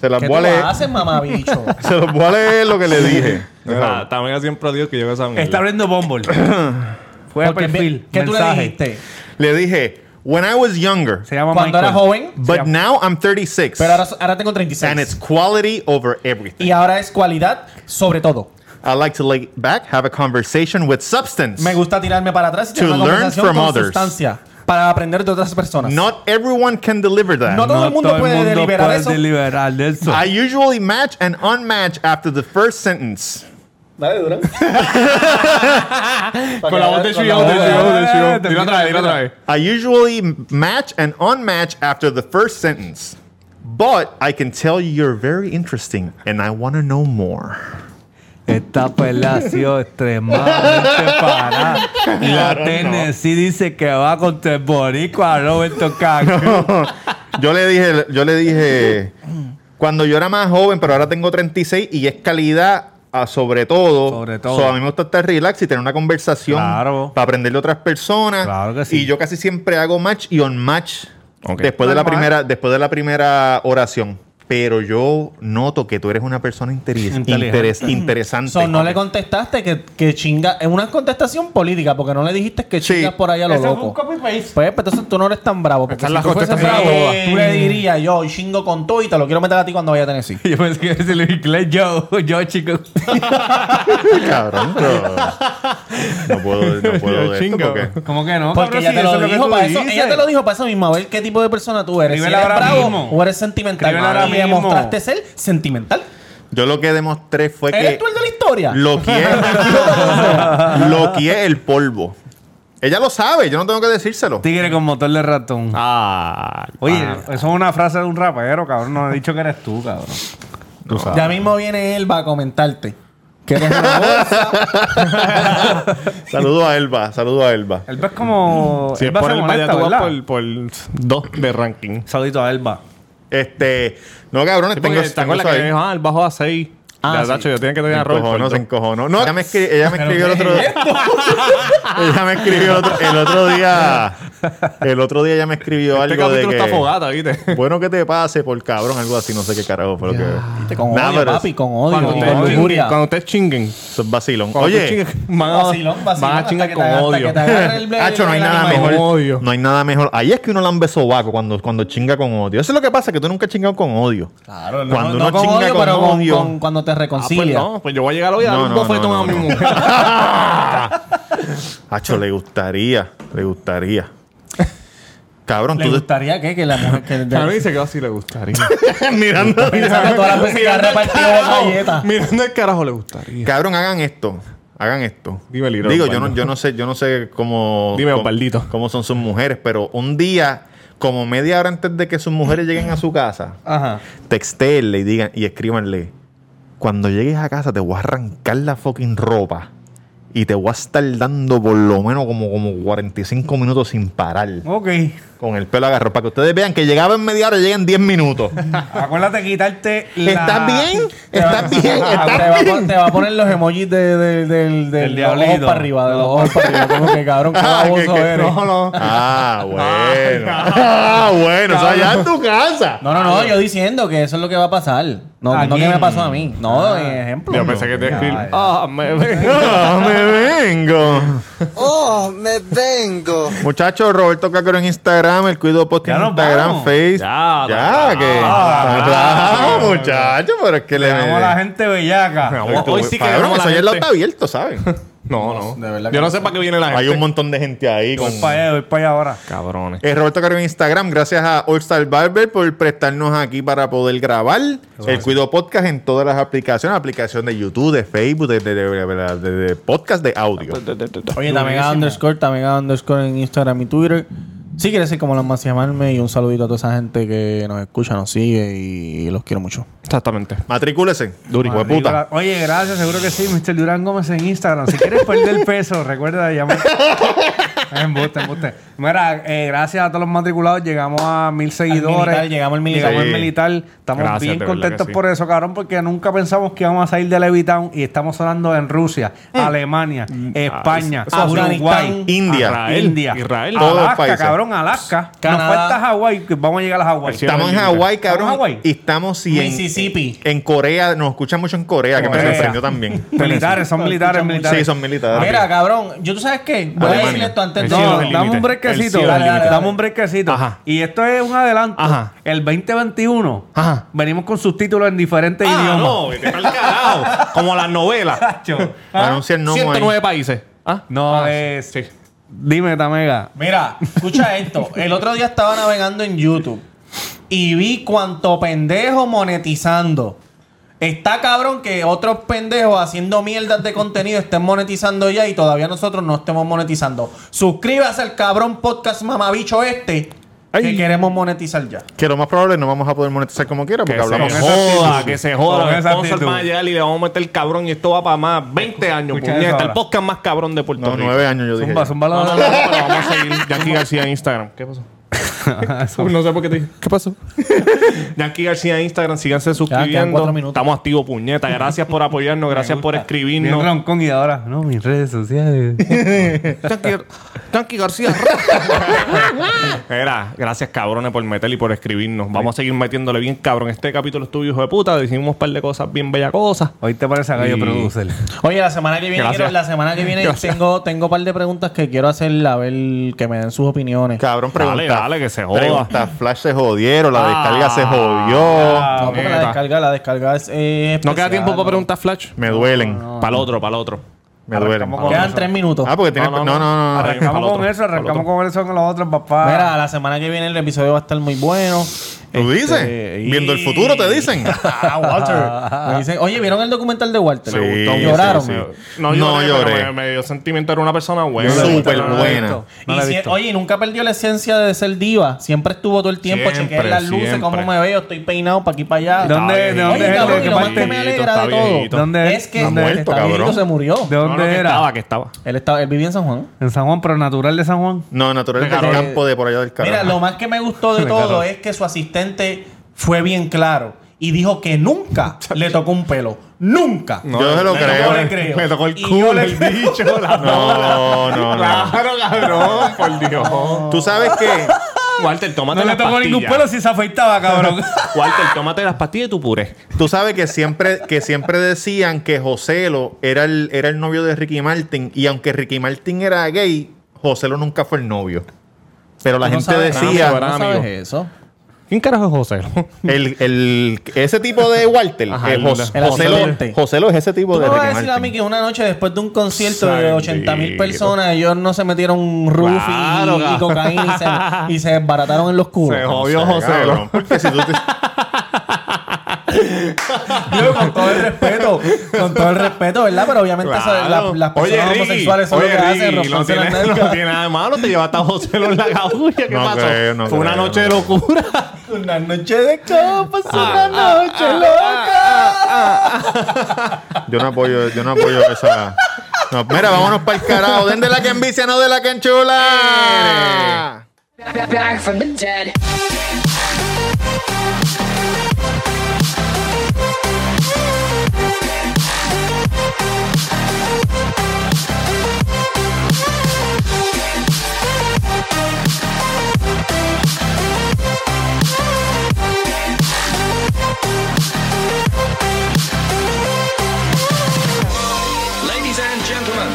[SPEAKER 3] Se las
[SPEAKER 4] ¿Qué
[SPEAKER 3] voy
[SPEAKER 4] tú
[SPEAKER 3] a leer.
[SPEAKER 4] haces, mamabicho?
[SPEAKER 3] Se los voy a leer lo que le dije.
[SPEAKER 5] Ah, También siempre digo que yo que saben.
[SPEAKER 2] Está abriendo Bumble. Fue a
[SPEAKER 4] Porque
[SPEAKER 2] perfil.
[SPEAKER 4] ve- ¿Qué tú le
[SPEAKER 2] mensaje.
[SPEAKER 4] dijiste?
[SPEAKER 3] Le dije, when I was younger,
[SPEAKER 2] Se llama
[SPEAKER 4] Cuando
[SPEAKER 2] Michael.
[SPEAKER 4] era joven,
[SPEAKER 3] but now I'm 36.
[SPEAKER 4] pero ahora, ahora tengo
[SPEAKER 3] and it's
[SPEAKER 4] 36.
[SPEAKER 3] quality over everything.
[SPEAKER 4] Y ahora es cualidad sobre todo.
[SPEAKER 3] I like to lay back, have a conversation with substance.
[SPEAKER 4] Me gusta tirarme para atrás y tener
[SPEAKER 3] To
[SPEAKER 4] una
[SPEAKER 3] learn
[SPEAKER 4] conversación
[SPEAKER 3] from
[SPEAKER 4] con
[SPEAKER 3] others.
[SPEAKER 4] sustancia para aprender de otras personas.
[SPEAKER 3] Not everyone can deliver that.
[SPEAKER 4] No todo el mundo puede deliberar eso.
[SPEAKER 2] deliberar de eso.
[SPEAKER 3] I usually match and unmatch after the first sentence.
[SPEAKER 11] Dale, Durán.
[SPEAKER 5] Con la voz de Chuyao, de Chuyao, de Chuyao. Dilo otra vez, dilo otra vez.
[SPEAKER 3] I usually m- match and unmatch after the first sentence, but I can tell you you're very interesting and I want to know more.
[SPEAKER 2] Esta pelea ha sido extremadamente parada. La Tennessee dice que va contra el boricua Roberto Cancún.
[SPEAKER 3] Yo le dije, yo le dije, cuando yo era más joven, pero ahora tengo 36 y es calidad ah, sobre todo.
[SPEAKER 2] Sobre todo.
[SPEAKER 3] So, a mí me gusta estar relax y tener una conversación
[SPEAKER 2] Claro.
[SPEAKER 3] para aprender de otras personas.
[SPEAKER 2] Claro que sí.
[SPEAKER 3] Y yo casi siempre hago match y on match
[SPEAKER 5] Ok.
[SPEAKER 3] después de
[SPEAKER 2] On
[SPEAKER 3] la
[SPEAKER 2] match.
[SPEAKER 3] primera, después de la primera oración. Pero yo noto que tú eres una persona interes-
[SPEAKER 2] Inteligente. Mm.
[SPEAKER 3] interes- interesante.
[SPEAKER 4] So, no le contestaste que, que chinga. Es una contestación política porque no le dijiste que
[SPEAKER 3] Sí.
[SPEAKER 4] chingas por ahí a lo
[SPEAKER 2] Ese fue
[SPEAKER 4] loco.
[SPEAKER 2] un copy paste.
[SPEAKER 4] Pues, pues, entonces tú no eres tan bravo. Porque
[SPEAKER 5] Están
[SPEAKER 4] si
[SPEAKER 5] las
[SPEAKER 4] tú fueses bravo,
[SPEAKER 5] contestaciones todas.
[SPEAKER 4] tú le dirías yo chingo con todo y te lo quiero meter a ti cuando vaya a Tennessee.
[SPEAKER 2] Yo pensé que ese Luis inglés, yo, yo, chico.
[SPEAKER 3] Cabrón, pero- no puedo, no puedo de esto
[SPEAKER 5] Chingo.
[SPEAKER 3] porque-
[SPEAKER 2] ¿Cómo que no?
[SPEAKER 4] Porque
[SPEAKER 2] cabrón?
[SPEAKER 4] ella
[SPEAKER 2] Si
[SPEAKER 4] te
[SPEAKER 2] eso
[SPEAKER 4] lo
[SPEAKER 2] es que
[SPEAKER 4] dijo
[SPEAKER 2] tú
[SPEAKER 4] para eso.
[SPEAKER 2] dices.
[SPEAKER 4] Ella te lo dijo para eso mismo. A ver qué tipo de persona tú eres. Si
[SPEAKER 2] Escríbele
[SPEAKER 4] eres
[SPEAKER 2] ahora
[SPEAKER 4] bravo
[SPEAKER 2] mismo.
[SPEAKER 4] o eres sentimental.
[SPEAKER 2] Escríbele ahora
[SPEAKER 4] y
[SPEAKER 2] mismo.
[SPEAKER 4] demostraste ser sentimental.
[SPEAKER 3] Yo lo que demostré fue
[SPEAKER 4] ¿Eres
[SPEAKER 3] que
[SPEAKER 4] tú el de la historia?
[SPEAKER 3] lo que lo que es el polvo. Ella lo sabe, yo no tengo que decírselo.
[SPEAKER 2] Tigre con motor de ratón.
[SPEAKER 5] Ah.
[SPEAKER 2] Oye, eso es una frase de un rapero, cabrón. No he dicho que eres tú, cabrón.
[SPEAKER 3] Tú sabes.
[SPEAKER 4] Ya mismo viene él va a comentarte. Que eres una bolsa.
[SPEAKER 3] Saludo a Elba, saludo a Elba.
[SPEAKER 2] Elba es como.
[SPEAKER 5] Si es
[SPEAKER 2] Elba
[SPEAKER 5] por
[SPEAKER 2] se
[SPEAKER 5] el
[SPEAKER 2] molesta,
[SPEAKER 5] Valladolid,
[SPEAKER 2] ¿verdad?
[SPEAKER 5] por, por el 2 de ranking.
[SPEAKER 2] Saludito a Elba.
[SPEAKER 3] Este, no, cabrones,
[SPEAKER 5] Sí,
[SPEAKER 3] tengo,
[SPEAKER 5] porque ¿Te
[SPEAKER 3] tengo
[SPEAKER 5] acuerdas
[SPEAKER 3] eso
[SPEAKER 5] que
[SPEAKER 3] ahí.
[SPEAKER 5] me dijo, ah, el bajo a 6?
[SPEAKER 3] Ah,
[SPEAKER 5] Ah,
[SPEAKER 3] sí.
[SPEAKER 5] Dacho, yo tenía que
[SPEAKER 3] Se
[SPEAKER 5] tener error.
[SPEAKER 3] encojonó,
[SPEAKER 5] por
[SPEAKER 3] se
[SPEAKER 5] dos.
[SPEAKER 3] encojonó. No, ella me, escri- ella me escribió el otro día. ella me escribió el otro, el otro día. El otro día ella me escribió
[SPEAKER 5] Este
[SPEAKER 3] algo de
[SPEAKER 5] capítulo
[SPEAKER 3] que.
[SPEAKER 5] está fogata, ¿viste?
[SPEAKER 3] Bueno que te pase por cabrón, algo así, no sé qué carajo fue lo que.
[SPEAKER 4] Este con
[SPEAKER 3] Nah,
[SPEAKER 4] odio,
[SPEAKER 3] pero
[SPEAKER 4] papi,
[SPEAKER 3] es-
[SPEAKER 4] con odio,
[SPEAKER 3] Cuando
[SPEAKER 4] con
[SPEAKER 3] ustedes chinguen,
[SPEAKER 4] lujuria.
[SPEAKER 5] Cuando ustedes chinguen.
[SPEAKER 3] Eso es vacilón.
[SPEAKER 5] Cuando
[SPEAKER 3] Oye.
[SPEAKER 5] ustedes chinguen, van a,
[SPEAKER 4] Vacilón, vacilón,
[SPEAKER 5] van a
[SPEAKER 4] hasta
[SPEAKER 5] chingar
[SPEAKER 4] que te
[SPEAKER 5] con
[SPEAKER 4] haga- hasta
[SPEAKER 5] odio.
[SPEAKER 4] que te agarre el blade
[SPEAKER 3] Hacho, no hay
[SPEAKER 4] del
[SPEAKER 3] nada
[SPEAKER 4] animal.
[SPEAKER 3] mejor.
[SPEAKER 5] odio.
[SPEAKER 3] No hay nada mejor. Ahí es que uno la besobaco cuando, cuando chinga con odio. Eso es lo que pasa, que tú nunca has chingado con odio.
[SPEAKER 4] Claro, no,
[SPEAKER 3] Cuando
[SPEAKER 4] no
[SPEAKER 3] uno
[SPEAKER 4] con
[SPEAKER 3] chinga
[SPEAKER 4] odio,
[SPEAKER 3] con
[SPEAKER 4] pero con-
[SPEAKER 3] odio.
[SPEAKER 4] con- cuando te
[SPEAKER 5] Ah, pues
[SPEAKER 4] reconcilia.
[SPEAKER 5] no, pues yo voy a llegar hoy a
[SPEAKER 3] No,
[SPEAKER 5] dar un
[SPEAKER 3] no,
[SPEAKER 5] bofetón
[SPEAKER 3] no,
[SPEAKER 5] a mi
[SPEAKER 3] no.
[SPEAKER 5] mujer.
[SPEAKER 3] Hacho, le gustaría. Le gustaría. Cabrón,
[SPEAKER 4] ¿Le
[SPEAKER 3] tú.
[SPEAKER 4] gustaría qué? Que la mujer que
[SPEAKER 5] A mí se quedó así, le gustaría.
[SPEAKER 3] mirando,
[SPEAKER 4] pensando todas las veces que ha
[SPEAKER 5] Mirando el
[SPEAKER 4] repartido
[SPEAKER 5] carajo,
[SPEAKER 4] galletas.
[SPEAKER 5] Mirando el carajo le gustaría.
[SPEAKER 3] Cabrón, hagan esto. Hagan esto.
[SPEAKER 5] Dime, Liro,
[SPEAKER 3] Digo, yo
[SPEAKER 5] Osvaldo.
[SPEAKER 3] no, yo no sé, yo no sé cómo,
[SPEAKER 5] Dime,
[SPEAKER 3] cómo,
[SPEAKER 5] Osvaldito.
[SPEAKER 3] cómo son sus mujeres, pero un día, como media hora antes de que sus mujeres lleguen a su casa,
[SPEAKER 4] Ajá.
[SPEAKER 3] textéenle y digan, y escríbanle. Cuando llegues a casa te voy a arrancar la fucking ropa. Y te voy a estar dando por lo menos como, como 45 minutos sin parar.
[SPEAKER 2] Ok.
[SPEAKER 3] Con el pelo agarrado. Para que ustedes vean que llegaba en media hora, llega en 10 minutos.
[SPEAKER 2] Acuérdate de quitarte la...
[SPEAKER 3] ¿Estás bien? ¿Estás bien?
[SPEAKER 4] Ah,
[SPEAKER 3] ¿Estás
[SPEAKER 4] te, va a,
[SPEAKER 3] bien?
[SPEAKER 4] pon- te va a poner los emojis de, de- del, del,
[SPEAKER 2] Del
[SPEAKER 4] de los ojos
[SPEAKER 2] diablito.
[SPEAKER 4] para arriba, de los ojos para arriba. Como que cabrón, qué
[SPEAKER 3] Ah,
[SPEAKER 4] baboso
[SPEAKER 3] que- que-
[SPEAKER 4] eres.
[SPEAKER 3] no, no. Ah, bueno. Ah, bueno. Eso allá en tu casa.
[SPEAKER 4] No, no, no, yo diciendo que eso es lo que va a pasar. No,
[SPEAKER 2] ¿A
[SPEAKER 4] no que
[SPEAKER 2] quién?
[SPEAKER 4] me pasó a mí. No, de ejemplo.
[SPEAKER 5] Yo pensé que te escribí.
[SPEAKER 2] Ay.
[SPEAKER 5] Ah, me
[SPEAKER 3] Ah, me vengo.
[SPEAKER 13] Oh, me vengo.
[SPEAKER 3] Muchachos, Roberto Cacro en Instagram, el Cuido Post en
[SPEAKER 2] Ya nos
[SPEAKER 3] Instagram,
[SPEAKER 2] vamos.
[SPEAKER 3] Facebook.
[SPEAKER 5] Ya,
[SPEAKER 3] ya, que. Ah, muchachos, pero es que le.
[SPEAKER 2] Vamos a la gente bellaca.
[SPEAKER 5] Hoy- hoy sí que
[SPEAKER 3] Cabrón,
[SPEAKER 5] ganamos
[SPEAKER 3] eso
[SPEAKER 5] la
[SPEAKER 3] ya lo
[SPEAKER 5] gente.
[SPEAKER 3] está abierto, ¿sabes?
[SPEAKER 5] No,
[SPEAKER 4] de
[SPEAKER 5] no.
[SPEAKER 4] verdad
[SPEAKER 5] Yo
[SPEAKER 4] que
[SPEAKER 5] no
[SPEAKER 4] no.
[SPEAKER 5] sé para qué viene la
[SPEAKER 3] Hay un
[SPEAKER 5] gente.
[SPEAKER 3] montón de gente ahí. Con...
[SPEAKER 2] Voy para allá, voy para allá ahora.
[SPEAKER 5] Cabrones.
[SPEAKER 3] Eh, Roberto Caro en Instagram, gracias a All Star Barber por prestarnos aquí para poder grabar el Cuido Podcast en todas las aplicaciones, aplicación de YouTube, de Facebook, de, de- de- de- de- de podcast de audio.
[SPEAKER 5] Ah, pues,
[SPEAKER 4] Oye, también a underscore, también a underscore en Instagram y Twitter. Sí, quiere ser como las más llamarme y un saludito a toda esa gente que nos escucha, nos sigue y los quiero mucho.
[SPEAKER 5] Exactamente.
[SPEAKER 3] Matricúlese.
[SPEAKER 5] Duri.
[SPEAKER 3] Hijo de puta.
[SPEAKER 2] Oye, gracias, seguro que sí, Mr. Durán Gómez en Instagram. Si quieres perder peso, recuerda de llamar. embuste, embuste. Mira, eh, gracias a todos los matriculados, llegamos a mil seguidores.
[SPEAKER 4] militar, llegamos al militar.
[SPEAKER 2] Llegamos
[SPEAKER 3] Sí.
[SPEAKER 2] al militar. Estamos
[SPEAKER 5] Gracias, de
[SPEAKER 2] bien
[SPEAKER 5] verdad
[SPEAKER 2] contentos
[SPEAKER 5] que sí.
[SPEAKER 2] por eso, cabrón, porque nunca pensamos que íbamos a salir de Levitown y estamos sonando en Rusia, Alemania, España,
[SPEAKER 4] ah,
[SPEAKER 2] Uruguay,
[SPEAKER 4] Mm. Afganistán,
[SPEAKER 3] India.
[SPEAKER 5] Israel,
[SPEAKER 2] India,
[SPEAKER 5] Israel.
[SPEAKER 3] Todos los
[SPEAKER 2] Alaska,
[SPEAKER 3] países.
[SPEAKER 2] cabrón, Alaska.
[SPEAKER 4] Canadá.
[SPEAKER 2] Nos falta Hawái, que vamos a llegar a Hawái.
[SPEAKER 3] Estamos en
[SPEAKER 5] Libre.
[SPEAKER 2] ¿Estamos
[SPEAKER 3] Hawái,
[SPEAKER 2] en
[SPEAKER 3] cabrón.
[SPEAKER 2] Hawái?
[SPEAKER 3] Y estamos y en,
[SPEAKER 4] Mississippi.
[SPEAKER 3] En Corea, nos escuchan mucho en Corea, que me
[SPEAKER 2] Corea.
[SPEAKER 3] sorprendió también.
[SPEAKER 2] Militares, son militares, militares.
[SPEAKER 3] Sí, son militares.
[SPEAKER 4] Mira, cabrón, yo tú sabes qué, voy
[SPEAKER 3] Alemania.
[SPEAKER 4] a decir esto antes de
[SPEAKER 5] El cielo
[SPEAKER 2] No,
[SPEAKER 5] del
[SPEAKER 2] dame
[SPEAKER 5] límite.
[SPEAKER 2] un
[SPEAKER 5] El
[SPEAKER 2] brequecito.
[SPEAKER 5] cielo del
[SPEAKER 2] Dale, dale,
[SPEAKER 5] límite.
[SPEAKER 2] Dame un brequecito.
[SPEAKER 5] Ajá.
[SPEAKER 2] Y esto es un adelanto.
[SPEAKER 5] Ajá.
[SPEAKER 2] El 2021
[SPEAKER 5] Ajá.
[SPEAKER 2] venimos con subtítulos en diferentes
[SPEAKER 5] Ah,
[SPEAKER 2] idiomas.
[SPEAKER 5] no, vete pa'l carajo. Como las novelas.
[SPEAKER 2] Chacho. Ah,
[SPEAKER 3] Anuncia el nombre.
[SPEAKER 5] 109 países. Ah,
[SPEAKER 2] No,
[SPEAKER 5] Ah,
[SPEAKER 2] es-
[SPEAKER 5] sí.
[SPEAKER 2] Dime, Tamega.
[SPEAKER 4] Mira, escucha esto. El otro día estaba navegando en YouTube y vi cuánto pendejo monetizando. Está cabrón que otros pendejos haciendo mierdas de contenido estén monetizando ya y todavía nosotros no estemos monetizando. Suscríbase al cabrón podcast mamabicho este
[SPEAKER 5] Ay.
[SPEAKER 4] que queremos monetizar ya.
[SPEAKER 3] Que lo más probable no vamos a poder monetizar como quiera, porque
[SPEAKER 5] Que
[SPEAKER 3] hablamos
[SPEAKER 5] se
[SPEAKER 3] con
[SPEAKER 5] joda, que se joda.
[SPEAKER 2] Con
[SPEAKER 5] Los
[SPEAKER 2] esa
[SPEAKER 5] sponsors
[SPEAKER 2] actitud.
[SPEAKER 5] van a llegar y le vamos a meter el cabrón y esto va para más 20 años.
[SPEAKER 2] escucha
[SPEAKER 5] puñeta.
[SPEAKER 2] eso
[SPEAKER 5] el
[SPEAKER 2] ahora.
[SPEAKER 5] podcast más cabrón de Puerto
[SPEAKER 3] No,
[SPEAKER 5] Rico.
[SPEAKER 3] nueve años yo dije.
[SPEAKER 2] Zumba, zumba. la-
[SPEAKER 5] No, no, no, no, pero vamos a seguir. Yankee García en Instagram. ¿Qué pasó? Uy, no sé por qué te dije. ¿Qué pasó? Yankee García en Instagram, síganse
[SPEAKER 4] quedan
[SPEAKER 5] suscribiendo.
[SPEAKER 4] cuatro minutos.
[SPEAKER 5] Estamos activos, puñeta. Gracias por apoyarnos, gracias por
[SPEAKER 2] Bien
[SPEAKER 5] escribirnos.
[SPEAKER 2] roncón y ahora. No, mis redes sociales.
[SPEAKER 5] Yankee- Yankee García. Era, gracias cabrones por meter y por escribirnos. Vamos a seguir metiéndole bien cabrón. Este capítulo estuvo hijo de puta. Decimos un par de cosas bien bella cosas.
[SPEAKER 2] Hoy te parece a Gallo
[SPEAKER 5] Y-
[SPEAKER 2] Producer.
[SPEAKER 4] Oye, la semana que viene,
[SPEAKER 5] Gracias.
[SPEAKER 4] quiero- la semana que viene
[SPEAKER 5] Gracias.
[SPEAKER 4] tengo, tengo un par de preguntas que quiero hacerle a ver que me den sus opiniones.
[SPEAKER 3] Cabrón, pregunta.
[SPEAKER 5] Dale, dale, que se joda.
[SPEAKER 3] Pregunta, Flash se jodieron, la descarga se
[SPEAKER 5] Ah.
[SPEAKER 3] jodió.
[SPEAKER 4] No, porque la
[SPEAKER 5] neta.
[SPEAKER 4] descarga, la descarga es, eh,
[SPEAKER 5] No queda
[SPEAKER 4] especial,
[SPEAKER 5] tiempo
[SPEAKER 4] ¿no?
[SPEAKER 5] para preguntar Flash.
[SPEAKER 3] Me duelen,
[SPEAKER 5] Para el otro, para el otro.
[SPEAKER 3] me duelen.
[SPEAKER 2] Arrancamos con-
[SPEAKER 4] Quedan tres minutos.
[SPEAKER 3] Ah, porque tienes... No, no, no. no.
[SPEAKER 5] Pa'l
[SPEAKER 2] Arrancamos
[SPEAKER 5] otro,
[SPEAKER 2] con eso,
[SPEAKER 5] pa'l
[SPEAKER 2] arrancamos
[SPEAKER 5] otro.
[SPEAKER 2] con eso con los otros, papá.
[SPEAKER 4] Mira, la semana que viene el episodio va a estar muy bueno.
[SPEAKER 3] ¿Tú
[SPEAKER 4] Este,
[SPEAKER 3] dices?
[SPEAKER 4] y-
[SPEAKER 3] Viendo el futuro, te dicen.
[SPEAKER 4] Ah, Walter. Me dicen, Oye, ¿vieron el documental de Walter?
[SPEAKER 3] Sí,
[SPEAKER 4] Me
[SPEAKER 3] sí,
[SPEAKER 4] gustó. Lloraron.
[SPEAKER 3] sí.
[SPEAKER 5] No
[SPEAKER 3] No
[SPEAKER 5] lloré.
[SPEAKER 3] lloré.
[SPEAKER 5] pero me, me dio sentimiento. Era una persona buena.
[SPEAKER 3] Súper
[SPEAKER 5] No, no, no.
[SPEAKER 3] buena.
[SPEAKER 2] No
[SPEAKER 4] Y
[SPEAKER 2] la he
[SPEAKER 4] si-
[SPEAKER 2] visto.
[SPEAKER 4] oye, nunca perdió la esencia de ser diva. Siempre estuvo todo el tiempo.
[SPEAKER 5] Siempre,
[SPEAKER 4] chequeé las luces,
[SPEAKER 5] siempre.
[SPEAKER 4] cómo me veo. Estoy peinado para aquí y para allá.
[SPEAKER 2] ¿De dónde-
[SPEAKER 5] Está
[SPEAKER 2] de dónde
[SPEAKER 5] viejito,
[SPEAKER 4] Oye,
[SPEAKER 2] es?
[SPEAKER 4] cabrón,
[SPEAKER 2] ¿De
[SPEAKER 4] y
[SPEAKER 2] qué
[SPEAKER 4] lo más
[SPEAKER 2] parte?
[SPEAKER 4] que me alegra
[SPEAKER 5] Está
[SPEAKER 4] de todo
[SPEAKER 5] viejito.
[SPEAKER 2] ¿Dónde
[SPEAKER 4] es
[SPEAKER 2] es?
[SPEAKER 4] que
[SPEAKER 3] Está muerto,
[SPEAKER 4] está
[SPEAKER 3] cabrón.
[SPEAKER 4] viejito, se murió.
[SPEAKER 2] ¿De
[SPEAKER 5] No, no,
[SPEAKER 2] dónde
[SPEAKER 5] que
[SPEAKER 2] era?
[SPEAKER 5] estaba, que estaba.
[SPEAKER 4] Él, estaba, él vivía en San Juan.
[SPEAKER 2] En San Juan, pero natural de San Juan.
[SPEAKER 3] No, natural del
[SPEAKER 5] Cabrón.
[SPEAKER 3] campo de por allá del
[SPEAKER 4] Mira,
[SPEAKER 3] carajo.
[SPEAKER 4] lo más que me gustó de
[SPEAKER 2] Me encantó.
[SPEAKER 4] todo es que su asistente fue bien claro y dijo que nunca le tocó un pelo. Nunca.
[SPEAKER 3] No, Yo se lo
[SPEAKER 4] Le
[SPEAKER 3] creo.
[SPEAKER 4] tocó, le creo.
[SPEAKER 5] Me tocó el
[SPEAKER 4] Y yo
[SPEAKER 5] culo,
[SPEAKER 4] le
[SPEAKER 5] el
[SPEAKER 4] creo.
[SPEAKER 5] bicho, la
[SPEAKER 3] No, no, no.
[SPEAKER 5] Claro, cabrón, por Dios.
[SPEAKER 3] Tú sabes que.
[SPEAKER 5] Walter, tómate
[SPEAKER 3] No le
[SPEAKER 5] las
[SPEAKER 3] tocó
[SPEAKER 5] pastillas.
[SPEAKER 3] ningún pelo
[SPEAKER 4] si se afeitaba, cabrón.
[SPEAKER 5] Walter, tómate las pastillas y tu puré.
[SPEAKER 3] Tú sabes que siempre, que siempre decían que Joselo era el, era el novio de Ricky Martin. Y aunque Ricky Martin era gay, Joselo nunca fue el novio. Pero la
[SPEAKER 4] Tú no
[SPEAKER 3] gente
[SPEAKER 4] sabes-
[SPEAKER 3] decía.
[SPEAKER 4] tú no sabes eso?
[SPEAKER 5] ¿Quién carajo es José?
[SPEAKER 3] El, el- ese tipo de Walter,
[SPEAKER 5] Ajá,
[SPEAKER 3] el
[SPEAKER 5] el-
[SPEAKER 3] Jos-
[SPEAKER 5] el
[SPEAKER 3] Joselo,
[SPEAKER 5] ascendente.
[SPEAKER 3] Joselo es ese tipo
[SPEAKER 4] Tú
[SPEAKER 3] de
[SPEAKER 4] me vas a
[SPEAKER 3] Ricky
[SPEAKER 4] decir a mí
[SPEAKER 3] Martin.
[SPEAKER 4] que una noche después de un concierto de
[SPEAKER 3] Sandito.
[SPEAKER 4] 80 mil personas, ellos no se metieron un rufi
[SPEAKER 5] Claro,
[SPEAKER 4] y,
[SPEAKER 5] cabrón.
[SPEAKER 4] cocaína y se, y se desbarataron en los cubos.
[SPEAKER 5] Se jodió
[SPEAKER 3] No sé,
[SPEAKER 5] José.
[SPEAKER 3] cabrón, Porque si tú te-
[SPEAKER 4] Yo, con todo el respeto, con todo el respeto, ¿verdad? Pero obviamente esas-
[SPEAKER 5] Claro.
[SPEAKER 4] las, las personas
[SPEAKER 5] Ricky,
[SPEAKER 4] homosexuales son
[SPEAKER 5] oye,
[SPEAKER 4] lo que hacen,
[SPEAKER 5] Ricky, no
[SPEAKER 4] romperse
[SPEAKER 5] tiene,
[SPEAKER 4] las
[SPEAKER 5] no
[SPEAKER 4] nalgas.
[SPEAKER 5] tiene nada de malo, te llevaste a José en la cabulla. ¿Qué
[SPEAKER 3] No
[SPEAKER 5] pasó?
[SPEAKER 3] creo, no
[SPEAKER 5] Fue una
[SPEAKER 3] creo,
[SPEAKER 5] noche
[SPEAKER 3] no
[SPEAKER 5] de locura.
[SPEAKER 4] Una noche de copas,
[SPEAKER 5] Ah,
[SPEAKER 4] una noche loca.
[SPEAKER 3] Yo no apoyo, yo no apoyo esa. No, mira, vámonos para el carajo. Den de la que envicia, no de la que enchula.
[SPEAKER 14] Back from the dead.
[SPEAKER 15] Ladies and gentlemen,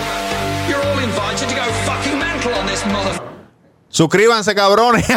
[SPEAKER 15] you're all invited to go fucking mental on this mother.
[SPEAKER 3] Suscríbanse, cabrones.